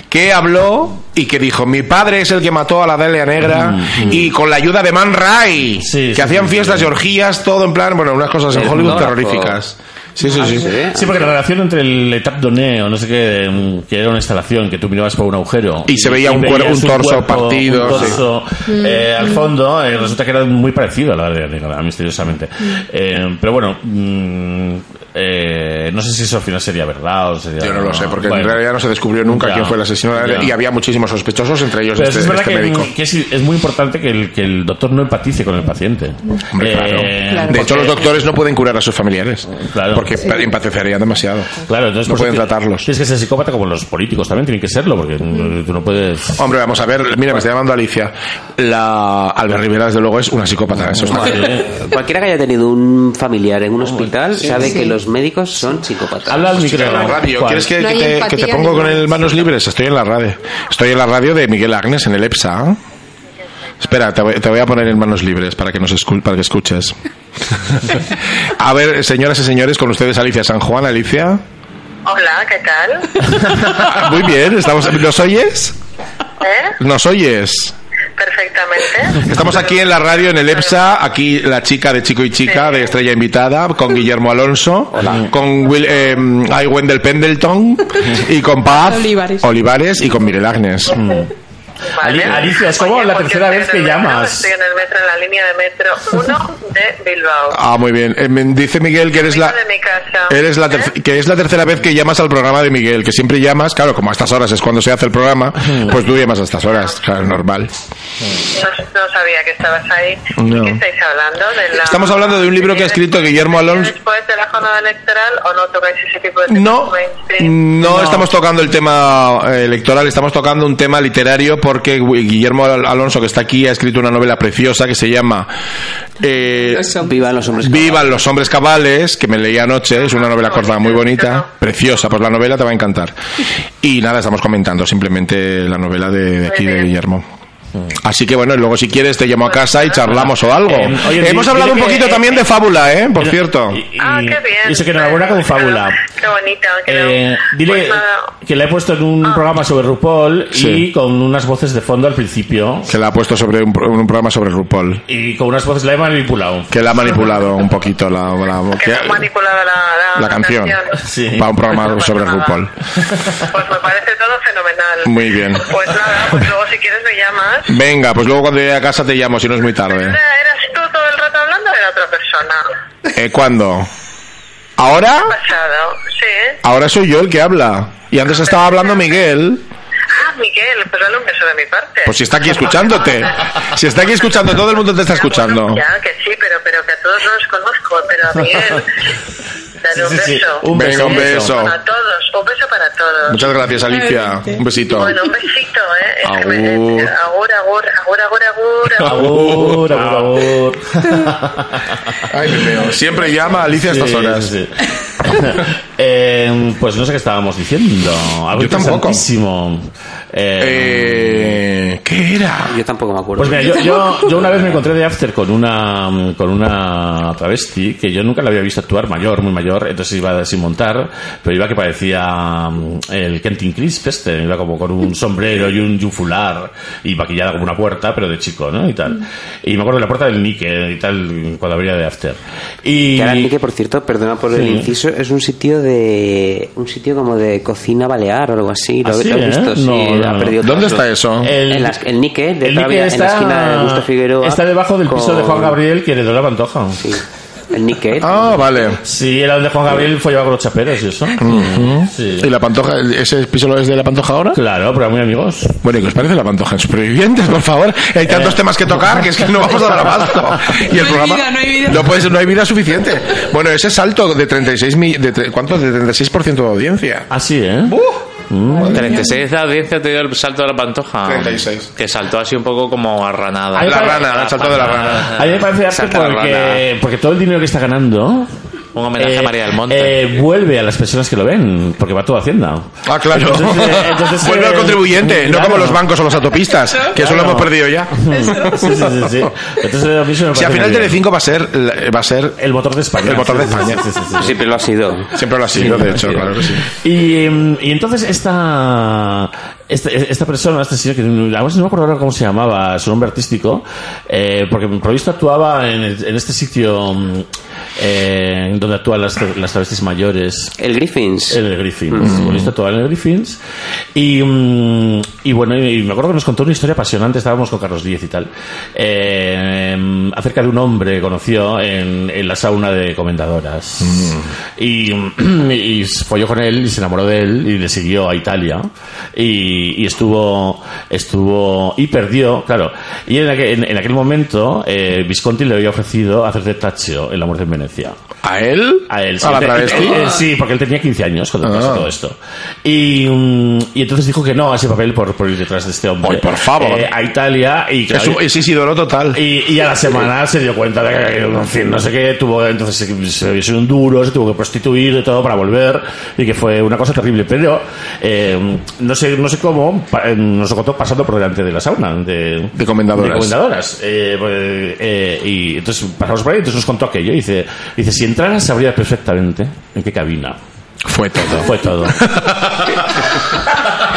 Speaker 4: que habló y que dijo mi padre es el que mató a la Delia Negra y con la ayuda de Man Ray
Speaker 3: Mm, Sí,
Speaker 4: que
Speaker 3: sí,
Speaker 4: hacían
Speaker 3: sí,
Speaker 4: fiestas
Speaker 3: sí.
Speaker 4: y orgías todo en plan bueno unas cosas en
Speaker 6: El
Speaker 4: Hollywood
Speaker 6: Nónaco.
Speaker 4: terroríficas sí sí sí,
Speaker 3: Sí, porque la relación entre el Etap Doné o no sé qué, mm, que era una instalación que tú mirabas por un agujero.
Speaker 4: Y se veía un cuer-
Speaker 3: veías
Speaker 4: un torso partido,
Speaker 3: Un torso eh, al fondo, eh, resulta que era muy parecido a la de Negra, misteriosamente. Eh, pero bueno, mm, eh, no sé si eso al final sería verdad o sería.
Speaker 4: Yo no lo sé, porque en
Speaker 3: Bueno.
Speaker 4: realidad no se descubrió nunca
Speaker 3: Ya,
Speaker 4: quién fue el asesino de la
Speaker 3: ya.
Speaker 4: y había muchísimos sospechosos, entre ellos
Speaker 3: Pero
Speaker 4: este,
Speaker 3: es verdad
Speaker 4: este
Speaker 3: que,
Speaker 4: médico.
Speaker 3: que es, es muy importante que el, que el doctor no empatice con el paciente.
Speaker 4: Hombre, claro.
Speaker 3: Eh,
Speaker 5: Claro.
Speaker 4: De hecho, los doctores no pueden curar a sus familiares,
Speaker 3: Claro.
Speaker 4: porque empatizarían demasiado.
Speaker 3: Claro, entonces
Speaker 4: no
Speaker 3: por eso
Speaker 4: pueden
Speaker 3: ti-
Speaker 4: tratarlos.
Speaker 3: Tienes que ser psicópata como los políticos también tienen que serlo, porque mm, tú no puedes.
Speaker 4: Hombre, vamos a ver, mira, me está llamando Alicia. La Albert Rivera, desde luego, es una psicópata. Eso está claro.
Speaker 6: Cualquiera que haya tenido un familiar en un hospital sabe que los médicos son psicópatas.
Speaker 3: Habla al
Speaker 4: Estoy en la radio.
Speaker 3: micrófono.
Speaker 4: ¿Quieres que,
Speaker 5: No
Speaker 4: que
Speaker 5: hay
Speaker 4: te,
Speaker 5: empatía
Speaker 4: que te
Speaker 5: ni
Speaker 4: pongo con
Speaker 5: nada.
Speaker 4: el manos libres? Estoy en la radio. Estoy en la radio de Miguel Agnes, en el EPSA. Espera, te voy, te voy a poner en manos libres para que nos escu- para que escuches. a ver, señoras y señores, con ustedes Alicia San Juan. Alicia.
Speaker 8: Hola, ¿qué tal?
Speaker 4: Muy bien, estamos, ¿nos oyes?
Speaker 8: ¿Eh?
Speaker 4: ¿Nos oyes?
Speaker 8: Perfectamente.
Speaker 4: Estamos aquí en la radio, en el EPSA, aquí la chica de Chico y Chica, de Estrella Invitada, con Guillermo Alonso, con Will, eh, ay, Wendell Pendleton, y con Paz
Speaker 5: Olivares.
Speaker 4: Olivares y con Mirel Agnes. Mm.
Speaker 8: Vale.
Speaker 3: Ali- Alicia, es como
Speaker 8: Oye,
Speaker 3: la
Speaker 8: pues
Speaker 3: tercera
Speaker 8: yo
Speaker 3: vez
Speaker 8: estoy
Speaker 3: que
Speaker 8: en el metro,
Speaker 3: llamas.
Speaker 8: Estoy en el metro, en la línea de metro 1 de Bilbao.
Speaker 4: Ah, muy bien. Eh, me dice Miguel que eres la...
Speaker 8: Camino de mi casa. ¿Eh?
Speaker 4: Eres la terc- que es la tercera vez que llamas al programa de Miguel, que siempre llamas, claro, como a estas horas es cuando se hace el programa, pues tú llamas a estas horas, claro, normal.
Speaker 8: No, no sabía que estabas ahí.
Speaker 4: No.
Speaker 8: ¿Qué estáis hablando? De la-
Speaker 4: Estamos hablando de un libro que ha escrito Guillermo Alonso.
Speaker 8: ¿Después de la jornada electoral o no tocáis ese tipo de temas
Speaker 4: No,
Speaker 8: mainstream?
Speaker 4: no, estamos tocando el tema eh, electoral, estamos tocando un tema literario porque Guillermo Al- Alonso, que está aquí, ha escrito una novela preciosa que se llama eh,
Speaker 6: Vivan los hombres.
Speaker 4: Vivan los hombres cabales, que me leí anoche, es una novela corta muy bonita, preciosa, pues la novela te va a encantar. Y nada, estamos comentando simplemente la novela de, de aquí de Guillermo. Así que bueno, y luego si quieres te llamo a casa y charlamos o algo.
Speaker 3: Eh, oye,
Speaker 4: Hemos
Speaker 3: di-
Speaker 4: hablado un
Speaker 3: dile que-
Speaker 4: poquito también de fábula, ¿eh? Por cierto.
Speaker 3: Y- y-
Speaker 8: Ah, qué bien.
Speaker 3: Y eso que enhorabuena con Fábula.
Speaker 8: Qué bonita. qué
Speaker 3: Eh,
Speaker 8: bien.
Speaker 3: dile
Speaker 8: Pues nada,
Speaker 3: que la he puesto en un programa sobre RuPaul
Speaker 4: Sí.
Speaker 3: y con unas voces de fondo al principio.
Speaker 4: Se la ha puesto sobre un, pro- un programa sobre RuPaul.
Speaker 3: Y con unas voces la he manipulado.
Speaker 4: Que la ha manipulado un poquito la, la,
Speaker 8: que hemos manipulado la, la,
Speaker 4: eh, la canción.
Speaker 3: Sí.
Speaker 4: Para un programa
Speaker 8: Pues no
Speaker 4: sobre
Speaker 8: pasa nada.
Speaker 4: RuPaul.
Speaker 8: Pues me parece todo fenomenal.
Speaker 4: Muy bien.
Speaker 8: Pues nada, pues luego si quieres me llamas.
Speaker 4: Venga, pues luego cuando llegue a casa te llamo, si no es muy tarde.
Speaker 8: Era- ¿Eras tú todo el rato hablando o era otra persona?
Speaker 4: Eh, ¿Cuándo? ¿Ahora?
Speaker 8: Pasado, sí. ¿eh?
Speaker 4: Ahora soy yo el que habla. Y antes estaba hablando Miguel.
Speaker 8: Ah, Miguel, pues dale un beso de mi parte.
Speaker 4: Pues si está aquí escuchándote. Si está aquí escuchando, todo el mundo te está
Speaker 8: Ya, bueno,
Speaker 4: escuchando.
Speaker 8: Ya, que sí, pero, pero que a todos no los conozco, pero a Miguel. Dale un
Speaker 3: Sí, sí, sí.
Speaker 8: beso.
Speaker 3: Un
Speaker 4: Venga, un beso.
Speaker 8: Para todos, un beso para todos.
Speaker 4: Muchas gracias, Alicia. Un besito.
Speaker 8: Bueno, un besito, ¿eh? Es que me-
Speaker 4: Agur.
Speaker 8: eh, agur, agur, agur, agur, agur, agur.
Speaker 3: Agur, agur, agur.
Speaker 4: Ay, me veo. Siempre llama a Alicia a estas
Speaker 3: Sí,
Speaker 4: horas.
Speaker 3: sí, sí. Eh, pues no sé qué estábamos diciendo. Algo
Speaker 4: Yo tampoco.
Speaker 3: interesantísimo. Eh,
Speaker 4: Eh, ¿Qué era?
Speaker 6: Yo tampoco me acuerdo.
Speaker 3: Pues mira, yo, yo, yo una vez me encontré de After con una, con una travesti que yo nunca la había visto actuar, mayor, muy mayor, entonces iba sin montar, pero iba que parecía mm, el Kentin Crisp este, iba como con un sombrero y un, y un fular y maquillada como una puerta, pero de chico, ¿no? Y
Speaker 6: Mm.
Speaker 3: tal. Y me acuerdo de la puerta del Nike y tal, cuando habría de After. Y...
Speaker 6: Que ahora Nike, por cierto, perdona por el
Speaker 3: Sí.
Speaker 6: inciso, es un sitio de un sitio como de cocina balear o algo así. ¿Lo,
Speaker 3: ¿Ah, sí,
Speaker 6: lo has visto?
Speaker 3: eh?
Speaker 6: Sí,
Speaker 3: No, no,
Speaker 6: ha
Speaker 3: no.
Speaker 6: perdido
Speaker 4: ¿Dónde
Speaker 6: todo su-
Speaker 4: está eso?
Speaker 3: El-
Speaker 6: En la- el Nike, de toda
Speaker 3: el
Speaker 6: la
Speaker 3: Nike
Speaker 6: vida, en la esquina de Augusto Figueroa.
Speaker 3: Está debajo del piso de Juan
Speaker 6: con-
Speaker 3: Gabriel que heredó la Pantoja.
Speaker 6: Sí, el Nike.
Speaker 4: Ah, vale.
Speaker 3: Sí, era donde Juan Gabriel follaba con los chaperos y eso. Sí.
Speaker 4: ¿Y la pantoja? ¿Ese piso lo es de la pantoja ahora?
Speaker 3: Claro, pero muy amigos.
Speaker 4: Bueno, ¿y qué os parece la pantoja en supervivientes, por favor? Hay tantos temas que tocar que es que no vamos a dar abasto. Y el
Speaker 5: hay
Speaker 4: programa.
Speaker 5: vida, no hay vida.
Speaker 4: No puede ser, no hay vida suficiente. Bueno, ese salto de 36 mi- de tre- ¿cuánto? De 36% de audiencia. Uh.
Speaker 3: Así, ¿eh?
Speaker 4: Mm.
Speaker 7: 36 de audiencia te dio el salto de la pantoja.
Speaker 4: 36.
Speaker 7: Que saltó así un poco como arranada.
Speaker 3: Ahí
Speaker 4: La
Speaker 3: para-
Speaker 4: rana, el salto de la rana.
Speaker 3: A mí me parece arte
Speaker 7: Salta la
Speaker 3: porque, porque todo el dinero que está ganando
Speaker 7: Un homenaje a María del Monte.
Speaker 3: eh, vuelve a las personas que lo ven, porque va toda Hacienda.
Speaker 4: Ah, claro.
Speaker 3: Entonces, eh, entonces,
Speaker 4: Vuelve al
Speaker 3: eh,
Speaker 4: contribuyente, no
Speaker 3: claro.
Speaker 4: como los bancos o las autopistas, que eso lo
Speaker 3: Claro.
Speaker 4: hemos perdido ya.
Speaker 3: Sí, sí, sí, sí. Entonces, a mí eso me
Speaker 4: Si
Speaker 3: parece
Speaker 4: al
Speaker 3: muy
Speaker 4: final
Speaker 3: bien.
Speaker 4: Telecinco va a ser la- va a ser
Speaker 3: El motor de España.
Speaker 4: El motor de España.
Speaker 3: Sí, sí, sí, sí.
Speaker 6: Siempre lo ha sido.
Speaker 4: siempre lo ha sido, de hecho, claro que sí.
Speaker 3: Y, mm, y entonces esta, esta, esta persona, este señor, que mm, además no me acuerdo ahora cómo se llamaba, su nombre artístico, eh, porque por lo visto actuaba en, el- en este sitio mm, eh, donde actúan las, las travestis mayores.
Speaker 6: El Griffins. Mm.
Speaker 3: En el Griffins, futbolista actual en el Griffins. Y, mm, y bueno, y me acuerdo que nos contó una historia apasionante, estábamos con Carlos Díez y tal, eh, acerca de un hombre que conoció en, en la sauna de comendadoras. Y, mm, y folló con él y se enamoró de él y le siguió a Italia. Y, y estuvo, estuvo, y perdió, claro. Y en aquel, en, en aquel momento, eh, Visconti le había ofrecido hacer de Taccio en La Muerte en Venecia.
Speaker 4: ¿A él?
Speaker 3: A él, sí.
Speaker 4: ¿A la
Speaker 3: Eh,
Speaker 4: travesti?
Speaker 3: eh, eh, sí, porque él tenía 15 años cuando pasó
Speaker 4: Ah.
Speaker 3: todo esto. Y, mm, y entonces dijo que no a ese papel por, por ir detrás de este hombre.
Speaker 4: Ay, por favor.
Speaker 3: Eh, a Italia y claro,
Speaker 4: Es, un, es Isidoro total.
Speaker 3: y, y a la semana se dio cuenta de que, en fin, no sé qué, tuvo, entonces se- se debió ser un duro, se tuvo que prostituir y todo para volver, y que fue una cosa terrible. Pero eh, no sé no sé cómo, pa- eh, nos lo contó pasando por delante de la sauna de,
Speaker 4: De comendadoras.
Speaker 3: de comendadoras. Eh, pues, eh, y entonces pasamos por ahí, entonces nos contó aquello. Y dice, dice si entraras sabrías perfectamente en qué cabina.
Speaker 4: Fue todo.
Speaker 3: Fue todo.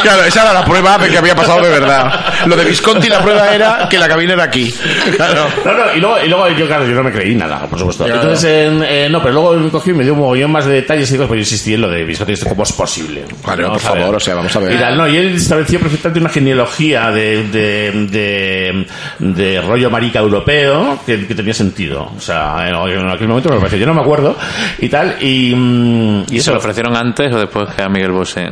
Speaker 4: Claro, esa era la prueba de que había pasado de verdad. Lo de Visconti, la prueba era que la cabina era aquí. Claro.
Speaker 3: No, no, y luego, y luego yo, claro, yo no me creí nada, por supuesto. Entonces, en- eh, no, pero luego me cogí y me dio un mogollón más de detalles y cosas, pero yo insistí en lo de Visconti, esto cómo es posible.
Speaker 4: Claro,
Speaker 3: ¿no?
Speaker 4: por
Speaker 3: O sea,
Speaker 4: favor, o sea, vamos a ver.
Speaker 3: Y, tal, no, y él estableció perfectamente una genealogía de, de, de, de rollo marica europeo que, que tenía sentido. O sea, en, en aquel momento me pareció, yo no me acuerdo, y tal, y... mm,
Speaker 7: ¿Y se lo ofrecieron antes o después que a Miguel Bosé?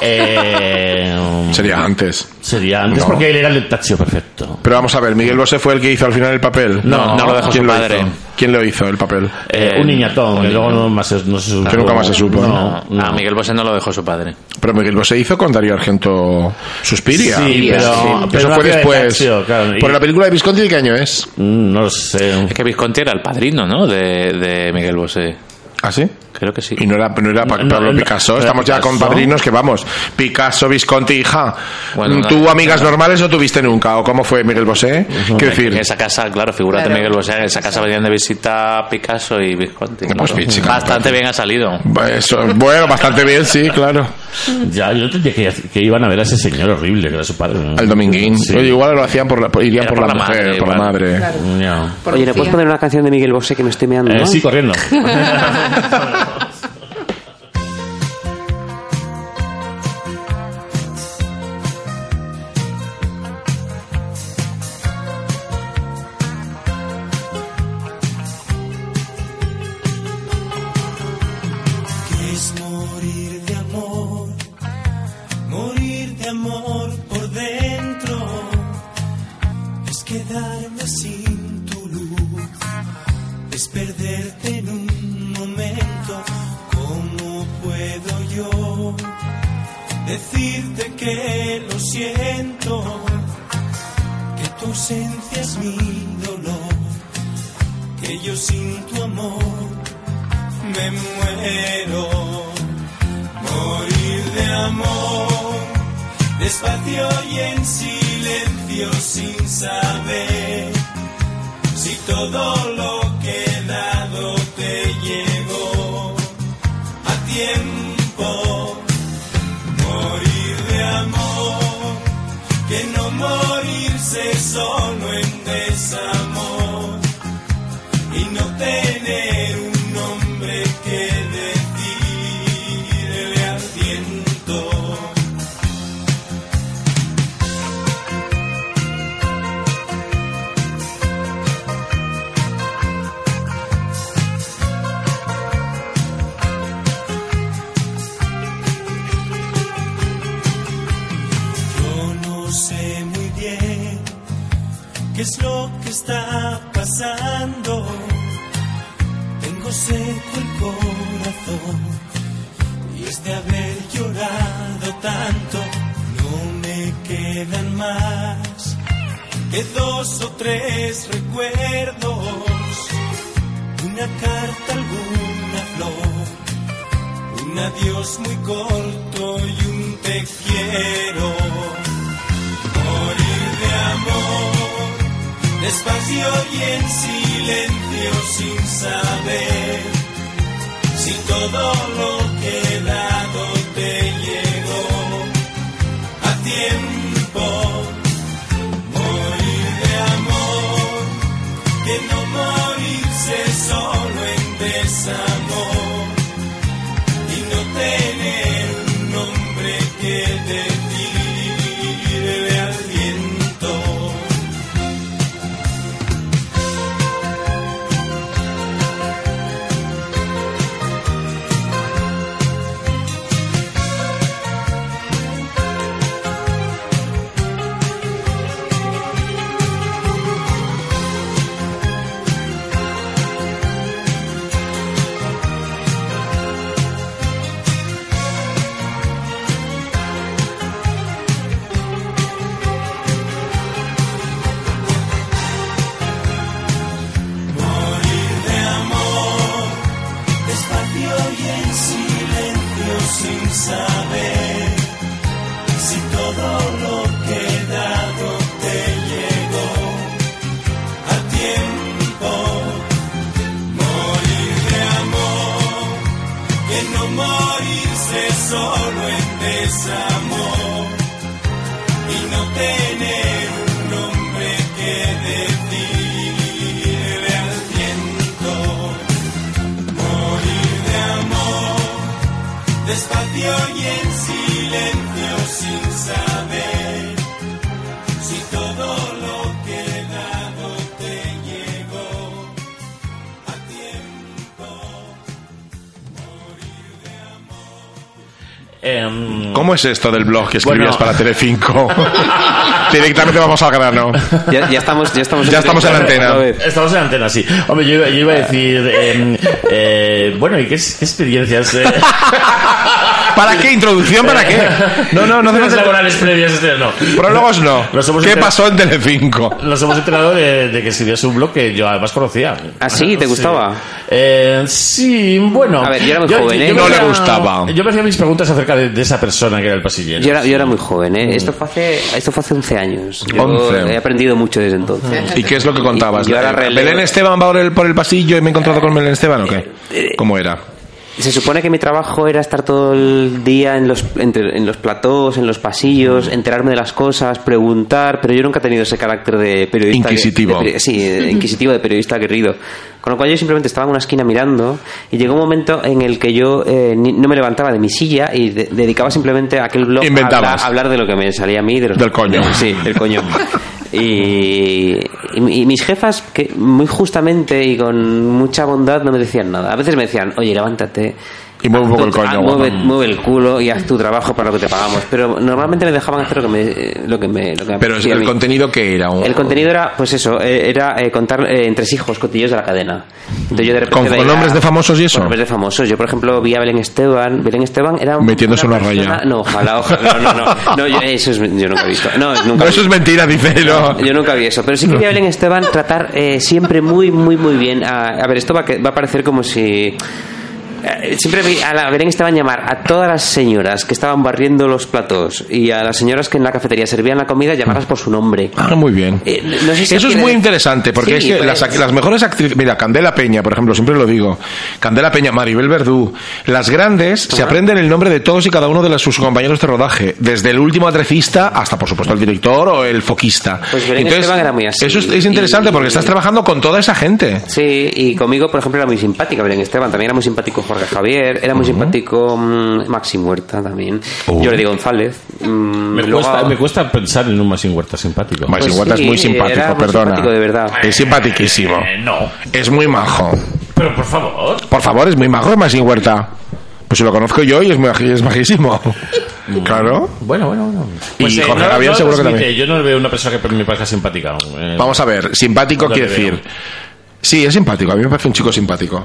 Speaker 3: eh,
Speaker 4: Sería antes.
Speaker 3: Sería antes,
Speaker 4: No.
Speaker 3: porque él era el taccio perfecto.
Speaker 4: Pero vamos a ver, Miguel Bosé fue el que hizo al final el papel.
Speaker 3: No, no lo
Speaker 7: dejó
Speaker 4: ¿Quién
Speaker 7: su
Speaker 4: lo
Speaker 7: padre.
Speaker 4: Hizo? ¿Quién lo hizo el papel?
Speaker 3: Eh,
Speaker 7: Eh,
Speaker 3: un niñatón, que luego no, más, se- no se supo.
Speaker 4: Que nunca más se supo, ¿no?
Speaker 3: No, no.
Speaker 7: A Ah, Miguel Bosé no lo dejó su padre.
Speaker 4: Pero Miguel Bosé hizo con Darío Argento Suspiria.
Speaker 3: Sí, pero,
Speaker 6: Sí.
Speaker 3: pero
Speaker 4: Eso
Speaker 3: no
Speaker 4: fue
Speaker 3: hacía de
Speaker 4: después.
Speaker 3: Taccio, claro, y-
Speaker 4: Por la película de Visconti, ¿de qué año es?
Speaker 3: Mm, no lo sé.
Speaker 7: Es que Visconti era el padrino, ¿no? De, de Miguel Bosé.
Speaker 4: ¿Ah, sí?
Speaker 7: Creo que sí.
Speaker 4: Y no era, no era pa-
Speaker 3: No, no,
Speaker 4: Pablo
Speaker 3: no,
Speaker 4: Picasso.
Speaker 3: no era
Speaker 4: Estamos ya con
Speaker 3: Picasso.
Speaker 4: padrinos que vamos. Picasso, Visconti, hija.
Speaker 7: Bueno, no,
Speaker 4: ¿Tú
Speaker 7: no,
Speaker 4: amigas normales no tuviste nunca? ¿O cómo fue Miguel Bosé? Quiero decir.
Speaker 7: En esa casa, claro, figúrate
Speaker 8: Claro.
Speaker 7: Miguel Bosé, en esa casa venían de visita Picasso y Visconti.
Speaker 4: Pues
Speaker 7: claro.
Speaker 4: Pichi, claro.
Speaker 7: Bastante bien ha salido.
Speaker 4: Eso, bueno, bastante bien, sí, claro.
Speaker 3: Ya, yo entendía que, que iban a ver a ese señor horrible, que era su padre. ¿no?
Speaker 4: Al dominguín.
Speaker 3: Sí.
Speaker 4: Oye, igual lo hacían por la, por- irían
Speaker 7: Era
Speaker 4: por, la, mujer, por la
Speaker 7: igual.
Speaker 4: madre.
Speaker 3: Ya.
Speaker 6: Mm, Oye, ¿le puedes
Speaker 8: Porfía.
Speaker 6: poner una canción de Miguel Bosé que me estoy meando?
Speaker 3: Eh,
Speaker 6: no?
Speaker 3: sí, corriendo.
Speaker 9: es morir de amor, morir de amor por dentro, es quedarme sin tu luz, es perderte en un momento, ¿cómo puedo yo decirte que lo siento? Que tu ausencia es mi dolor, que yo sin tu amor me muero. Morir de amor, despacio y en silencio sin saber si todo lo que he dado te llegó a tiempo. Morir de amor, que no morirse solo en desamor y no tener un nombre que decirle al viento. Yo no sé muy bien qué es lo que está pasando. Tengo seco el corazón y es de haber llorado tanto. No me quedan más que dos o tres recuerdos, una carta, alguna
Speaker 10: flor, un adiós muy corto y un te quiero. Morir de amor, despacio y en silencio sin saber si todo lo que he dado te llegó a tiempo. Morir de amor, de no morirse solo en desamor y no tener un nombre que te tire al viento. Morir de amor, despacio y en silencio sin saber si todo lo que he dado te llegó a tiempo. Morir de amor, que no morirse solo en desamor y no tener un nombre que decirle al viento. Morir de amor, despacio y en silencio sin saber si todo lo que he dado te llegó a tiempo. Morir de amor.
Speaker 3: Em,
Speaker 4: ¿Cómo es esto del blog que escribías
Speaker 3: Bueno.
Speaker 4: para Telecinco? Directamente vamos al grano.
Speaker 6: Ya, ya estamos, ya estamos,
Speaker 4: Ya estamos en la antena.
Speaker 6: Otra vez.
Speaker 3: Estamos en antena, sí. Hombre, yo, iba- yo iba a decir. em, eh, bueno, ¿y qué, es- qué experiencias? eh?
Speaker 4: ¿Para qué? ¿Introducción para qué? No, no, no hace falta...
Speaker 3: laborales previas, este, no.
Speaker 4: Prólogos no.
Speaker 3: Nos hemos
Speaker 4: ¿Qué
Speaker 3: enter-
Speaker 4: pasó en Telecinco?
Speaker 3: Nos hemos enterado de, de que escribías un blog que yo además conocía.
Speaker 6: ¿Ah, sí? ¿Te gustaba?
Speaker 3: Eh, sí, bueno.
Speaker 6: A ver, yo era muy joven, ¿eh?
Speaker 3: me
Speaker 4: No le
Speaker 3: hacía-
Speaker 4: gustaba.
Speaker 3: Yo me hacía mis preguntas acerca de, de esa persona que era el pasillero.
Speaker 6: Yo era, yo era muy joven,
Speaker 3: Mm.
Speaker 6: ¿eh? Esto fue hace, esto fue hace 11 años. Yo
Speaker 4: 11.
Speaker 6: He aprendido mucho desde entonces.
Speaker 4: ¿Y qué es lo que contabas?
Speaker 6: Y- y ahora releo-
Speaker 4: ¿Belén Esteban va por el, por el pasillo y me he encontrado con Belén Esteban o
Speaker 6: Eh,
Speaker 4: qué? ¿Cómo era?
Speaker 6: Se supone que mi trabajo era estar todo el día en los, entre- en los platós, en los
Speaker 4: Mm.
Speaker 6: pasillos, enterarme de las cosas, preguntar, pero yo nunca he tenido ese carácter de periodista. que-
Speaker 4: Inquisitivo.
Speaker 6: de peri- sí, de inquisitivo, de periodista aguerrido. Con lo cual yo simplemente estaba en una esquina mirando y llegó un momento en el que yo eh, ni- no me levantaba de mi silla y de- dedicaba simplemente aquel blog a hablar,
Speaker 4: Inventabas.
Speaker 6: a hablar de lo que me salía a mí. De los-
Speaker 4: Del coño.
Speaker 6: sí, del coño. Y, y- y mis jefas, que muy justamente y con mucha bondad, no me decían nada. A veces me decían, oye, levántate.
Speaker 4: Y mueve un poco el
Speaker 6: Ah,
Speaker 4: coño,
Speaker 6: mueve,
Speaker 4: guapa.
Speaker 6: mueve el culo y haz tu trabajo para lo que te pagamos. Pero normalmente me dejaban hacer lo que me. eh, Lo que me, lo que me
Speaker 4: Pero
Speaker 6: apetecía a
Speaker 4: el
Speaker 6: mí.
Speaker 4: contenido que era un-
Speaker 6: El contenido era, pues eso, eh, era eh, contar eh, entresijos, cotillos de la cadena. Entonces yo de repente
Speaker 4: ¿Con- con
Speaker 6: veía-
Speaker 4: nombres de famosos y eso?
Speaker 6: Con nombres de famosos. Yo, por ejemplo, vi a Belén Esteban. Belén Esteban era un-
Speaker 4: Metiéndose una
Speaker 6: persona-
Speaker 4: raya.
Speaker 6: No, ojalá, ojalá. No, no, no. No, yo, eso es, yo nunca he visto. No, nunca
Speaker 4: No,
Speaker 6: he
Speaker 4: eso es mentira, dice. No.
Speaker 6: yo nunca vi eso, pero sí que vi a Belén Esteban tratar eh, siempre muy, muy, muy bien. A, a ver, esto va a, que- va a parecer como si. eh, Siempre vi a la Belén Esteban llamar a todas las señoras que estaban barriendo los platos y a las señoras que en la cafetería servían la comida, llamarlas por su nombre.
Speaker 4: Ah, muy bien.
Speaker 6: Eh, no sé si
Speaker 4: Eso es
Speaker 6: quiere-
Speaker 4: muy interesante, porque
Speaker 6: Sí,
Speaker 4: es que
Speaker 6: pues,
Speaker 4: las, ac- las mejores actrices, mira, Candela Peña, por ejemplo, siempre lo digo, Candela Peña, Maribel Verdú, las grandes se aprenden el nombre de todos y cada uno de los- sus compañeros de rodaje, desde el último atrecista hasta, por supuesto, el director o el foquista.
Speaker 6: Pues Belén Esteban era muy así.
Speaker 4: Eso es, es interesante
Speaker 6: Y-
Speaker 4: porque estás trabajando con toda esa gente.
Speaker 6: Sí, y conmigo, por ejemplo, era muy simpática Belén Esteban, también era muy simpático Jorge Javier, era muy simpático mm, Maxi Huerta también.
Speaker 4: Oh.
Speaker 6: Yo le digo González. mm,
Speaker 3: Me,
Speaker 6: luego-
Speaker 3: cuesta, me cuesta pensar en un Maxim Huerta simpático.
Speaker 4: Más
Speaker 6: Pues
Speaker 4: igual
Speaker 6: sí,
Speaker 4: es muy simpático,
Speaker 6: era muy
Speaker 4: perdona.
Speaker 6: simpático, de verdad.
Speaker 4: Es simpatiquísimo.
Speaker 3: Eh, no.
Speaker 4: Es muy majo.
Speaker 3: Pero por favor.
Speaker 4: Por favor, es muy majo, Maxi Huerta. Pues lo conozco yo y es, magi- es majísimo. Claro.
Speaker 3: Mm. Bueno, bueno, bueno.
Speaker 4: Y Jorge Javier
Speaker 3: lo
Speaker 4: seguro que
Speaker 3: transmite.
Speaker 4: también.
Speaker 3: Yo eh, no veo una persona que me parezca simpática. aún, eh.
Speaker 4: Vamos a ver, simpático
Speaker 3: No
Speaker 4: quiere
Speaker 3: le veo.
Speaker 4: decir. Sí, es simpático. A mí me parece un chico simpático.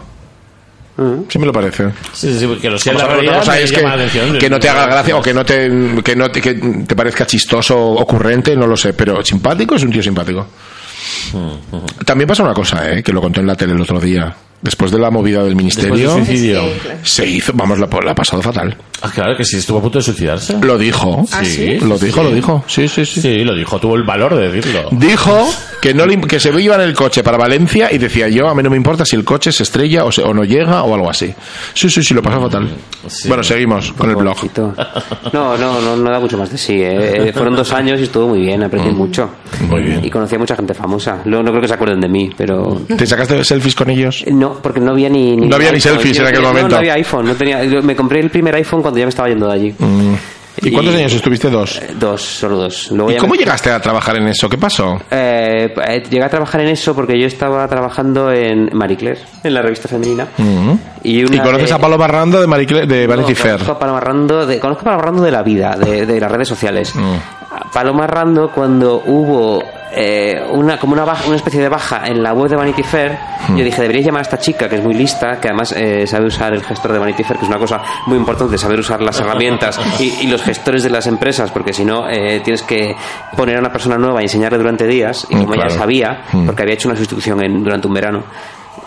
Speaker 6: Mm.
Speaker 4: Sí me lo parece.
Speaker 3: Sí, sí, sí, que lo sea en
Speaker 4: Vamos
Speaker 3: la
Speaker 4: a ver, otra
Speaker 3: realidad
Speaker 4: cosa
Speaker 3: me
Speaker 4: es
Speaker 3: llama la atención.
Speaker 4: que, que no te haga gracia o que no te, que no te, que te parezca chistoso, ocurrente, no lo sé. Pero simpático es un tío simpático.
Speaker 3: Hmm,
Speaker 4: También pasa una cosa, ¿eh? que lo contó en la tele el otro día. Después de la movida del ministerio,
Speaker 3: Después del suicidio.
Speaker 4: se hizo, vamos, la, pues la ha pasado fatal.
Speaker 3: Ah, claro que sí, estuvo a punto de suicidarse.
Speaker 4: Lo dijo.
Speaker 5: ¿Ah, sí?
Speaker 4: Lo dijo, lo dijo. Sí, sí, sí.
Speaker 3: Sí, lo dijo, tuvo el valor de decirlo.
Speaker 4: Dijo que, no le imp- que se iba en el coche para Valencia y decía yo, a mí no me importa si el coche se estrella o, se- o no llega o algo así. Sí, sí, sí, lo pasó fatal.
Speaker 3: sí.
Speaker 4: Bueno, seguimos con el blog.
Speaker 6: Pobrecito. No, no, no, no da mucho más de sí. ¿eh? Eh, Fueron dos años y estuvo muy bien, aprendí mucho.
Speaker 4: Mm. Muy bien.
Speaker 6: Y conocí a mucha gente famosa. No, no creo que se acuerden de mí, pero...
Speaker 4: ¿Te sacaste selfies con ellos?
Speaker 6: No, porque no había ni...
Speaker 4: No había ni selfies en
Speaker 6: no
Speaker 4: aquel
Speaker 6: tenía- no,
Speaker 4: momento.
Speaker 6: No había iPhone, no tenía... yo Me compré el primer iPhone cuando ya me estaba yendo de allí.
Speaker 4: Mm. ¿Y cuántos años estuviste? Dos.
Speaker 6: Eh, Dos, solo dos. Luego
Speaker 4: ¿Y
Speaker 6: ya
Speaker 4: cómo
Speaker 6: me-
Speaker 4: llegaste a trabajar en eso? ¿Qué pasó?
Speaker 6: Eh, eh, llegué a trabajar en eso porque yo estaba trabajando en Marie Claire, en la revista femenina.
Speaker 4: Mm. ¿Y,
Speaker 6: una
Speaker 4: conoces
Speaker 6: de-
Speaker 4: a Palo Barrando de, Marie Claire- de Vanity
Speaker 6: No,
Speaker 4: Fair?
Speaker 6: Conozco a Paloma Rando de, conozco a Paloma Rando de la vida, de, de las redes sociales. A Paloma Rando, cuando hubo eh, una, como una, baja, una especie de baja en la web de Vanity Fair, yo dije, deberíais llamar a esta chica, que es muy lista, que además eh, sabe usar el gestor de Vanity Fair, que es una cosa muy importante, saber usar las herramientas y, y los gestores de las empresas, porque si no, eh, tienes que poner a una persona nueva y enseñarle durante días, y
Speaker 4: Mm,
Speaker 6: como ella
Speaker 4: claro.
Speaker 6: sabía,
Speaker 4: Mm.
Speaker 6: porque había hecho una sustitución en- durante un verano,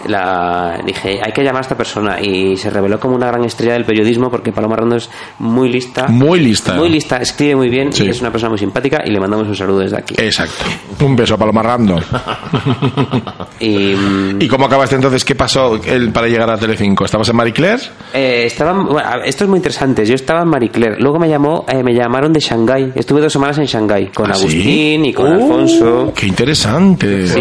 Speaker 6: la dije hay que llamar a esta persona y se reveló como una gran estrella del periodismo porque Paloma Rando es muy lista
Speaker 4: Muy lista.
Speaker 6: muy lista escribe muy bien
Speaker 4: Sí.
Speaker 6: es una persona muy simpática y le mandamos un saludo desde aquí
Speaker 4: Exacto. Un beso a Paloma Rando.
Speaker 6: y mm,
Speaker 4: ¿Y cómo acabaste entonces? ¿Qué pasó el- para llegar a Telecinco? ¿Estabas en Marie Claire?
Speaker 6: eh, estaba bueno, a- esto es muy interesante yo estaba en Marie Claire luego me llamó eh, me llamaron de Shanghái estuve dos semanas en Shanghái con
Speaker 4: ¿Ah, sí?
Speaker 6: Agustín y con
Speaker 4: ¡Uh!
Speaker 6: Alfonso
Speaker 4: ¡Qué interesante!
Speaker 6: sí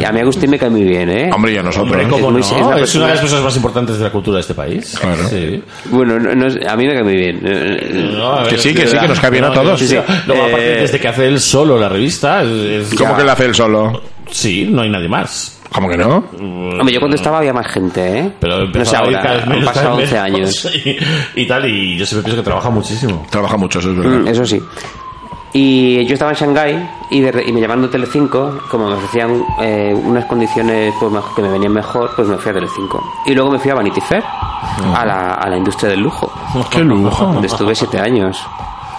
Speaker 6: y a mí Agustín me cae muy bien eh
Speaker 4: Hombre, y a nosotros.
Speaker 3: Hombre, ¿cómo
Speaker 6: muy- pues,
Speaker 3: no?
Speaker 6: es una
Speaker 3: Es una
Speaker 6: persona-
Speaker 3: de las cosas más importantes de la cultura de este país.
Speaker 4: Claro.
Speaker 3: Sí.
Speaker 6: bueno no- no es- a mí me cae muy bien Eh,
Speaker 3: No, a
Speaker 4: Que sí,
Speaker 3: es
Speaker 4: que sí, que nos cae bien a todos.
Speaker 3: sí, sí.
Speaker 6: Sí, sí.
Speaker 3: Luego, aparte,
Speaker 6: Eh,
Speaker 3: desde que hace él solo la revista, es- es-
Speaker 4: ¿Cómo
Speaker 3: ya-
Speaker 4: que la hace él solo?
Speaker 3: Sí, no hay nadie más. Mm.
Speaker 4: ¿Cómo que no?
Speaker 6: Hombre, yo cuando estaba había más gente, ¿eh?
Speaker 3: Pero
Speaker 6: no
Speaker 3: empezó
Speaker 6: sé
Speaker 3: a ir
Speaker 6: ahora,
Speaker 3: cada vez
Speaker 6: han
Speaker 3: menos,
Speaker 6: pasado
Speaker 3: cada vez
Speaker 6: 11
Speaker 3: menos,
Speaker 6: años.
Speaker 3: Y, y tal, y yo siempre pienso que trabaja muchísimo.
Speaker 4: Trabaja mucho, eso es
Speaker 6: Mm,
Speaker 4: verdad.
Speaker 6: Eso sí. Y yo estaba en Shanghái y, de re- y me llamaron de Telecinco, como me ofrecían eh, unas condiciones pues, mej- que me venían mejor, pues me fui a Telecinco. Y luego me fui a Vanity Fair, a, la, a la industria del lujo,
Speaker 4: Ah, ¡Qué lujo!
Speaker 6: donde estuve siete años.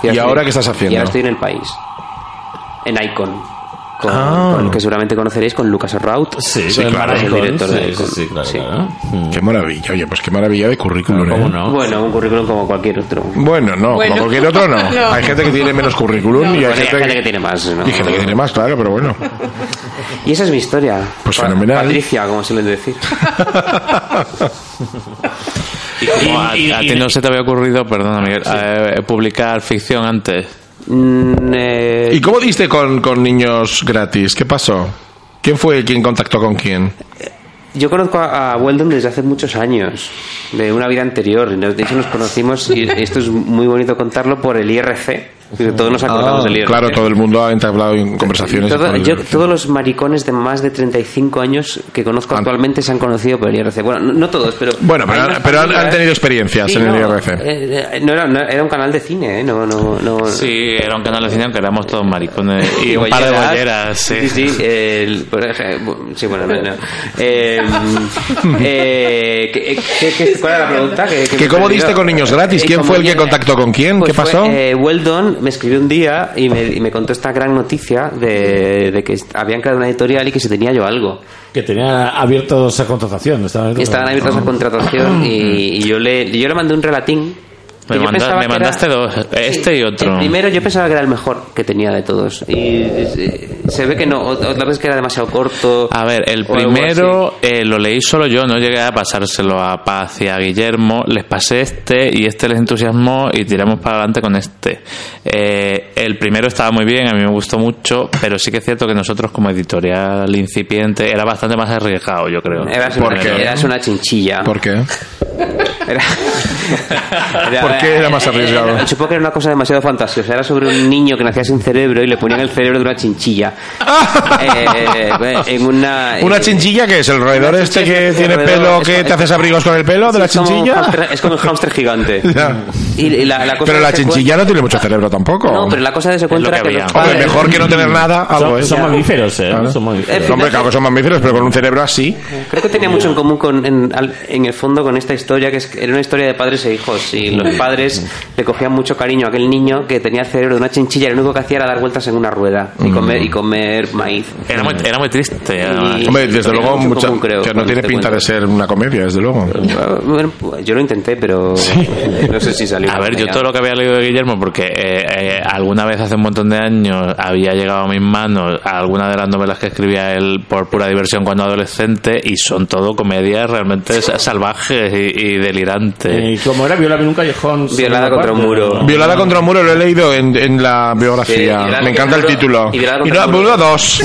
Speaker 4: ¿Y
Speaker 6: estoy-
Speaker 4: ahora qué estás haciendo?
Speaker 6: Y ahora estoy en el país, en Icon, con,
Speaker 4: Ah.
Speaker 6: con el que seguramente conoceréis, con Lucas Arraut.
Speaker 3: Sí,
Speaker 4: Sí,
Speaker 3: con Maradona,
Speaker 4: claro,
Speaker 6: es el director
Speaker 3: sí,
Speaker 6: de-
Speaker 3: sí, sí, claro,
Speaker 6: sí.
Speaker 3: claro.
Speaker 6: Mm.
Speaker 4: ¡Qué maravilla! Oye, pues qué maravilla de currículum,
Speaker 3: ¿Cómo
Speaker 4: ¿eh?
Speaker 3: no?
Speaker 6: Bueno, un currículum como cualquier otro.
Speaker 4: Bueno, no,
Speaker 5: Bueno.
Speaker 4: como cualquier otro no.
Speaker 5: No.
Speaker 4: Hay gente que tiene menos currículum y hay
Speaker 6: Bueno, hay
Speaker 4: gente,
Speaker 6: gente que tiene más, ¿no?
Speaker 4: y gente que tiene más, claro, pero bueno.
Speaker 6: Y esa es mi historia.
Speaker 4: Pues fenomenal.
Speaker 6: Patricia, como suelen decir.
Speaker 7: ¿Y cómo a, a ti no se te había ocurrido, perdona Miguel, eh, publicar ficción antes?
Speaker 6: Mm, eh,
Speaker 4: ¿Y cómo diste con, con niños gratis? ¿Qué pasó? ¿Quién fue quien contactó con quién?
Speaker 6: Yo conozco a, a Weldon desde hace muchos años, de una vida anterior. y nos- De hecho, nos conocimos, y esto es muy bonito contarlo, por el IRC. porque Todos nos acordamos del IRC.
Speaker 4: Ah, Claro, todo el mundo ha entablado en conversaciones.
Speaker 6: Todo-
Speaker 4: con el-
Speaker 6: yo- todos los maricones de más de 35 años que conozco
Speaker 4: Han-
Speaker 6: actualmente se han conocido por el IRC. Bueno, no, no todos, pero...
Speaker 4: Bueno, pero
Speaker 6: hay
Speaker 4: han-
Speaker 6: unas
Speaker 4: pero han-
Speaker 6: familias-
Speaker 4: han tenido experiencias en el
Speaker 6: no,
Speaker 4: IRC.
Speaker 6: eh, eh, no era, no era un canal de cine, ¿eh? No, no, no,
Speaker 7: Sí, era un canal de cine aunque éramos todos maricones. Y un par
Speaker 6: bolleras.
Speaker 7: de bolleras, sí.
Speaker 6: Sí, sí, eh, el- por ejemplo, sí, bueno, no, no. Eh, eh, ¿qué- qué- qué- cuál era la pregunta? Que- que
Speaker 4: ¿Que
Speaker 6: me
Speaker 4: cómo
Speaker 6: he perdido.
Speaker 4: diste con niños gratis?
Speaker 6: Eh,
Speaker 4: ¿Quién
Speaker 6: como
Speaker 4: fue el que
Speaker 6: bien,
Speaker 4: contactó con quién?
Speaker 6: pues
Speaker 4: ¿Qué
Speaker 6: fue,
Speaker 4: pasó?
Speaker 6: eh, Weldon me escribió un día y me, y me contó esta gran noticia de, de que est- habían creado una editorial y que si tenía yo algo.
Speaker 11: Que tenía abiertos a contratación. Estaban
Speaker 6: Y
Speaker 11: abiertos a-
Speaker 6: estaban abiertas a contratación y, y yo le yo le mandé un relatín. que
Speaker 7: Me,
Speaker 6: yo
Speaker 7: manda-
Speaker 6: pensaba
Speaker 7: me
Speaker 6: que era-
Speaker 7: mandaste dos, este y
Speaker 6: El
Speaker 7: otro.
Speaker 6: primero yo pensaba que era el mejor que tenía de todos. Y eh, se ve que no, ot- otra vez que era demasiado corto.
Speaker 7: A ver, el
Speaker 6: o algo así.
Speaker 7: primero eh, lo leí solo yo, no llegué a pasárselo a Paz y a Guillermo. Les pasé este y este les entusiasmó y tiramos para adelante con este. Eh, el primero estaba muy bien, a mí me gustó mucho, pero sí que es cierto que nosotros como editorial incipiente era bastante más arriesgado, yo creo. ¿eh?
Speaker 6: Eras
Speaker 4: ¿Por
Speaker 6: una,
Speaker 4: qué?
Speaker 6: eras una chinchilla.
Speaker 4: ¿Por qué?
Speaker 6: Era-
Speaker 4: ¿Por qué era más
Speaker 6: eh, eh,
Speaker 4: arriesgado?
Speaker 6: era- supongo que era una cosa demasiado fantasiosa. Era sobre un niño que nacía sin cerebro y le ponían el cerebro de una chinchilla. Eh, en una.
Speaker 4: ¿Una
Speaker 6: eh,
Speaker 4: chinchilla que es el roedor
Speaker 6: una
Speaker 4: este
Speaker 6: chinchilla
Speaker 4: que
Speaker 6: es un
Speaker 4: tiene
Speaker 6: roedor,
Speaker 4: pelo
Speaker 6: es
Speaker 4: que
Speaker 6: como-
Speaker 4: te haces abrigos con el pelo de la
Speaker 6: es como un
Speaker 4: chinchilla?
Speaker 6: hámster- es como un hámster gigante.
Speaker 4: Ya.
Speaker 6: Y, y la, la cosa
Speaker 4: Pero
Speaker 6: de
Speaker 4: la
Speaker 6: ese
Speaker 4: chinchilla
Speaker 6: cuen-
Speaker 4: no tiene mucho cerebro tampoco.
Speaker 6: No, pero la cosa de ese cuento
Speaker 7: lo
Speaker 6: era
Speaker 7: que
Speaker 6: que
Speaker 7: había.
Speaker 6: los
Speaker 4: Hombre,
Speaker 6: padres-
Speaker 4: mejor que no tener nada, algo
Speaker 3: Son,
Speaker 4: es.
Speaker 3: son mamíferos, ¿eh? Son mamíferos.
Speaker 6: Eh,
Speaker 4: Hombre, claro que son mamíferos, pero con un cerebro así.
Speaker 6: Creo que tenía mucho en común con, en, al- en el fondo con esta historia, que es, que era una historia de padres e hijos. Y los padres le cogían mucho cariño a aquel niño que tenía el cerebro de una chinchilla y lo único que hacía era dar vueltas en una rueda
Speaker 4: Mm.
Speaker 6: y comer, y comer maíz.
Speaker 7: Era muy, era muy triste. además.
Speaker 6: Y-
Speaker 4: Hombre, desde
Speaker 6: Tiene
Speaker 4: luego,
Speaker 6: mucho
Speaker 4: mucha-
Speaker 6: común, creo,
Speaker 4: que no
Speaker 6: con
Speaker 4: tiene
Speaker 6: este
Speaker 4: pinta de
Speaker 6: cuento.
Speaker 4: ser una comedia, desde luego.
Speaker 6: Ah, bueno, pues, yo lo intenté, pero eh, no sé si salió.
Speaker 7: A ver, yo todo lo que había leído de Guillermo, porque eh, eh, alguna vez hace un montón de años había llegado a mis manos alguna de las novelas que escribía él por pura diversión cuando adolescente y son todo comedias realmente sa- salvajes y, y delirantes.
Speaker 3: Eh, como era Viola en un callejón. sin
Speaker 6: Violada
Speaker 3: ninguna
Speaker 6: contra un
Speaker 3: parte,
Speaker 6: muro.
Speaker 3: ¿no?
Speaker 4: Violada contra un muro lo he leído en, en la
Speaker 6: Sí,
Speaker 4: biografía.
Speaker 6: Violada
Speaker 4: me encanta el
Speaker 6: contra un muro
Speaker 4: título.
Speaker 6: y Violada
Speaker 4: Y
Speaker 6: contra
Speaker 4: no,
Speaker 6: un muro.
Speaker 4: Muro dos.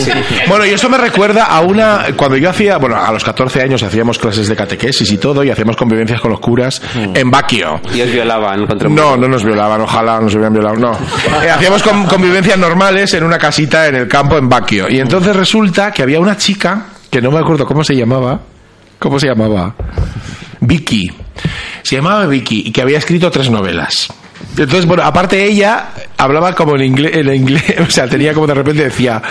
Speaker 4: Bueno, y esto me recuerda a una. Cuando yo hacía. Bueno, a los 14 años hacíamos clases de catequesis y todo, y hacíamos convivencias con los curas
Speaker 6: Mm.
Speaker 4: en Baquio.
Speaker 6: Y os violaban contra un
Speaker 4: No,
Speaker 6: muro.
Speaker 4: no nos violaban, ojalá nos hubieran violado, no. Eh, hacíamos con- convivencias normales en una casita en el campo en Baquio. Y entonces resulta que había una chica, que no me acuerdo cómo se llamaba, ¿cómo se llamaba? Vicky. Se llamaba Vicky y que había escrito tres novelas. Entonces, bueno, aparte ella hablaba como en inglés, en inglés, o sea, tenía como de repente decía,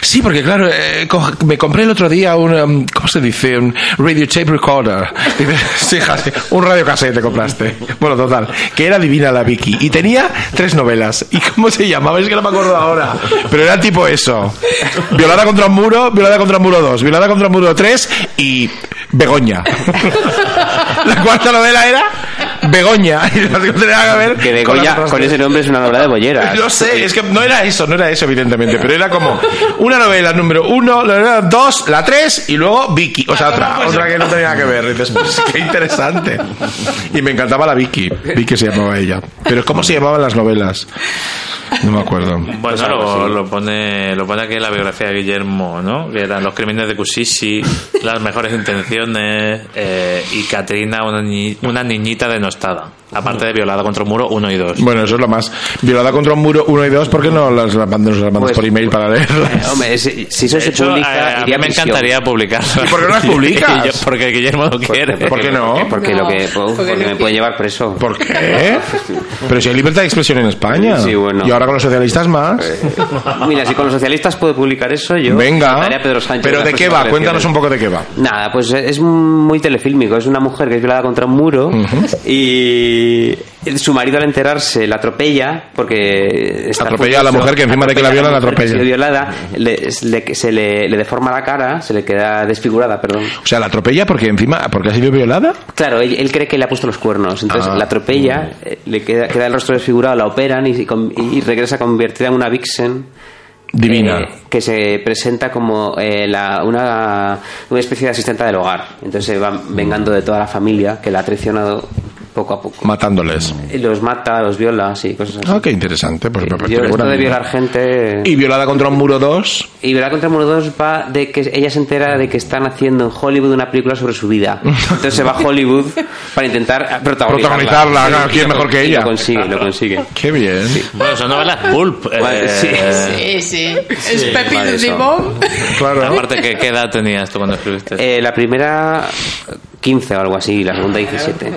Speaker 4: sí, porque claro, eh, co- me compré el otro día un, um, ¿cómo se dice? Un radio tape recorder. Dice, sí, hija, sí, un radio cassette te compraste. Bueno, total, que era divina la Vicky y tenía tres novelas. ¿Y cómo se llamaba? Es que no me acuerdo ahora. Pero era tipo eso. Violada contra un muro, violada contra un muro 2, violada contra un muro 3 y Begoña. La cuarta novela era Begoña. Y no tenía nada que ver
Speaker 6: Que de
Speaker 4: con las
Speaker 6: Goya,
Speaker 4: otras
Speaker 6: con
Speaker 4: tres.
Speaker 6: ese nombre, es una novela de bollera.
Speaker 4: Yo sé, es que no era eso, no era eso, evidentemente, pero era como una novela número uno, la novela dos, la tres y luego Vicky, o sea, otra, otra que no tenía nada que ver. Y dices, pues, qué interesante. Y me encantaba la Vicky, Vicky se llamaba ella. Pero ¿cómo se llamaban las novelas? No me acuerdo.
Speaker 7: Bueno, lo, Pues lo pone, lo pone aquí en la biografía de Guillermo, ¿no? Que eran los crímenes de Kushishi, las mejores intenciones eh, y Katrina, una, ni- una niñita denostada. Aparte de violada contra un muro 1 y 2.
Speaker 4: Bueno, eso es lo más. Violada contra un muro uno y dos, ¿por qué no las las mandas, las mandas
Speaker 6: Pues-
Speaker 4: por email para
Speaker 6: Eh,
Speaker 4: leerlas?
Speaker 6: Hombre, si, si eso
Speaker 7: De
Speaker 6: se
Speaker 7: hecho, eh,
Speaker 6: publica,
Speaker 7: a, a mí
Speaker 6: iría a
Speaker 7: me
Speaker 6: prisión.
Speaker 7: encantaría publicarlo.
Speaker 4: ¿Y por qué no las publicas?
Speaker 7: Y yo- porque Guillermo no quiere.
Speaker 4: ¿Por qué no?
Speaker 6: Porque, lo que,
Speaker 5: No,
Speaker 6: uf,
Speaker 5: porque
Speaker 6: porque
Speaker 5: no
Speaker 6: me puede
Speaker 5: quiere.
Speaker 6: llevar preso.
Speaker 4: ¿Por qué? Pero si hay libertad de expresión en España.
Speaker 6: Sí, bueno. Eh,
Speaker 4: Y ahora con los socialistas más.
Speaker 6: Mira, si con los socialistas puedo publicar eso, yo.
Speaker 4: Venga.
Speaker 6: mandaría a Pedro Sánchez
Speaker 4: Pero
Speaker 6: en
Speaker 4: ¿de
Speaker 6: las
Speaker 4: qué va?
Speaker 6: próximas elecciones.
Speaker 4: Cuéntanos un poco de qué va.
Speaker 6: Nada, pues es muy telefílmico. Es una mujer que es violada contra un muro y su marido al enterarse la atropella porque... está
Speaker 4: Atropella a la mujer que encima de que la
Speaker 6: atropella a
Speaker 4: violan, la
Speaker 6: mujer que ha sido
Speaker 4: atropella.
Speaker 6: violada, le- le- se le, le deforma la cara, se le queda desfigurada, perdón.
Speaker 4: O sea, la atropella porque encima, porque ha sido violada.
Speaker 6: Claro, él, él cree que le ha puesto los cuernos, entonces
Speaker 4: Ah.
Speaker 6: la atropella, eh, le queda, queda el rostro desfigurado, la operan y, con- y regresa convertida en una vixen.
Speaker 4: Divina.
Speaker 6: eh, que se presenta como eh, la- una, una especie de asistenta del hogar. Entonces se va vengando de toda la familia que la ha traicionado poco a poco.
Speaker 4: Matándoles.
Speaker 6: Y los mata, los viola, sí, cosas así.
Speaker 4: Ah, qué interesante. Pues, me
Speaker 6: Eh,
Speaker 4: parece
Speaker 6: yo- esto
Speaker 4: buena
Speaker 6: de
Speaker 4: idea.
Speaker 6: violar gente... eh,
Speaker 4: Y violada contra un muro 2.
Speaker 6: Y Viola contra Muro 2 va de que ella se entera de que están haciendo en Hollywood una película sobre su vida. Entonces se va a Hollywood para intentar protagonizarla.
Speaker 4: Protagonizarla, claro, ¿quién
Speaker 6: Y lo-
Speaker 4: mejor que
Speaker 6: y
Speaker 4: ella?
Speaker 6: Lo consigue, lo consigue.
Speaker 4: Qué bien.
Speaker 7: Bueno, son novelas pulp. eh,
Speaker 6: Vale, sí.
Speaker 5: Sí,
Speaker 6: Eh,
Speaker 5: sí. Es Pepi
Speaker 6: vale,
Speaker 5: de
Speaker 6: eso.
Speaker 5: Simón.
Speaker 4: Claro.
Speaker 7: Aparte, ¿qué, ¿qué edad tenías tú cuando escribiste?
Speaker 6: Eh, la primera 15 o algo así, y la segunda 17.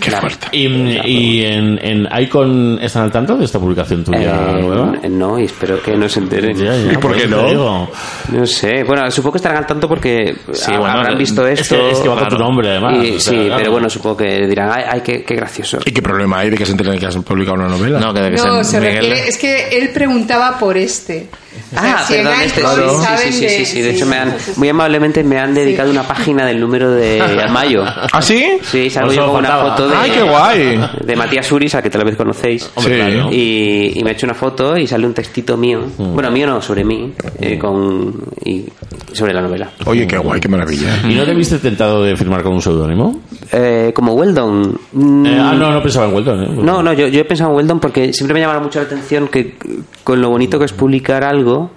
Speaker 4: Qué fuerte.
Speaker 3: ¿Y, y en, en Icon están al tanto de esta publicación tuya
Speaker 6: Eh,
Speaker 3: nueva?
Speaker 6: no, y espero que no se enteren.
Speaker 3: Ya, ya,
Speaker 4: ¿Y por qué
Speaker 3: eso te
Speaker 4: no?
Speaker 3: digo.
Speaker 6: No sé, bueno, supongo que estarán al tanto porque
Speaker 7: Sí,
Speaker 6: ha-
Speaker 7: bueno,
Speaker 6: habrán
Speaker 7: es-
Speaker 6: visto
Speaker 7: es
Speaker 6: esto.
Speaker 7: que- es que va con tu nombre, además,
Speaker 6: Y-
Speaker 3: o sea,
Speaker 6: sí,
Speaker 3: claro.
Speaker 6: pero bueno, supongo que dirán, ay, ay, qué, qué gracioso.
Speaker 4: ¿Y qué problema hay de que se enteren que has publicado una novela?
Speaker 7: No, que de que
Speaker 5: No,
Speaker 7: se-
Speaker 5: se
Speaker 7: Miguel-
Speaker 5: refiere. Es que él preguntaba por este. O sea,
Speaker 6: Ah,
Speaker 5: si en
Speaker 6: perdón,
Speaker 5: Icon
Speaker 6: este, sí,
Speaker 5: saben
Speaker 6: sí, sí, sí, sí, de hecho me han,
Speaker 5: sí, sí, sí.
Speaker 6: muy amablemente me han dedicado una página del número de Mayo.
Speaker 4: ¿Ah,
Speaker 7: ¿eh?
Speaker 4: sí?
Speaker 6: Sí, salgo
Speaker 3: Pues
Speaker 6: yo
Speaker 3: solo
Speaker 6: con una
Speaker 3: faltaba.
Speaker 6: foto de,
Speaker 4: ¡Ay, qué guay!
Speaker 6: de Matías Uris, al que tal vez conocéis.
Speaker 4: sí.
Speaker 3: claro.
Speaker 6: Y, y me ha hecho una foto y sale un textito mío.
Speaker 4: Mm.
Speaker 6: Bueno, mío no, sobre mí. eh, con, y sobre la novela.
Speaker 4: Oye, qué guay, qué maravilla.
Speaker 3: ¿Y no te viste tentado de firmar con un seudónimo?
Speaker 6: Eh, como Weldon. mm,
Speaker 3: Eh, ah, no, no pensaba en Weldon. ¿eh?
Speaker 6: No, no, yo, yo he pensado en Weldon porque siempre me llamaba mucho la atención que con lo bonito que es publicar algo,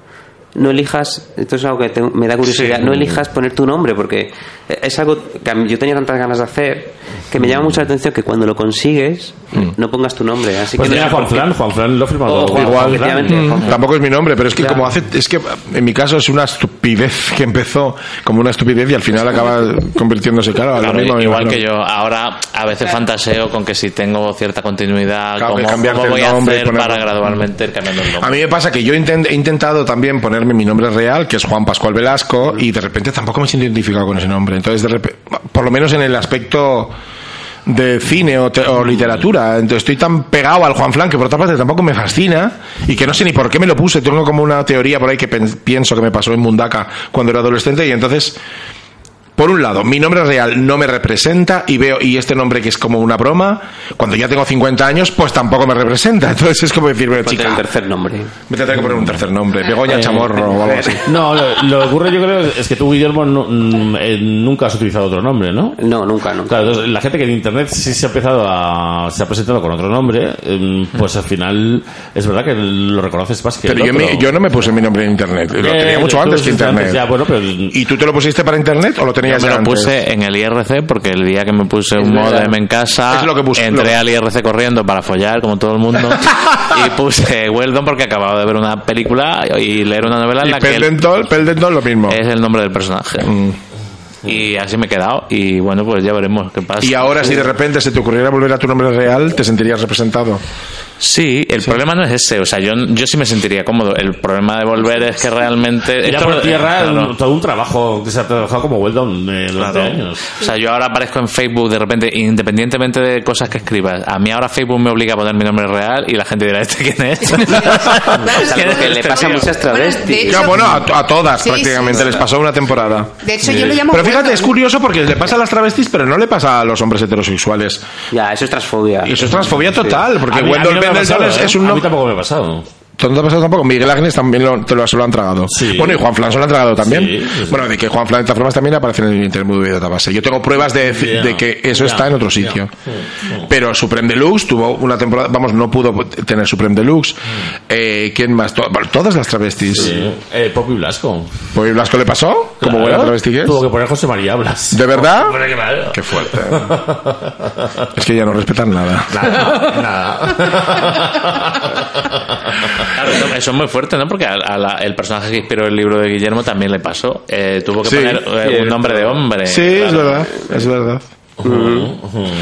Speaker 6: no elijas, esto es algo que te- me da curiosidad, no elijas poner tu nombre, porque es algo que a mí- yo tenía tantas ganas de hacer que me llama mucho la atención que cuando lo consigues no pongas tu nombre. Así
Speaker 3: Pues
Speaker 6: que
Speaker 3: tenía Juan Fran, Juan Fran lo ha firmado.
Speaker 6: Oh, Juan,
Speaker 3: Igual,
Speaker 6: efectivamente,
Speaker 3: Fran.
Speaker 6: Juan.
Speaker 4: Mm. Tampoco es mi nombre, pero es que
Speaker 6: Claro.
Speaker 4: como hace, es que en mi caso es una estupidez que empezó como una estupidez y al final acaba convirtiéndose, claro, a lo
Speaker 7: Claro,
Speaker 4: mismo me
Speaker 7: igual
Speaker 4: imagino.
Speaker 7: que yo, ahora a veces fantaseo con que si tengo cierta continuidad,
Speaker 4: Claro, que
Speaker 7: cómo,
Speaker 4: cambiarte
Speaker 7: cómo
Speaker 4: el
Speaker 7: voy a
Speaker 4: nombre y
Speaker 7: hacer
Speaker 4: ponerlo.
Speaker 7: para gradualmente ir cambiando el
Speaker 4: A
Speaker 7: nombre.
Speaker 4: mí me pasa que yo inten- he intentado también ponerme mi nombre real, que es Juan Pascual Velasco, y de repente tampoco me siento identificado con ese nombre. Entonces, de repe- por lo menos en el aspecto de cine o, te- o literatura, entonces estoy tan pegado al Juan Flan que por otra parte tampoco me fascina y que no sé ni por qué me lo puse. Tengo como una teoría por ahí que pen- pienso que me pasó en Mundaka cuando era adolescente y entonces por un lado, mi nombre real no me representa y veo, y este nombre que es como una broma, cuando ya tengo 50 años, pues tampoco me representa. Entonces es como decirme,
Speaker 6: Ponte
Speaker 4: chica,
Speaker 6: el tercer nombre.
Speaker 4: me tendré que poner un tercer nombre,
Speaker 3: Eh,
Speaker 4: Begoña Chamorro o algo así.
Speaker 3: No, lo, lo que ocurre yo creo es que tú, Guillermo, no- mm, eh, nunca has utilizado otro nombre, ¿no?
Speaker 6: No, nunca, nunca.
Speaker 3: Claro, entonces, la gente que en internet sí se ha empezado a. se ha presentado con otro nombre, em, pues al final es verdad que lo reconoces más que.
Speaker 4: Pero
Speaker 3: el
Speaker 4: yo,
Speaker 3: otro.
Speaker 4: me- yo no me puse mi nombre en internet, lo
Speaker 3: Eh,
Speaker 4: tenía mucho
Speaker 3: tú
Speaker 4: antes que
Speaker 3: estás
Speaker 4: internet.
Speaker 3: ya, bueno, pero-
Speaker 4: ¿Y tú te lo pusiste para internet o lo tenías
Speaker 7: Yo me
Speaker 4: ya
Speaker 7: lo
Speaker 4: antes?
Speaker 7: puse en el IRC porque el día que me puse un
Speaker 4: verdad.
Speaker 7: modem en casa
Speaker 4: Es lo que busco,
Speaker 7: entré
Speaker 4: lo que-
Speaker 7: al IRC corriendo para follar como todo el mundo y puse Weldon porque acababa de ver una película y leer una novela en
Speaker 4: Y
Speaker 7: la que él
Speaker 4: Pendleton, Pendleton lo mismo. Mm.
Speaker 7: es el nombre del personaje y así me he quedado y bueno pues ya veremos qué pasa
Speaker 4: Y ahora si de repente se te ocurriera volver a tu nombre real, te sentirías representado.
Speaker 7: Sí, el problema no es ese. O sea, yo, yo sí me sentiría cómodo. El problema de volver es que realmente.
Speaker 3: Ir a
Speaker 7: esto-
Speaker 3: por tierra
Speaker 7: claro.
Speaker 3: un- todo un trabajo que se ha trabajado como Weldon eh, durante
Speaker 7: Claro. O
Speaker 3: años.
Speaker 7: sea, yo ahora aparezco en Facebook de repente, independientemente de cosas que escribas. A mí ahora Facebook me obliga a poner mi nombre real y la gente dirá, ¿este quién es?
Speaker 6: Es
Speaker 7: ¿Quién
Speaker 6: algo
Speaker 7: es
Speaker 6: que le
Speaker 7: este
Speaker 6: pasa a
Speaker 7: tío?
Speaker 6: muchas travestis.
Speaker 5: de
Speaker 4: Ya, bueno, a, a todas
Speaker 5: Sí,
Speaker 4: prácticamente
Speaker 5: sí, sí.
Speaker 4: les pasó una temporada.
Speaker 5: De hecho, yo lo llamo.
Speaker 4: Pero fíjate,
Speaker 5: Weldon.
Speaker 4: es curioso porque le pasa a las travestis, pero no le pasa a los hombres heterosexuales.
Speaker 6: Ya, eso es transfobia.
Speaker 4: Y eso es transfobia total, porque
Speaker 3: A mí- a mí
Speaker 4: Wendell
Speaker 3: no me ha
Speaker 4: Pendleton
Speaker 3: pasado,
Speaker 4: es,
Speaker 3: ¿eh?
Speaker 4: es un
Speaker 3: A mí
Speaker 4: nombre.
Speaker 3: tampoco me ha pasado.
Speaker 4: ¿Tú no te ha pasado tampoco? Miguel Ángeles también lo, te lo, se lo han tragado.
Speaker 3: Sí.
Speaker 4: Bueno, y Juan Flan se lo han tragado también.
Speaker 3: Sí, sí, sí.
Speaker 4: Bueno, de que Juan Flan de todas formas también aparece en el intermedio de database. Yo tengo pruebas de,
Speaker 3: Ya,
Speaker 4: de que eso
Speaker 3: ya,
Speaker 4: está en otro
Speaker 3: ya. Mm,
Speaker 4: sitio.
Speaker 3: Sí, sí.
Speaker 4: Pero Supreme Deluxe tuvo una temporada, vamos, no pudo tener Supreme Deluxe. Eh, ¿Quién más? To- bueno, todas las travestis.
Speaker 3: Mm. Sí. Eh, Poppy Blasco.
Speaker 4: Pues Blasco le pasó, como
Speaker 3: Claro.
Speaker 4: buena travesti que es.
Speaker 3: Tuvo que poner José María Blas.
Speaker 4: ¿De verdad?
Speaker 3: Hombre, claro.
Speaker 4: Qué fuerte. Es que ya no respetan nada.
Speaker 3: Nada, nada.
Speaker 7: Claro, no, eso es muy fuerte, ¿no? Porque a- a la- el personaje que inspiró el libro de Guillermo también le pasó. Eh, tuvo que
Speaker 4: Sí,
Speaker 7: poner eh, un nombre de hombre.
Speaker 4: Sí, es verdad, es verdad.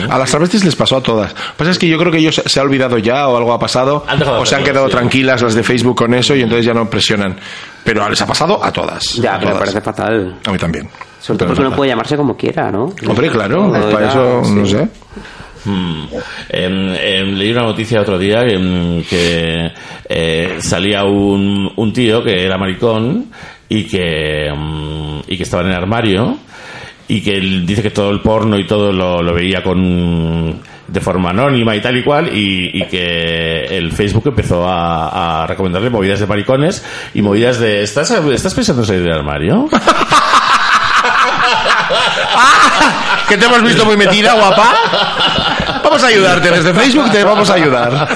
Speaker 4: A las travestis les pasó a todas. Lo que pasa es que yo creo que ellos se ha olvidado ya o algo ha pasado
Speaker 3: Han dejado de
Speaker 4: o se han
Speaker 3: hacerlo,
Speaker 4: quedado
Speaker 3: sí.
Speaker 4: tranquilas las de Facebook con eso y entonces ya no presionan. Pero les ha pasado a todas.
Speaker 6: Ya,
Speaker 4: a,
Speaker 6: pero me
Speaker 4: todas.
Speaker 6: parece fatal.
Speaker 4: a mí también.
Speaker 6: Sobre todo
Speaker 4: Pero
Speaker 6: porque
Speaker 4: no
Speaker 6: Pues uno puede llamarse como quiera, ¿no?
Speaker 4: Hombre, Eh, claro,
Speaker 6: Todo
Speaker 4: para
Speaker 6: era-
Speaker 4: eso
Speaker 6: sí.
Speaker 4: no sé.
Speaker 3: Mm. Em, em, leí una noticia otro día em, que eh, salía un, un tío que era maricón y que, mm, y que estaba en el armario y que él dice que todo el porno y todo lo, lo veía con de forma anónima y tal y cual y, y que el Facebook empezó a, a recomendarle movidas de maricones y movidas de ¿estás, estás pensando en salir del armario?
Speaker 4: ¿Que te hemos visto muy metida, guapa? Vamos a ayudarte desde Facebook, te vamos a ayudar.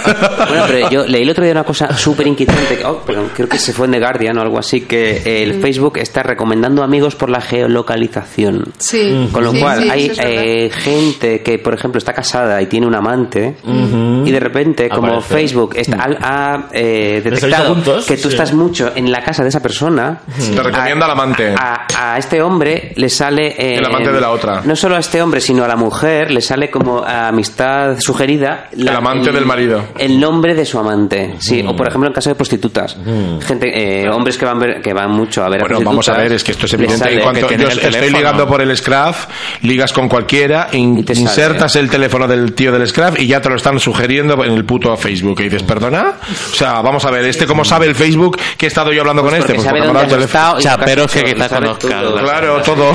Speaker 6: Bueno, pero yo leí el otro día una cosa súper inquietante. que- oh, perdón, creo que se fue en The Guardian o algo así. Que eh, el Facebook está recomendando amigos por la geolocalización.
Speaker 5: Sí.
Speaker 6: Con lo
Speaker 5: Sí,
Speaker 6: cual,
Speaker 5: sí,
Speaker 6: hay
Speaker 5: eso es verdad.
Speaker 6: eh, gente que, por ejemplo, está casada y tiene un amante, y de repente, como
Speaker 3: Aparece.
Speaker 6: Facebook está- ha, ha, eh,
Speaker 3: habéis
Speaker 6: detectado
Speaker 3: juntos?
Speaker 6: que tú
Speaker 3: Sí.
Speaker 6: estás mucho en la casa de esa persona,
Speaker 4: Te recomienda al amante.
Speaker 6: A, a este hombre le sale. eh,
Speaker 4: El amante de la otra.
Speaker 6: No solo a este hombre, sino a la mujer, le sale como amistad sugerida. la-
Speaker 4: El amante del marido. Mm.
Speaker 6: El nombre de su amante. Sí, o por ejemplo, en caso de prostitutas. Gente, eh, hombres que van, ver- que van mucho a ver a
Speaker 4: Bueno, vamos a
Speaker 6: prostitutas,
Speaker 4: ver, es que esto es
Speaker 6: les
Speaker 4: evidente.
Speaker 6: sale
Speaker 4: En
Speaker 6: que
Speaker 4: cuanto
Speaker 6: tienen
Speaker 4: yo
Speaker 6: el
Speaker 4: estoy
Speaker 6: teléfono.
Speaker 4: ligando por el Scraf, ligas con cualquiera, in-
Speaker 6: Y te sale. ¿eh?
Speaker 4: insertas el teléfono del tío del Scraf y ya te lo están sugiriendo en el puto Facebook. Y dices, ¿perdona? O sea, vamos a ver, ¿este cómo sabe el Facebook que he estado yo hablando con
Speaker 6: Porque
Speaker 4: este? Pues
Speaker 6: sabe
Speaker 4: porque me
Speaker 6: dónde
Speaker 4: ha dado el
Speaker 6: has estado y
Speaker 7: O sea,
Speaker 6: lo has
Speaker 7: pero es que
Speaker 6: hecho,
Speaker 7: quizá
Speaker 6: lo sabes
Speaker 7: conozca
Speaker 6: todo.
Speaker 7: algo.
Speaker 4: Claro, todo.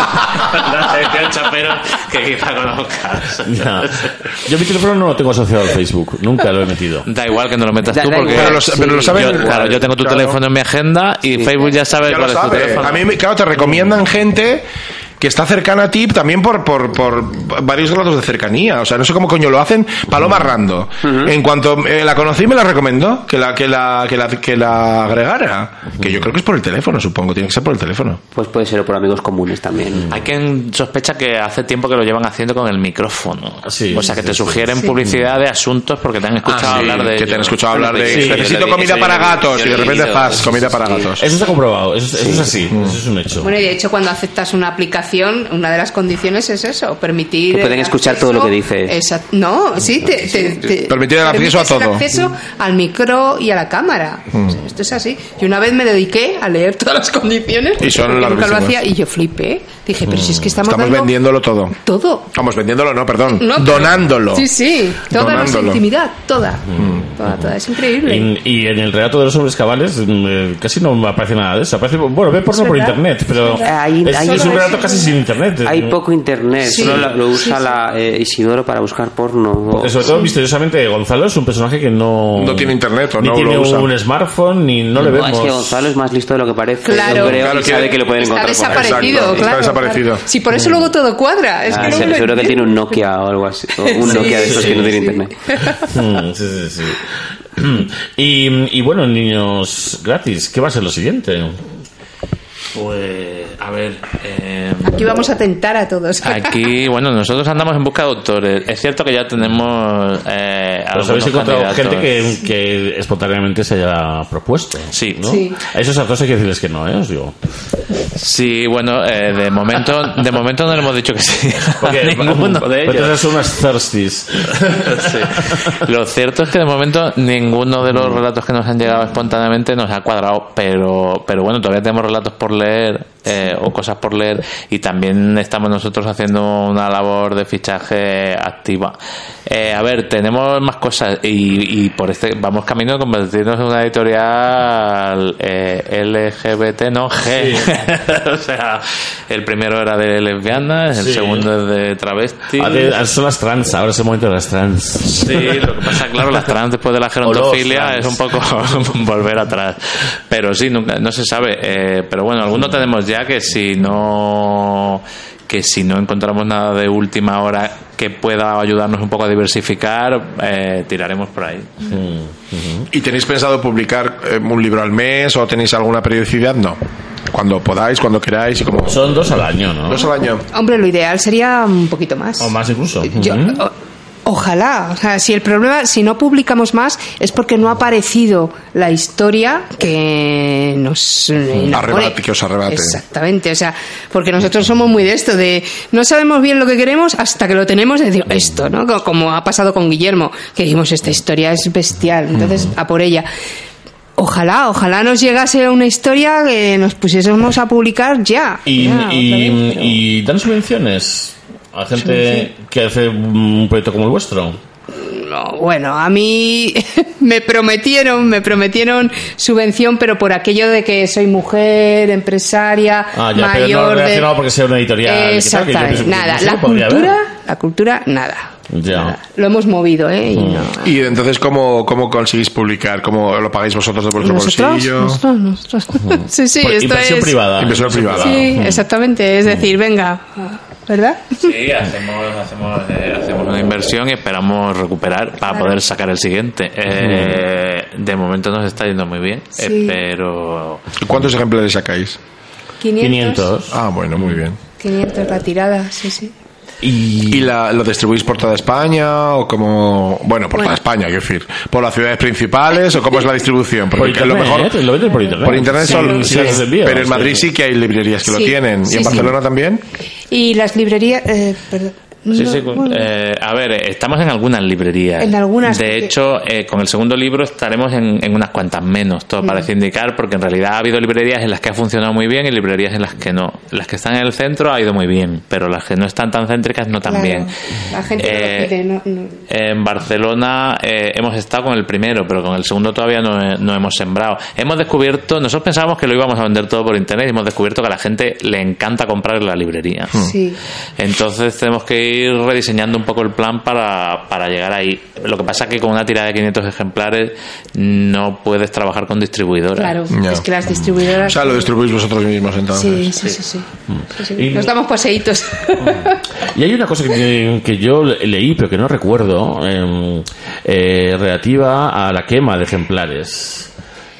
Speaker 7: La sección chaperos que quizá conozcas.
Speaker 3: No. Yo mi teléfono no lo tengo asociado al Facebook, nunca lo he metido.
Speaker 7: Da igual que no lo metas
Speaker 6: Da-
Speaker 7: tú
Speaker 6: da
Speaker 7: porque.
Speaker 6: igual,
Speaker 4: Pero lo- pero lo sabes-
Speaker 7: Yo- claro, yo tengo tu
Speaker 4: Claro.
Speaker 7: teléfono en mi agenda y Facebook ya sabe
Speaker 4: Ya
Speaker 7: cuál
Speaker 4: lo
Speaker 7: es tu
Speaker 4: sabe.
Speaker 7: teléfono.
Speaker 4: A mí, me- claro, te recomiendan gente que está cercana a ti también por, por, por varios grados de cercanía. O sea, no sé cómo coño lo hacen. Paloma Rando. En cuanto eh, la conocí, me la recomendó que la, que la, que la, que la agregara. Que yo creo que es por el teléfono, supongo. Tiene que ser por el teléfono. Mm.
Speaker 6: Pues puede ser por amigos comunes también.
Speaker 7: Hay quien sospecha que hace tiempo que lo llevan haciendo con el micrófono.
Speaker 3: Sí,
Speaker 7: o sea, que
Speaker 3: sí,
Speaker 7: te
Speaker 3: sí.
Speaker 7: sugieren publicidad de asuntos porque te han escuchado
Speaker 4: Ah, sí,
Speaker 7: hablar de
Speaker 4: que te han
Speaker 7: ello.
Speaker 4: escuchado hablar de
Speaker 7: Sí, yo
Speaker 4: necesito
Speaker 7: le-
Speaker 4: comida
Speaker 7: sí,
Speaker 4: para
Speaker 7: yo le-
Speaker 4: gatos
Speaker 7: yo
Speaker 4: y de
Speaker 7: le he
Speaker 4: repente
Speaker 7: leído
Speaker 4: faz
Speaker 7: eso,
Speaker 4: comida
Speaker 7: sí,
Speaker 4: para
Speaker 7: sí. Mm.
Speaker 4: gatos.
Speaker 3: Eso está comprobado, eso, es- eso es así, eso es un hecho.
Speaker 5: Bueno, y de hecho, cuando aceptas una aplicación, una de las condiciones es eso: permitir.
Speaker 6: Que pueden
Speaker 5: el
Speaker 6: escuchar todo lo que dices.
Speaker 5: Esa- No, sí, te, te- te-
Speaker 4: Permitir el acceso a
Speaker 5: permites el
Speaker 4: todo.
Speaker 5: acceso al micro y a la cámara.
Speaker 4: Mm.
Speaker 5: Esto es así. Yo una vez me dediqué a leer todas las condiciones.
Speaker 4: Y son
Speaker 5: porque nunca lo
Speaker 4: larguísimas.
Speaker 5: hacía y yo flipé. Dije, pero si es que estamos,
Speaker 4: Estamos
Speaker 5: dando
Speaker 4: vendiéndolo todo.
Speaker 5: todo.
Speaker 4: Vamos, vendiéndolo, no, perdón.
Speaker 5: No, pero-
Speaker 4: donándolo.
Speaker 5: Sí, sí, toda
Speaker 4: Donándolo.
Speaker 5: nuestra intimidad, toda. Toda, toda. Es increíble.
Speaker 3: Y, y Mm. en el relato de los hombres cabales mm, eh, casi no aparece nada de eso. Aparece, bueno, ve porno
Speaker 5: Es
Speaker 3: por
Speaker 5: verdad,
Speaker 3: internet, pero es,
Speaker 6: Hay- hay-
Speaker 3: es un relato casi sin internet. eh.
Speaker 6: Hay poco internet,
Speaker 5: Sí,
Speaker 6: solo la- lo,
Speaker 5: sí,
Speaker 6: usa
Speaker 5: sí.
Speaker 6: la eh, Isidoro para buscar porno. o-
Speaker 4: Pues
Speaker 3: Porque sobre todo, misteriosamente, Gonzalo es un personaje que no...
Speaker 4: No tiene internet o
Speaker 3: ni
Speaker 4: no
Speaker 3: tiene
Speaker 4: lo usa.
Speaker 3: un smartphone, ni no le
Speaker 6: No,
Speaker 3: vemos.
Speaker 6: es que Gonzalo es más listo de lo que parece.
Speaker 5: Claro.
Speaker 6: yo creo,
Speaker 4: Claro
Speaker 6: y
Speaker 4: que-
Speaker 6: sabe que lo pueden
Speaker 5: Está
Speaker 6: encontrar. por ahí.
Speaker 5: desaparecido,
Speaker 4: Exacto,
Speaker 5: claro.
Speaker 4: está
Speaker 5: claro.
Speaker 4: desaparecido. Mm.
Speaker 5: Sí, por eso luego todo cuadra. Es
Speaker 6: Ah,
Speaker 5: que
Speaker 6: se-
Speaker 5: luego lo
Speaker 6: seguro que él
Speaker 5: entiendo.
Speaker 6: tiene un Nokia o algo así. O un
Speaker 5: Sí,
Speaker 6: Nokia de esos
Speaker 3: sí,
Speaker 6: que no tiene
Speaker 5: sí.
Speaker 6: internet.
Speaker 3: Mm, sí, sí, sí. Y, y bueno, niños gratis, ¿qué va a ser lo siguiente?
Speaker 7: Pues, a ver. eh,
Speaker 5: Aquí vamos a tentar a todos.
Speaker 7: Aquí, bueno, nosotros andamos en busca de autores. Es cierto que ya tenemos. Eh,
Speaker 3: Pues
Speaker 7: algunos
Speaker 3: habéis encontrado
Speaker 7: candidatos.
Speaker 3: gente que, que espontáneamente se haya propuesto.
Speaker 7: Sí.
Speaker 3: ¿no?
Speaker 5: Sí.
Speaker 3: A esos actos hay que decirles que no, ¿eh? Os digo.
Speaker 7: Sí, bueno, eh, de momento de momento no le hemos dicho que sí. a
Speaker 3: Porque
Speaker 7: ninguno de
Speaker 3: porque
Speaker 7: ellos.
Speaker 3: esas son unas thirsties.
Speaker 7: Sí. Lo cierto es que de momento ninguno de los relatos que nos han llegado espontáneamente nos ha cuadrado, pero, pero bueno, todavía tenemos relatos por leer eh, o cosas por leer y también estamos nosotros haciendo una labor de fichaje activa. Eh, a ver, tenemos más cosas y, y por este vamos camino de convertirnos en una editorial eh, LGBT, no G. o sea, el primero era de lesbianas, el
Speaker 3: Sí.
Speaker 7: segundo es de travestis.
Speaker 3: Ah, de- ah, Son las trans, ahora es el momento de las trans.
Speaker 7: Sí, lo que pasa, claro, las trans después de la
Speaker 3: O
Speaker 7: gerontofilia es
Speaker 3: los
Speaker 7: un
Speaker 3: trans.
Speaker 7: poco volver atrás. Pero sí, nunca, no se sabe. Eh, pero bueno,
Speaker 3: Mm.
Speaker 7: algunos tenemos ya que si no que si no encontramos nada de última hora que pueda ayudarnos un poco a diversificar, eh, tiraremos por ahí.
Speaker 3: Mm.
Speaker 4: ¿Y tenéis pensado publicar eh, un libro al mes o tenéis alguna periodicidad? No. Cuando podáis, cuando queráis y como...
Speaker 3: Son dos al año, ¿no?
Speaker 4: Dos al año.
Speaker 5: Hombre, lo ideal sería un poquito más.
Speaker 3: O más incluso.
Speaker 5: Yo-
Speaker 3: Ujú.
Speaker 5: o- ojalá. O sea, si el problema, si no publicamos más, es porque no ha aparecido la historia que nos enamore.
Speaker 4: Arrebate, que os arrebate.
Speaker 5: Exactamente. O sea, porque nosotros somos muy de esto, de no sabemos bien lo que queremos hasta que lo tenemos y decir esto, ¿no? Co- Como ha pasado con Guillermo, que dijimos esta historia es bestial, entonces a por ella. Ojalá, ojalá nos llegase una historia que nos pusiésemos a publicar ya.
Speaker 3: Y,
Speaker 5: Ya, otra
Speaker 3: y-
Speaker 5: vez, pero-
Speaker 3: y dan subvenciones a gente que hace un proyecto como el vuestro.
Speaker 5: No, bueno, a mí me prometieron, me prometieron subvención, pero por aquello de que soy mujer, empresaria,
Speaker 3: Ah, ya, pero no
Speaker 5: mayor. de-
Speaker 3: relacionado porque sea una editorial. que tal, que yo
Speaker 5: Exactamente,
Speaker 3: pienso que
Speaker 5: nada.
Speaker 3: sí que
Speaker 5: La
Speaker 3: podría
Speaker 5: cultura,
Speaker 3: haber.
Speaker 5: la cultura, nada.
Speaker 3: Ya.
Speaker 5: Nada. Lo hemos movido, ¿eh?
Speaker 3: Mm.
Speaker 5: Y no.
Speaker 4: ¿Y entonces cómo, cómo conseguís publicar? ¿Cómo lo pagáis vosotros de vuestro
Speaker 5: Nosotros,
Speaker 4: bolsillo?
Speaker 5: nosotros, nosotros. Sí, sí,
Speaker 3: Por-
Speaker 5: esto
Speaker 3: inversión
Speaker 5: es.
Speaker 3: privada.
Speaker 4: Inversión privada.
Speaker 5: Sí, exactamente. Es decir, venga, ¿verdad?
Speaker 7: Sí, hacemos, hacemos, eh, hacemos una inversión y esperamos recuperar para poder sacar el
Speaker 3: Mm.
Speaker 7: siguiente. Eh, de momento nos está yendo muy bien, eh,
Speaker 5: Sí.
Speaker 7: pero
Speaker 4: ¿Y ¿Cuántos ejemplares sacáis?
Speaker 5: 500.
Speaker 3: 500.
Speaker 4: Ah, bueno, muy bien.
Speaker 5: 500 la tirada, sí, sí.
Speaker 4: ¿Y la, lo distribuís por toda España o como... Bueno, por toda España, quiero decir. ¿Por las ciudades principales o cómo es la distribución?
Speaker 3: Por
Speaker 4: Porque
Speaker 3: internet,
Speaker 4: lo mejor...
Speaker 3: ¿eh? Lo venden por internet.
Speaker 4: Por internet
Speaker 3: Sí,
Speaker 4: solo,
Speaker 3: sí,
Speaker 4: sí,
Speaker 3: los envíos,
Speaker 4: pero en Madrid
Speaker 3: sí.
Speaker 4: sí que hay librerías que lo
Speaker 5: Sí,
Speaker 4: tienen. ¿Y
Speaker 5: sí,
Speaker 4: en
Speaker 5: sí.
Speaker 4: Barcelona también?
Speaker 5: Y las librerías. eh, perdón.
Speaker 7: Sí,
Speaker 5: No,
Speaker 7: sí,
Speaker 5: bueno.
Speaker 7: eh, a ver, eh, estamos en algunas librerías.
Speaker 5: En algunas,
Speaker 7: De
Speaker 5: porque-
Speaker 7: hecho, eh, con el segundo libro estaremos en, en unas cuantas menos, todo parece indicar, porque en realidad ha habido librerías en las que ha funcionado muy bien y librerías en las que no. Las que están en el centro ha ido muy bien, pero las que no están tan céntricas no tan
Speaker 5: Claro,
Speaker 7: bien.
Speaker 5: la gente no
Speaker 3: eh,
Speaker 5: lo pide, no- no.
Speaker 7: En Barcelona eh, hemos estado con el primero, pero con el segundo todavía no, he- no hemos sembrado. Hemos descubierto, nosotros pensábamos que lo íbamos a vender todo por
Speaker 4: Hmm.
Speaker 7: internet y hemos descubierto que a la gente le encanta comprar en la librería.
Speaker 5: Sí.
Speaker 7: Entonces tenemos que ir rediseñando un poco el plan para, para llegar ahí. Lo que pasa es que con una tirada de 500 ejemplares no puedes trabajar con distribuidoras.
Speaker 5: Claro,
Speaker 4: Ya.
Speaker 5: es que las distribuidoras.
Speaker 4: O sea, lo distribuís vosotros mismos
Speaker 5: Sí,
Speaker 4: entonces.
Speaker 5: sí, sí. sí. Sí, sí.
Speaker 3: Y-
Speaker 5: Nos damos paseitos.
Speaker 3: Y hay una cosa que, que yo le- leí, pero que no recuerdo, eh, eh, relativa a la quema de ejemplares.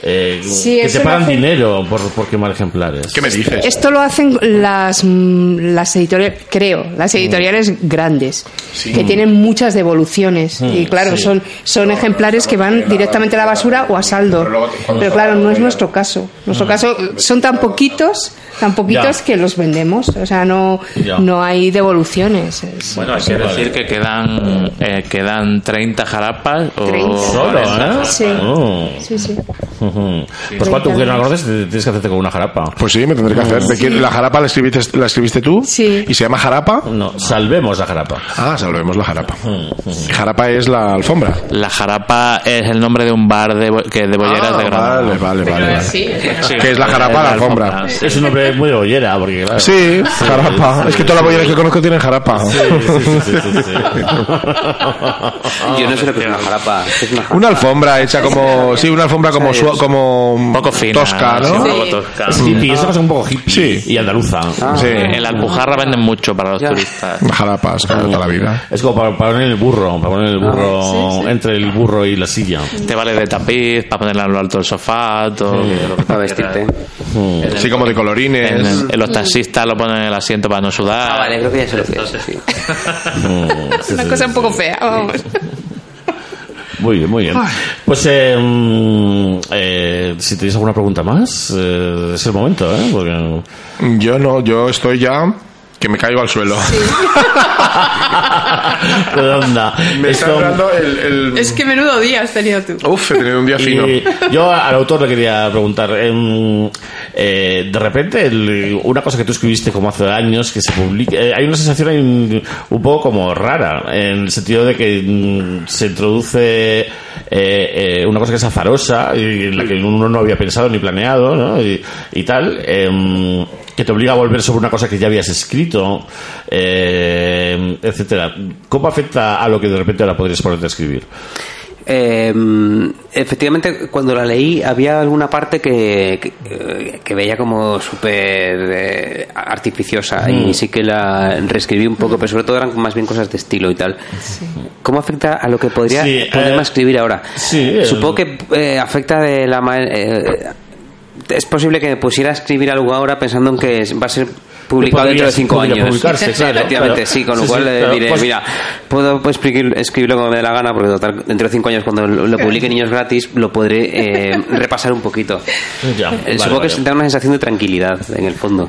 Speaker 3: Eh,
Speaker 5: Sí,
Speaker 3: que
Speaker 5: eso
Speaker 3: te
Speaker 5: lo
Speaker 3: pagan
Speaker 5: hacen-
Speaker 3: dinero por, por quemar ejemplares.
Speaker 4: ¿Qué me dices?
Speaker 5: Esto lo hacen las, mm, las editoriales, creo, las editoriales grandes, que tienen muchas devoluciones. Y claro,
Speaker 3: sí.
Speaker 5: son, son ejemplares que van directamente a la basura o a saldo.
Speaker 4: Pero luego te-
Speaker 5: Pero
Speaker 4: cuando se acaba
Speaker 5: claro,
Speaker 4: la
Speaker 5: no es
Speaker 4: comida.
Speaker 5: nuestro caso. Nuestro caso eh, son tan poquitos, tan poquitos
Speaker 3: Ya.
Speaker 5: que los vendemos. O sea, no,
Speaker 3: Ya.
Speaker 5: no hay devoluciones. Es-
Speaker 7: Bueno, hay que decir que quedan, eh, quedan 30 jarapas o
Speaker 5: 30.
Speaker 3: Solo, ¿eh?
Speaker 5: Sí.
Speaker 3: Oh.
Speaker 5: Sí, sí.
Speaker 3: Ujú. Pues cuando que no acordes, te- tienes que hacerte con una jarapa.
Speaker 4: Pues sí, me tendré que
Speaker 3: Mm.
Speaker 4: hacer. ¿De quién- ¿La jarapa la escribiste, la escribiste tú?
Speaker 5: Sí.
Speaker 4: ¿Y se llama jarapa?
Speaker 3: No, salvemos la jarapa.
Speaker 4: Ah, salvemos la jarapa. Jarapa es la alfombra.
Speaker 7: La jarapa es el nombre de un bar de, bo- que de bolleras
Speaker 4: Ah,
Speaker 7: de Granada.
Speaker 4: vale, vale, vale. vale.
Speaker 5: Sí.
Speaker 7: Sí,
Speaker 4: Que es la jarapa, la alfombra.
Speaker 7: sí.
Speaker 3: Ah, Es un hombre muy de bollera, porque claro.
Speaker 4: Ah. Sí, jarapa. es que todas las bolleras que conozco tienen jarapa.
Speaker 3: Sí, sí, sí, sí, sí.
Speaker 6: Yo no sé lo que es una jarapa. ¿Qué Es una jarapa?
Speaker 4: Una alfombra hecha como. Sí, una alfombra como. sua- como
Speaker 7: Un poco fina. sí,
Speaker 4: Tosca, Ah, ¿no?
Speaker 7: un poco tosca.
Speaker 3: Es hippie, es una cosa un poco hippie.
Speaker 4: Sí. Ah.
Speaker 3: Y andaluza.
Speaker 4: Sí.
Speaker 7: En la Alpujarra venden mucho para los
Speaker 6: Ya.
Speaker 7: turistas.
Speaker 4: Jarapas, claro, toda la vida.
Speaker 3: Es como para, para poner el burro, para poner el burro entre el burro y la silla.
Speaker 7: Te vale de tapiz, para ponerla en lo alto del sofá, todo. lo que tú
Speaker 6: Para
Speaker 7: quieras.
Speaker 6: vestirte.
Speaker 4: Mm. Sí, como de
Speaker 7: En-
Speaker 4: colorines.
Speaker 7: en los taxistas lo ponen en el asiento para no sudar.
Speaker 6: Ah, vale, creo que ya sé lo que es. sí.
Speaker 7: Mm,
Speaker 4: Mm,
Speaker 5: Es una cosa un poco fea. vamos.
Speaker 3: Muy bien, muy bien. Pues eh, mm, eh, si tenéis alguna pregunta más, eh, es el momento, ¿eh? Porque...
Speaker 4: Yo no, yo estoy ya. Que me caigo al suelo.
Speaker 3: Redonda.
Speaker 4: Me está
Speaker 3: Esto-
Speaker 4: entrando el. el-
Speaker 5: Es que menudo día has tenido tú.
Speaker 4: Uf, he tenido un día fino.
Speaker 3: Y yo al autor le quería preguntar, em, eh, de repente, el- una cosa que tú escribiste como hace años, que se publica, eh, hay una sensación ahí un, un poco como rara, en el sentido de que mm, se introduce eh, eh, una cosa que es azarosa, y en la que uno no había pensado ni planeado, ¿no? y, y tal, em, que te obliga a volver sobre una cosa que ya habías escrito, eh, etcétera. ¿Cómo afecta a lo que de repente ahora podrías ponerte a escribir?
Speaker 6: Eh, efectivamente, cuando la leí había alguna parte que, eh, que, que veía como súper eh, artificiosa
Speaker 3: Mm.
Speaker 6: y sí que la reescribí un poco, pero sobre todo eran más bien cosas de estilo y tal. ¿Cómo afecta a lo que podría
Speaker 3: Sí,
Speaker 6: ponerme
Speaker 3: eh,
Speaker 6: a escribir ahora?
Speaker 3: sí, el-
Speaker 6: Supongo que eh, afecta de la ma- eh, es posible que me pusiera a escribir algo ahora pensando en que va a ser publicado dentro de
Speaker 3: podrías-
Speaker 6: cinco
Speaker 3: podría
Speaker 6: años.
Speaker 3: publicarse, claro,
Speaker 6: Efectivamente,
Speaker 3: claro.
Speaker 6: sí, con lo
Speaker 3: Sí,
Speaker 6: cual
Speaker 3: sí,
Speaker 6: eh,
Speaker 3: claro.
Speaker 6: diré,
Speaker 3: Pues-
Speaker 6: mira, Puedo pues, escribir- escribirlo como me dé la gana, porque total, dentro de cinco años, cuando lo lo publique Niños Gratis, lo podré eh, repasar un poquito.
Speaker 3: Ya,
Speaker 6: Eh,
Speaker 3: vale,
Speaker 6: Supongo
Speaker 3: vale. Hmm.
Speaker 6: que da una sensación de tranquilidad, en el fondo.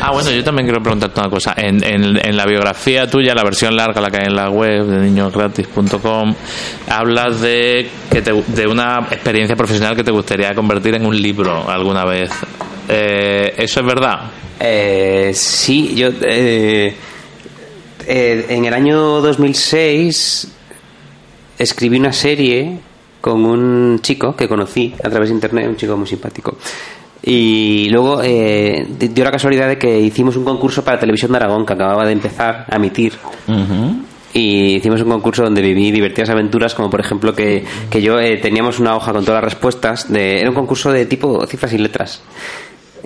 Speaker 7: Ah, bueno, yo también quiero preguntarte una cosa. En, en- en la biografía tuya, la versión larga, la que hay en la web de niñosgratis.com, hablas de, que te- de una experiencia profesional que te gustaría convertir en un libro alguna vez. Eh, ¿Eso es verdad?
Speaker 6: Eh, sí, yo... eh, eh, en el año 2006 escribí una serie con un chico que conocí a través de internet, un chico muy simpático. Y luego eh, di- dio la casualidad de que hicimos un concurso para Televisión de Aragón que acababa de empezar a emitir. Y hicimos un concurso donde viví divertidas aventuras, como por ejemplo que, que yo eh, teníamos una hoja con todas las respuestas. De, era un concurso de tipo cifras y letras.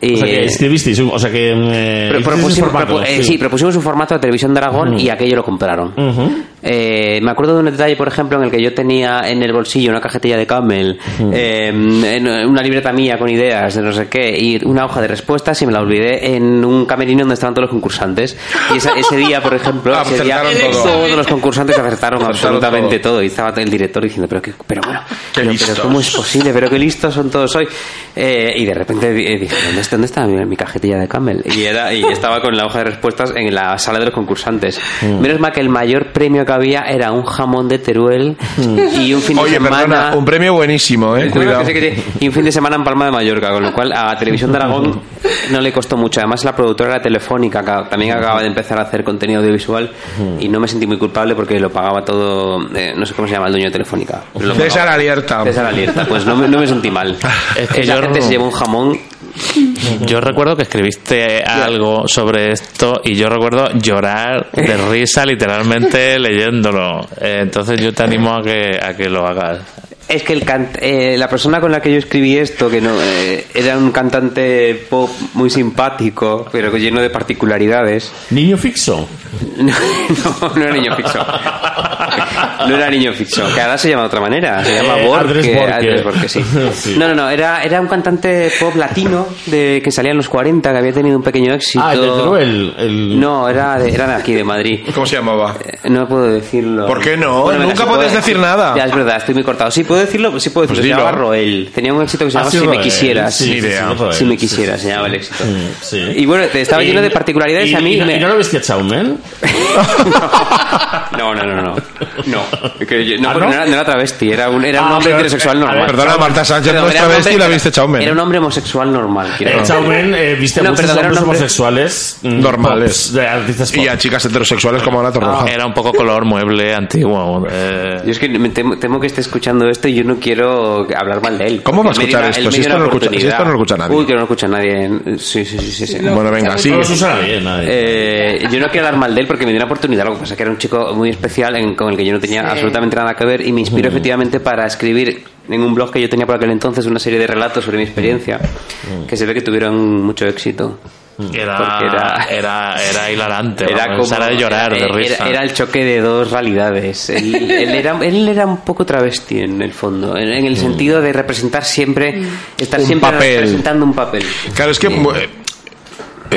Speaker 3: O sea que
Speaker 6: Y-
Speaker 3: escribisteis, un- o sea que... eh,
Speaker 6: pero
Speaker 3: hicisteis un
Speaker 6: propusimos,
Speaker 3: formato,
Speaker 6: propu- eh, sí, propusimos un formato de televisión de Aragón y aquello lo compraron. Eh, me acuerdo de un detalle, por ejemplo, en el que yo tenía en el bolsillo una cajetilla de Camel, eh, en- en una libreta mía con ideas de no sé qué y una hoja de respuestas y me la olvidé en un camerino donde estaban todos los concursantes. Y esa- ese día, por ejemplo,
Speaker 4: Ah,
Speaker 6: ese día,
Speaker 4: acertaron todo.
Speaker 6: todos los concursantes acertaron
Speaker 4: Acertaron
Speaker 6: absolutamente
Speaker 4: todo.
Speaker 6: todo. Y estaba el director diciendo, pero, qué- pero bueno, pero, pero
Speaker 4: listos.
Speaker 6: ¿cómo es posible? Pero qué listos son todos hoy. Eh, y de repente di- eh, dije, ¿dónde está, dónde está mi, mi cajetilla de Camel? Y, era, y estaba con la hoja de respuestas en la sala de los concursantes.
Speaker 7: Mm.
Speaker 4: Mm.
Speaker 6: Menos mal que el mayor premio que había era un jamón de Teruel y un fin de
Speaker 4: Mm. Oye,
Speaker 6: semana...
Speaker 4: perdona, un premio buenísimo, eh.
Speaker 6: No, no,
Speaker 4: Cuidado.
Speaker 6: que sí, que sí. Y un fin de semana en Palma de Mallorca, con lo cual a Televisión de Aragón no le costó mucho. Además, la productora era Telefónica, que también acaba de empezar a hacer contenido audiovisual y no me sentí muy culpable porque lo pagaba todo, eh, no sé cómo se llama el dueño de Telefónica. pero lo
Speaker 4: César
Speaker 6: pagaba.
Speaker 4: Alierta.
Speaker 6: pues César Alierta, pues no me, no me sentí mal.
Speaker 7: Es que
Speaker 6: Esa
Speaker 7: yo
Speaker 6: gente
Speaker 7: no-
Speaker 6: se llevó un jamón
Speaker 7: Yo recuerdo que escribiste algo sobre esto y yo recuerdo llorar de risa literalmente leyéndolo. Eh, Entonces yo te animo a que, a que lo hagas.
Speaker 6: Es que el cant- eh, la persona con la que yo escribí esto, que no eh, era un cantante pop muy simpático, pero lleno de particularidades.
Speaker 3: Niño fixo.
Speaker 6: No, no, no era niño fixo. No era niño fixo, que ahora se llama de otra manera. Se llama
Speaker 3: Eh,
Speaker 6: Borque.
Speaker 3: Andrés Borque.
Speaker 6: Andrés Borque, sí.
Speaker 3: Sí.
Speaker 6: No, no, no. Era, era un cantante pop latino de, que salía en los 40, que había tenido un pequeño éxito.
Speaker 3: Ah, el de Teruel. El...
Speaker 6: No, era de, era de aquí, de Madrid.
Speaker 4: ¿Cómo se llamaba?
Speaker 6: Eh, No puedo decirlo.
Speaker 4: ¿Por qué no?
Speaker 6: venga,
Speaker 4: Nunca
Speaker 6: sí
Speaker 4: puedes decir nada.
Speaker 6: Ya, es verdad, estoy muy cortado. Sí, puedo decirlo, pues sí puedo
Speaker 4: Pues
Speaker 6: decirlo. se llamaba
Speaker 4: dilo.
Speaker 6: Roel. Tenía un éxito que se
Speaker 3: Ah,
Speaker 6: llamaba
Speaker 3: sí,
Speaker 6: Si me
Speaker 3: Roel.
Speaker 6: quisieras.
Speaker 3: Sí,
Speaker 4: Ni idea.
Speaker 3: Roel.
Speaker 6: Si me
Speaker 3: Sí, sí,
Speaker 6: quisieras,
Speaker 3: sí,
Speaker 6: se llamaba
Speaker 3: sí.
Speaker 6: el éxito.
Speaker 3: Sí.
Speaker 6: Y bueno, te- estaba
Speaker 3: Y-
Speaker 6: lleno de particularidades
Speaker 3: y-
Speaker 6: a mí.
Speaker 3: ¿Y,
Speaker 6: me-
Speaker 3: y no lo vestía Chaumen?
Speaker 6: No, no, no, no. No, que yo- no,
Speaker 3: ¿Ah,
Speaker 6: pero
Speaker 3: no?
Speaker 6: no era, no era travesti, era un, era un
Speaker 3: Ah,
Speaker 6: hombre
Speaker 3: pero-
Speaker 6: heterosexual
Speaker 3: a ver,
Speaker 6: normal.
Speaker 4: Perdona, Marta Sánchez
Speaker 6: Pero
Speaker 4: no es
Speaker 6: era un
Speaker 4: travesti y
Speaker 6: hombre-
Speaker 4: la viste Chaumen.
Speaker 6: Era un hombre homosexual normal. quiero
Speaker 3: Eh,
Speaker 6: decir.
Speaker 3: Chaumen eh, viste a
Speaker 6: No,
Speaker 3: muchos
Speaker 6: perdón, era un
Speaker 3: hombres
Speaker 6: hombre-
Speaker 3: homosexuales mm,
Speaker 4: Normales.
Speaker 3: pops, de artistas pop.
Speaker 4: Y a chicas heterosexuales como Ana Torroja.
Speaker 7: Era un poco color mueble antiguo. eh.
Speaker 6: Ah. Yo es que me temo, temo que esté escuchando esto y yo no quiero hablar mal de él.
Speaker 4: ¿Cómo va a
Speaker 6: Él me dio
Speaker 4: escuchar
Speaker 6: una-
Speaker 4: esto?
Speaker 6: él me
Speaker 4: Si
Speaker 6: dio
Speaker 4: esto
Speaker 6: una
Speaker 4: no lo escucha- si
Speaker 6: oportunidad.
Speaker 4: esto no lo escucha nadie.
Speaker 6: Uy, que no lo escucha nadie. Sí, sí, sí, sí. sí.
Speaker 4: Bueno, venga,
Speaker 3: No
Speaker 4: sigue.
Speaker 3: los usa nadie, nadie.
Speaker 6: Eh, yo no quiero hablar mal de él porque me dio una oportunidad. Lo que pasa es que era un chico muy especial en- con el que yo no tenía absolutamente nada que ver y me inspiró
Speaker 7: Mm.
Speaker 6: efectivamente para escribir en un blog que yo tenía por aquel entonces una serie de relatos sobre mi experiencia
Speaker 7: Mm.
Speaker 6: que se ve que tuvieron mucho éxito.
Speaker 7: Era,
Speaker 6: Porque
Speaker 7: era,
Speaker 6: era-
Speaker 7: Ah, era, hilarante.
Speaker 6: Era
Speaker 7: vamos,
Speaker 6: como-
Speaker 7: era de llorar, de
Speaker 6: era-
Speaker 7: risa.
Speaker 6: Era, era el choque de dos realidades. Él, él era, él era un poco travesti en el fondo, en,
Speaker 7: Mm.
Speaker 6: en el sentido de representar siempre, estar
Speaker 4: Un
Speaker 6: siempre
Speaker 4: papel.
Speaker 6: representando un papel.
Speaker 4: Claro, es que. eh, eh,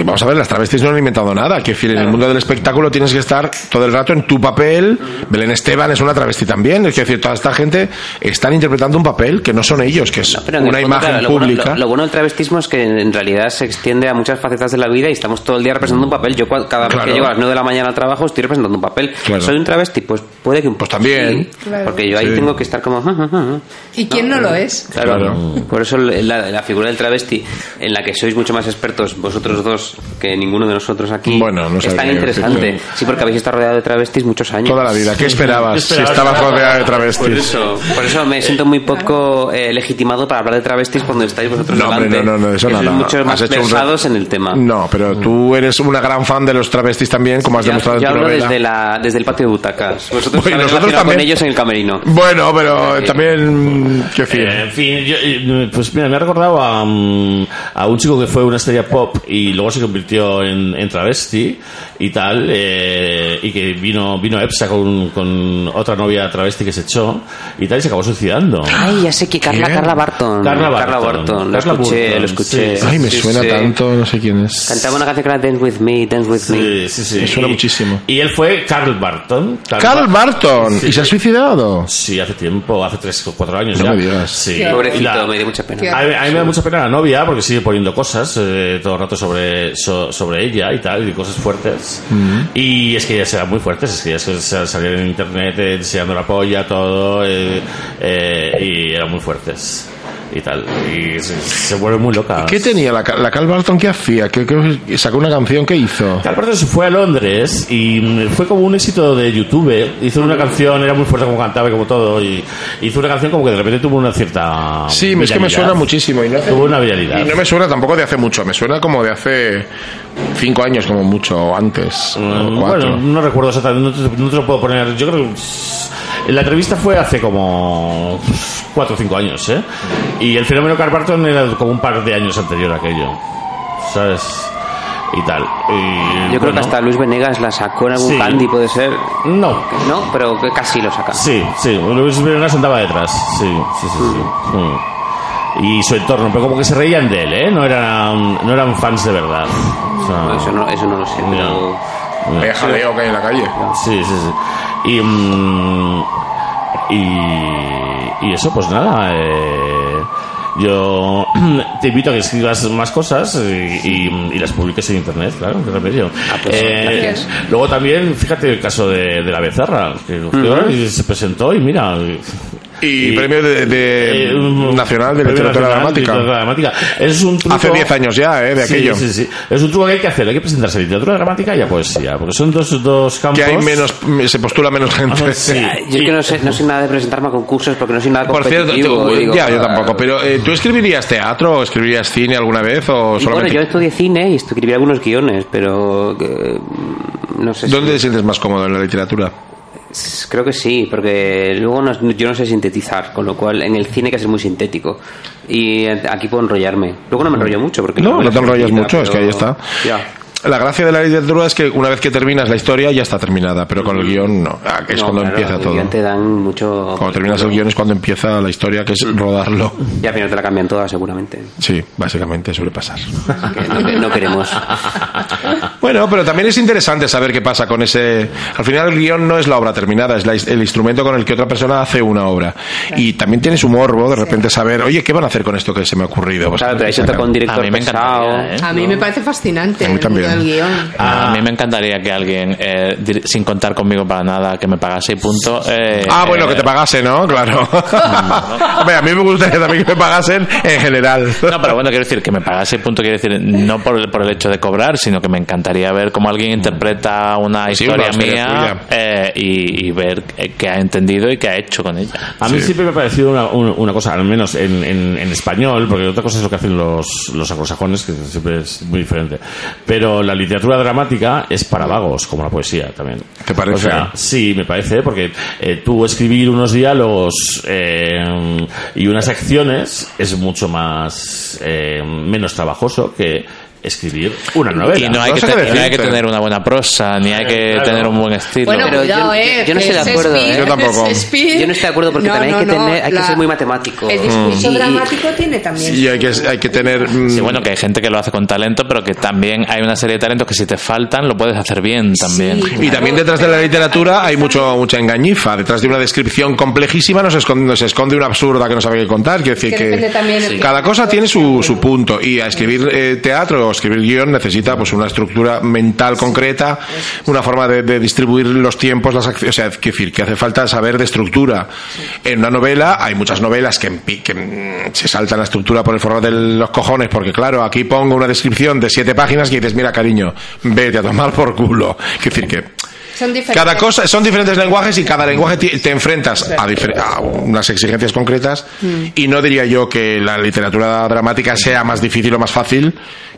Speaker 4: Vamos a ver, las travestis no han inventado nada. Que en el mundo del espectáculo tienes que estar todo el rato en tu papel. Belén Esteban es una travesti también. Es decir, toda esta gente están interpretando un papel que no son ellos, que es
Speaker 6: No, pero en el
Speaker 4: una
Speaker 6: fondo,
Speaker 4: imagen
Speaker 6: claro, lo bueno-
Speaker 4: pública.
Speaker 6: lo, lo bueno del travestismo es que en en realidad se extiende a muchas facetas de la vida y estamos todo el día representando un papel. Yo cua- cada vez
Speaker 4: Claro.
Speaker 6: que llego a las 9 de la mañana al trabajo estoy representando un papel.
Speaker 4: Claro.
Speaker 6: ¿Soy un travesti? Pues puede que un
Speaker 4: Pues también.
Speaker 6: sí, Porque yo ahí
Speaker 4: Sí.
Speaker 6: tengo que estar como... "Ah, "Ujú, ujú".
Speaker 5: ¿Y quién no lo es?
Speaker 6: Claro,
Speaker 4: Claro.
Speaker 6: por eso la, la figura del travesti, en la que sois mucho más expertos vosotros dos que ninguno de nosotros aquí,
Speaker 4: Bueno, no
Speaker 6: es tan
Speaker 4: sabría
Speaker 6: interesante.
Speaker 4: decirlo.
Speaker 6: Sí, porque habéis estado rodeado de travestis muchos años.
Speaker 4: Toda la vida. ¿Qué esperabas si estabas rodeada de travestis?
Speaker 6: Por eso, por eso me siento muy poco eh, legitimado para hablar de travestis cuando estáis vosotros
Speaker 4: No, hombre,
Speaker 6: delante.
Speaker 4: no, no, no, eso
Speaker 6: Que sois
Speaker 4: nada.
Speaker 6: muchos más
Speaker 4: Has hecho un re-
Speaker 6: versados en el tema.
Speaker 4: No, pero
Speaker 6: Mm.
Speaker 4: tú eres una gran fan de los travestis también, como has
Speaker 6: Yo,
Speaker 4: demostrado
Speaker 6: yo
Speaker 4: en tu
Speaker 6: hablo
Speaker 4: novela.
Speaker 6: desde, la, desde el patio de butacas.
Speaker 3: Pues
Speaker 6: Vosotros
Speaker 4: Bueno,
Speaker 6: habéis
Speaker 4: nosotros
Speaker 6: relacionado
Speaker 4: también.
Speaker 6: con ellos en el camerino.
Speaker 4: Bueno, pero también. mm, ¿Qué fin?
Speaker 3: Eh, en fin, yo, eh, pues mira, me ha recordado a, mm, a un chico que fue una estrella pop y luego se convirtió en, en travesti y tal, eh, y que vino vino a EPSA con, con otra novia travesti que se echó y tal, y se acabó suicidando.
Speaker 6: Ay, ya sé que Carla,
Speaker 4: ¿Quién?
Speaker 6: Carla Barton.
Speaker 3: ¿Eh? Carla Barton.
Speaker 6: Barton. Lo
Speaker 3: Carla
Speaker 6: escuché,
Speaker 3: Burton,
Speaker 6: lo escuché.
Speaker 3: sí.
Speaker 4: Ay, me
Speaker 6: Sí,
Speaker 4: suena
Speaker 6: sí.
Speaker 4: tanto, no sé quién es.
Speaker 6: Cantaba una canción que era Dance With Me, Dance With Me.
Speaker 3: Sí, sí, sí.
Speaker 4: Me suena
Speaker 3: Y-
Speaker 4: muchísimo.
Speaker 3: Y él fue Carl Barton.
Speaker 4: Carl Barton. ¿Y se ha suicidado?
Speaker 3: Sí, hace tiempo, hace tres o cuatro años
Speaker 4: No
Speaker 3: ya.
Speaker 4: me digas.
Speaker 3: Sí.
Speaker 6: Pobrecito,
Speaker 3: Y la-
Speaker 6: me dio mucha pena.
Speaker 3: A mí, a mí me da mucha pena la novia porque sigue poniendo cosas eh, todo el rato sobre, so- sobre ella y tal, y cosas fuertes.
Speaker 4: Mm.
Speaker 3: Y es que ellas eran muy fuertes, es que ellas se- salían en internet eh, enseñando la polla, todo, eh, eh, y eran muy fuertes y tal. Y se, se vuelve muy loca.
Speaker 4: ¿Qué tenía la, ca- la Cal Barton? ¿Qué hacía? ¿Qué, qué- sacó una canción que hizo?
Speaker 3: Tal parte se fue a Londres y mm, fue como un éxito de YouTube. Hizo una canción, era muy fuerte como cantaba y como todo, y hizo una canción como que de repente tuvo una cierta.
Speaker 4: Sí, es que me
Speaker 3: viralidad.
Speaker 4: suena muchísimo y no, hace-
Speaker 3: Tuvo una
Speaker 4: y
Speaker 3: viralidad.
Speaker 4: no me suena tampoco de hace mucho, me suena como de hace cinco años como mucho, o antes,
Speaker 3: Mm,
Speaker 4: o cuatro.
Speaker 3: Bueno, no recuerdo exactamente, no te, no te lo puedo poner. Yo creo que pff, la entrevista fue hace como pff, cuatro o cinco años, ¿eh? Y el fenómeno Carl Barton era como un par de años anterior a aquello, ¿sabes? Y tal. Y,
Speaker 6: Yo creo que
Speaker 3: bueno,
Speaker 6: hasta Luis Venegas la sacó en algún
Speaker 3: Sí.
Speaker 6: candy, puede ser.
Speaker 3: No,
Speaker 6: No, pero que casi lo saca.
Speaker 3: Sí, sí, Luis Venegas andaba detrás. Sí, sí, sí. sí. Mm. Y su entorno, pero como que se reían de él, ¿eh? No eran, no eran fans de verdad. O sea,
Speaker 6: Eso no, eso no lo sé, pero...
Speaker 3: No.
Speaker 4: Vaya Eh, jaleo que hay en la calle.
Speaker 3: Sí, sí, sí. Y, mm, y, y eso, pues nada. eh, yo te invito a que escribas más cosas y, y- y las publiques en internet, claro, qué remedio. Eh, luego también, fíjate el caso de, de la Becerra, que cogió y se presentó y mira,
Speaker 4: Y, premio de, de-
Speaker 3: Eh, un-
Speaker 4: nacional de
Speaker 3: Premio
Speaker 4: literatura
Speaker 3: Nacional de
Speaker 4: dramática.
Speaker 3: Literatura dramática. Es un truco...
Speaker 4: Hace 10 años ya, ¿eh? De
Speaker 3: Sí,
Speaker 4: aquello.
Speaker 3: Sí, sí. Es un truco que hay que hacer. Hay que presentarse a literatura dramática y a poesía. Porque son dos, dos campos.
Speaker 4: Que hay menos, se postula menos gente.
Speaker 3: Sí.
Speaker 6: Yo es que no sé, no sé nada de presentarme a concursos porque no soy nada
Speaker 4: Por
Speaker 6: competitivo.
Speaker 4: cierto, te-
Speaker 6: digo,
Speaker 4: ya, yo
Speaker 6: ah,
Speaker 4: tampoco. Pero, eh, ¿tú escribirías teatro o escribirías cine alguna vez o
Speaker 6: y bueno,
Speaker 4: solamente?
Speaker 6: yo estudié cine y escribí algunos guiones, pero eh, no sé si-
Speaker 4: ¿Dónde te sientes más cómodo en la literatura?
Speaker 6: Creo que sí, porque luego no- yo no sé sintetizar, con lo cual en el cine hay que ser muy sintético. Y aquí puedo enrollarme. Luego no me enrollo mucho. porque
Speaker 4: No,
Speaker 6: luego
Speaker 4: no te
Speaker 6: la
Speaker 4: enrollas
Speaker 6: sintetita,
Speaker 4: mucho, es que ahí
Speaker 6: pero-
Speaker 4: está.
Speaker 6: Ya.
Speaker 4: La gracia de la literatura es que una vez que terminas la historia ya está terminada, pero con el guión no. Ah, Es
Speaker 6: No,
Speaker 4: cuando
Speaker 6: claro,
Speaker 4: empieza
Speaker 6: el
Speaker 4: todo.
Speaker 6: guion te dan mucho.
Speaker 4: Cuando terminas el guión es cuando empieza la historia, que es rodarlo.
Speaker 6: Ya, pero te la cambian toda, seguramente.
Speaker 4: Sí, básicamente suele pasar.
Speaker 6: Así que no, no queremos.
Speaker 4: Bueno, pero también es interesante saber qué pasa con ese... Al final el guión no es la obra terminada, es la- el instrumento con el que otra persona hace una obra. Y también tienes un morbo de repente saber, oye, ¿qué van a hacer con esto que se me ha ocurrido? Pues,
Speaker 6: Claro, pero ahí se toca un
Speaker 7: A
Speaker 6: director
Speaker 7: mí me
Speaker 6: pesado.
Speaker 7: encantaría, ¿eh?
Speaker 5: A mí me parece fascinante
Speaker 4: A mí
Speaker 5: el mundo
Speaker 4: también.
Speaker 5: del guión.
Speaker 4: Ah.
Speaker 7: A mí me encantaría que alguien, eh, dir- sin contar conmigo para nada, que me pagase y punto. eh,
Speaker 4: Ah, bueno,
Speaker 7: eh,
Speaker 4: que te pagase, ¿no? Claro. Hombre, a mí me gustaría también que me pagasen en general.
Speaker 7: No, pero bueno, quiero decir que me pagase y punto, quiero decir, no por el, por el hecho de cobrar, sino que me encantaría ver cómo alguien interpreta una
Speaker 4: Sí,
Speaker 7: historia
Speaker 4: una historia
Speaker 7: mía
Speaker 4: tuya.
Speaker 7: eh, y, y ver eh, qué ha entendido y qué ha hecho con ella.
Speaker 3: A mí
Speaker 4: Sí.
Speaker 3: siempre me ha parecido una, un- una cosa, al menos en, en- en español, porque otra cosa es lo que hacen los, los anglosajones, que siempre es muy diferente. Pero la literatura dramática es para vagos, como la poesía también.
Speaker 4: ¿Te parece?
Speaker 3: O sea, sí, me parece, porque eh, tú escribir unos diálogos eh, y unas acciones es mucho más eh, menos trabajoso que escribir una novela.
Speaker 7: Y no hay,
Speaker 4: no
Speaker 7: que,
Speaker 4: sé
Speaker 7: te- y
Speaker 4: qué
Speaker 7: no hay que
Speaker 4: decirte.
Speaker 7: tener una buena prosa, ni hay que
Speaker 3: Eh, claro.
Speaker 7: tener un buen estilo.
Speaker 5: Bueno,
Speaker 6: Pero
Speaker 5: cuidado,
Speaker 6: yo-
Speaker 5: eh.
Speaker 6: yo no
Speaker 5: que
Speaker 6: estoy de
Speaker 5: es
Speaker 6: acuerdo,
Speaker 5: Shakespeare,
Speaker 6: ¿eh?
Speaker 4: Yo tampoco.
Speaker 5: es Shakespeare.
Speaker 6: Yo no estoy de acuerdo porque también hay que tener- hay que ser muy matemático.
Speaker 5: El discurso
Speaker 6: Mm.
Speaker 5: dramático tiene también.
Speaker 4: Y hay que, hay que tener... mm,
Speaker 7: Sí, bueno, que hay gente que lo hace con talento, pero que también hay una serie de talentos que si te faltan lo puedes hacer bien también.
Speaker 4: Y también detrás de la literatura hay mucho mucha engañifa. Detrás de una descripción complejísima nos esconde, nos esconde una absurda que no sabe qué contar. Quiero decir
Speaker 5: Que depende también
Speaker 4: que
Speaker 5: del-
Speaker 4: cada cosa tiene su, su punto. Y a escribir eh, teatro o escribir guión necesita pues una estructura mental concreta, una forma de, de distribuir los tiempos, las acciones. O sea, quiero decir que hace falta saber de estructura. En una novela hay muchas novelas que, empi- que mm, se saltan la estructura por el forro de los cojones, porque claro, aquí pongo una descripción de siete páginas que dices, mira cariño, vete a tomar por culo. Quiero decir que
Speaker 5: Son diferentes.
Speaker 4: cada cosa son diferentes lenguajes y cada lenguaje ti- te enfrentas a, difer- a unas exigencias concretas y no diría yo que la literatura dramática sea más difícil o más fácil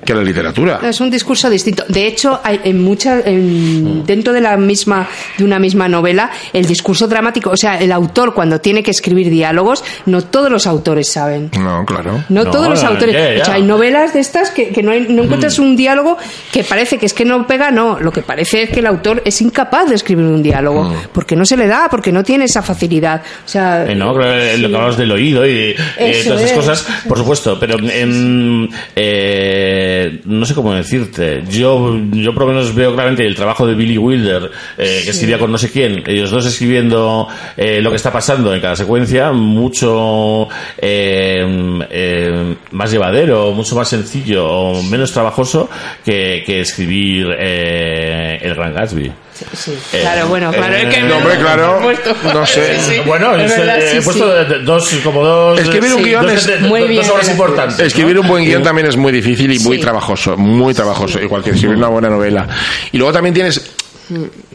Speaker 4: que la literatura
Speaker 5: Es un discurso distinto. De hecho, hay en muchas
Speaker 3: Mm.
Speaker 5: en- dentro de la misma de una misma novela el discurso dramático, o sea, el autor cuando tiene que escribir diálogos, no todos los autores saben.
Speaker 4: no claro
Speaker 5: No,
Speaker 3: No,
Speaker 5: todos los
Speaker 3: no,
Speaker 5: autores.
Speaker 3: ya, Mm. ya.
Speaker 5: O sea, hay novelas de estas que, que no, hay- no encuentras un diálogo que parece que es que no pega, no. Lo que parece es que el autor es incapaz de escribir un diálogo porque no se le da, porque no tiene esa facilidad. O sea,
Speaker 3: Mm. Eh, no, claro, eh, lo que hablamos del oído y eh,
Speaker 5: Eso
Speaker 3: todas esas
Speaker 5: es.
Speaker 3: cosas, por supuesto, pero em, eh, no sé cómo decirte. Yo, yo por lo menos veo claramente el trabajo de Billy Wilder, eh, que escribía con no sé quién, ellos dos escribiendo eh, lo que está pasando en cada secuencia, mucho em, em, más llevadero, mucho más sencillo o menos trabajoso que, que escribir eh, El Gran Gatsby.
Speaker 5: sí. claro, bueno, claro.
Speaker 3: eh,
Speaker 5: es que-
Speaker 3: no,
Speaker 4: hombre, claro,
Speaker 5: por supuesto.
Speaker 4: no sé.
Speaker 5: Sí, sí.
Speaker 3: Bueno,
Speaker 5: Es
Speaker 3: este,
Speaker 5: verdad,
Speaker 3: eh,
Speaker 5: sí,
Speaker 3: he
Speaker 5: sí.
Speaker 3: puesto de- de- dos, como dos.
Speaker 4: Escribir un
Speaker 3: sí,
Speaker 4: guión
Speaker 3: dos-
Speaker 4: es-
Speaker 3: de- de-
Speaker 5: Muy
Speaker 3: dos
Speaker 5: bien,
Speaker 3: obras
Speaker 5: gracias.
Speaker 3: importantes.
Speaker 4: Escribir
Speaker 3: ¿no?
Speaker 4: un buen guión
Speaker 3: Y-
Speaker 4: también es muy difícil y muy
Speaker 5: Sí.
Speaker 4: trabajoso, muy trabajoso, igual que escribir una buena novela. Y luego también tienes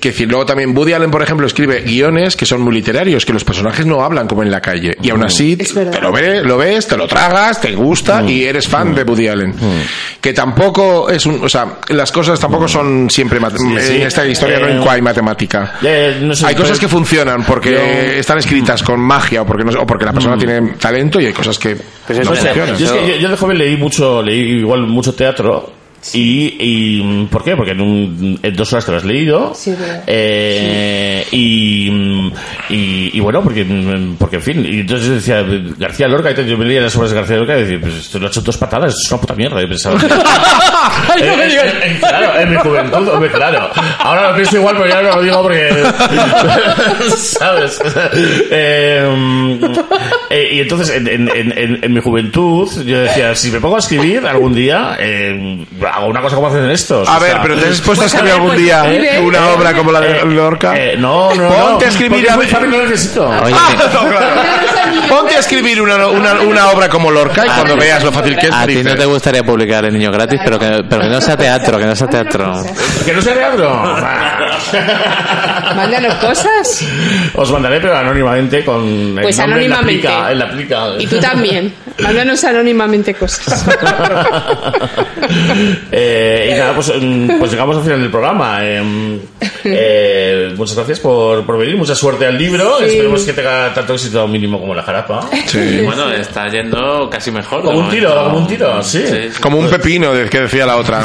Speaker 4: que decir, luego también Woody Allen, por ejemplo, escribe guiones que son muy literarios, que los personajes no hablan como en la calle. Y aún así,
Speaker 5: Es verdad.
Speaker 4: te lo, ve- lo ves, te lo tragas, te gusta y eres fan de Woody Allen. Que tampoco es un... O sea, las cosas tampoco son siempre... mat-
Speaker 3: sí.
Speaker 4: En esta historia
Speaker 3: Eh,
Speaker 4: no hay matemática.
Speaker 3: Ya, ya, no sé,
Speaker 4: Hay
Speaker 3: pero-
Speaker 4: cosas que funcionan porque están escritas con magia o porque, no, o porque la persona tiene talento y hay cosas que
Speaker 6: Pues eso
Speaker 4: no
Speaker 6: es-
Speaker 3: O sea,
Speaker 4: funcionan.
Speaker 3: yo, Mm. es que yo- yo de joven leí mucho, leí igual mucho teatro. Y, y, mm, ¿por qué? Porque en, un- en dos horas te lo has leído.
Speaker 5: Sí, verdad.
Speaker 3: Eh, y, mm, y, y bueno, porque, mm, porque en fin. Y entonces yo decía, García Lorca, y tal, yo me leía las obras de García Lorca y decía, pues esto lo ha hecho en dos patadas, es una puta mierda. Yo pensaba, Eh, eh, eh, claro, en mi juventud, hombre, claro. Ahora lo pienso igual, pero ya no lo digo porque. ¿Sabes? Eh, eh, y entonces, en, en- en- en- en mi juventud, yo decía, si me pongo a escribir algún día, eh, hago una cosa como hacen estos.
Speaker 4: A
Speaker 3: o
Speaker 4: ver,
Speaker 3: sea.
Speaker 4: pero te has puesto a
Speaker 5: Pues a
Speaker 4: escribir
Speaker 5: ver,
Speaker 4: algún
Speaker 5: pues
Speaker 4: día
Speaker 5: escribe.
Speaker 4: una obra como la de
Speaker 3: Eh,
Speaker 4: Lorca.
Speaker 3: eh, no, no, no.
Speaker 4: Ponte a escribir
Speaker 3: porque es
Speaker 4: a-
Speaker 3: muy fácil, no necesito.
Speaker 7: Oye,
Speaker 4: Ah,
Speaker 7: te-
Speaker 4: no, claro. Ponte a escribir una, una- una obra como Lorca y
Speaker 6: Ah,
Speaker 4: cuando veas lo fácil que es,
Speaker 7: Ah, a ti no
Speaker 4: dices,
Speaker 7: te gustaría publicar El Niño Gratis, pero que, pero que no sea teatro, que no sea teatro.
Speaker 3: Que no sea teatro.
Speaker 5: Mándanos cosas.
Speaker 3: Os mandaré, pero anónimamente con el
Speaker 5: Pues
Speaker 3: nombre en la
Speaker 5: anónimamente.
Speaker 3: plica, en la plica.
Speaker 5: Y tú también. Mándanos anónimamente cosas.
Speaker 3: Eh, y nada, pues, mm, pues llegamos al final del programa. Eh, eh, muchas gracias por, por venir, mucha suerte al libro. Esperemos que tenga tanto éxito mínimo como la jarapa.
Speaker 7: Bueno, está yendo casi mejor. de
Speaker 3: Como un tiro,
Speaker 7: momento.
Speaker 3: como un tiro, sí. Pues-
Speaker 4: como un pepino, de- que decía la otra.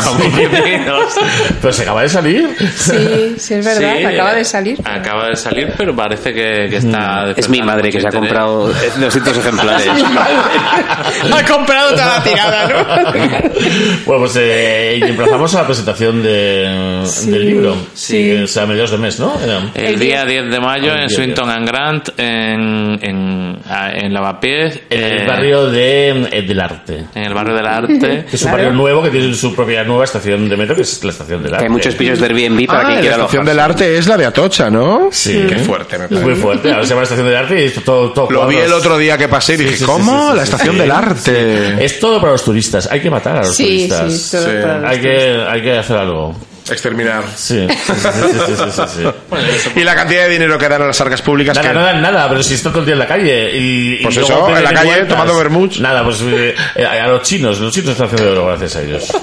Speaker 3: Pero se acaba de salir.
Speaker 5: Sí, sí, es verdad.
Speaker 7: Sí,
Speaker 5: acaba
Speaker 7: eh,
Speaker 5: de salir.
Speaker 7: Acaba de salir, pero parece que, que está.
Speaker 6: Es mi madre que se ha
Speaker 7: ¿eh?
Speaker 6: comprado 200 ejemplares.
Speaker 8: eh.
Speaker 5: Ha comprado toda la tirada, ¿no?
Speaker 3: Bueno, pues eh, y emplazamos a la presentación de, del libro. Sí. O sea, a mediados de mes, ¿no? Era.
Speaker 7: El día 10 de mayo
Speaker 3: Ah, el
Speaker 7: en
Speaker 3: día
Speaker 7: Swinton and Grant, en, en, a- en Lavapiés.
Speaker 3: En el
Speaker 7: eh,
Speaker 3: barrio de, eh, del arte.
Speaker 7: En el barrio del arte.
Speaker 3: Que es un barrio nuevo que tiene su propia nueva estación de metro, que es la estación del
Speaker 6: Que
Speaker 3: arte.
Speaker 6: hay muchos pisos de Airbnb para
Speaker 4: Ah,
Speaker 6: quien
Speaker 4: la
Speaker 6: quiera
Speaker 4: estación
Speaker 6: alojarse.
Speaker 4: del arte es la de Atocha, ¿no?
Speaker 3: Sí.
Speaker 4: Qué fuerte, me
Speaker 3: Es
Speaker 4: parece.
Speaker 3: muy fuerte. Ahora se llama estación del arte y es todo, todo
Speaker 4: Lo vi
Speaker 3: cuadros.
Speaker 4: el otro día que pasé y dije,
Speaker 3: sí, sí,
Speaker 4: ¿cómo?
Speaker 3: sí, sí,
Speaker 4: la
Speaker 3: sí,
Speaker 4: estación
Speaker 3: sí.
Speaker 4: del arte.
Speaker 3: Es todo para los turistas. Hay que matar a los
Speaker 5: Sí,
Speaker 3: turistas.
Speaker 5: sí, todo
Speaker 4: Sí.
Speaker 5: para los
Speaker 3: Hay que, hay que hacer algo.
Speaker 4: Exterminar.
Speaker 3: Sí. sí, sí, sí, sí, sí, sí.
Speaker 4: Y la cantidad de dinero que dan a las arcas públicas.
Speaker 3: Nada,
Speaker 4: que-
Speaker 3: no dan nada, pero si está todo el día en la calle. Y, y
Speaker 4: Pues
Speaker 3: luego
Speaker 4: eso,
Speaker 3: te
Speaker 4: en la
Speaker 3: vienen
Speaker 4: calle, tomando vermuts.
Speaker 3: Nada, pues eh, eh, a los chinos, los chinos están haciendo oro gracias a ellos.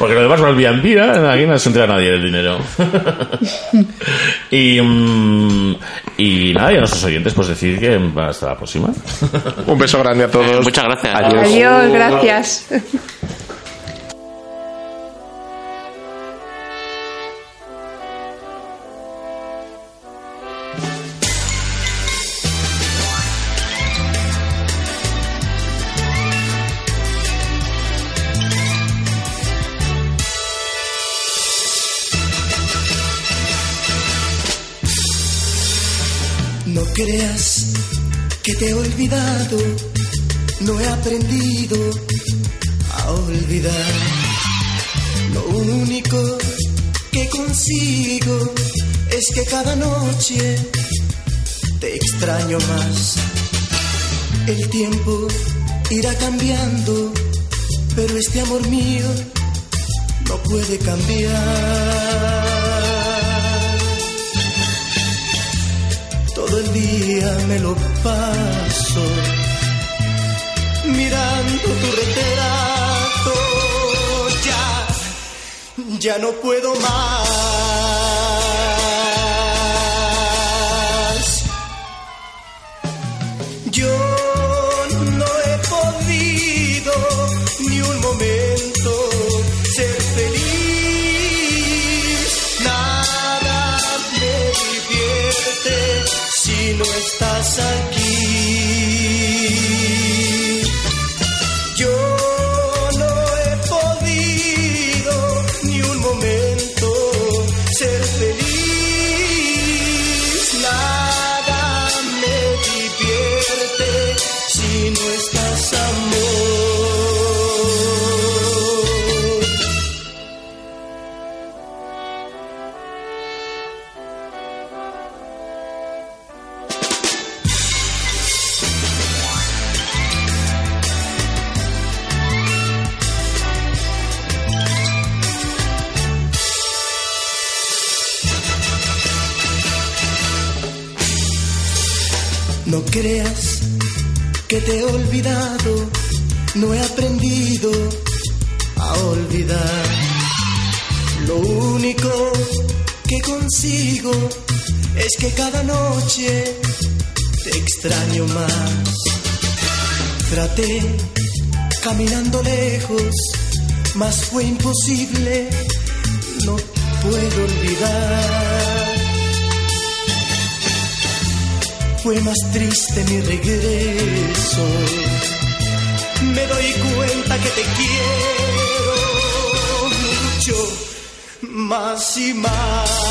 Speaker 3: Porque lo demás me olvidan, mira, aquí no se entera nadie del dinero. y, mm, y nada, y a nuestros oyentes, pues decir que hasta la próxima.
Speaker 4: Un beso grande a todos.
Speaker 7: Muchas gracias.
Speaker 5: Adiós, gracias.
Speaker 12: No creas que te he olvidado, no he aprendido a olvidar. Lo único que consigo es que cada noche te extraño más. El tiempo irá cambiando, pero este amor mío no puede cambiar. Todo el día me lo paso mirando tu retrato. Ya, ya no puedo más. Yo no he podido ni un momento ser feliz. Nada me divierte si no estás aquí. Yo no he podido ni un momento ser feliz. Nada me divierte si no estás amor. No creas que te he olvidado, no he aprendido a olvidar. Lo único que consigo es que cada noche te extraño más. Traté caminando lejos, mas fue imposible, no puedo olvidar. fue más triste mi regreso. Me doy cuenta que te quiero mucho más y más.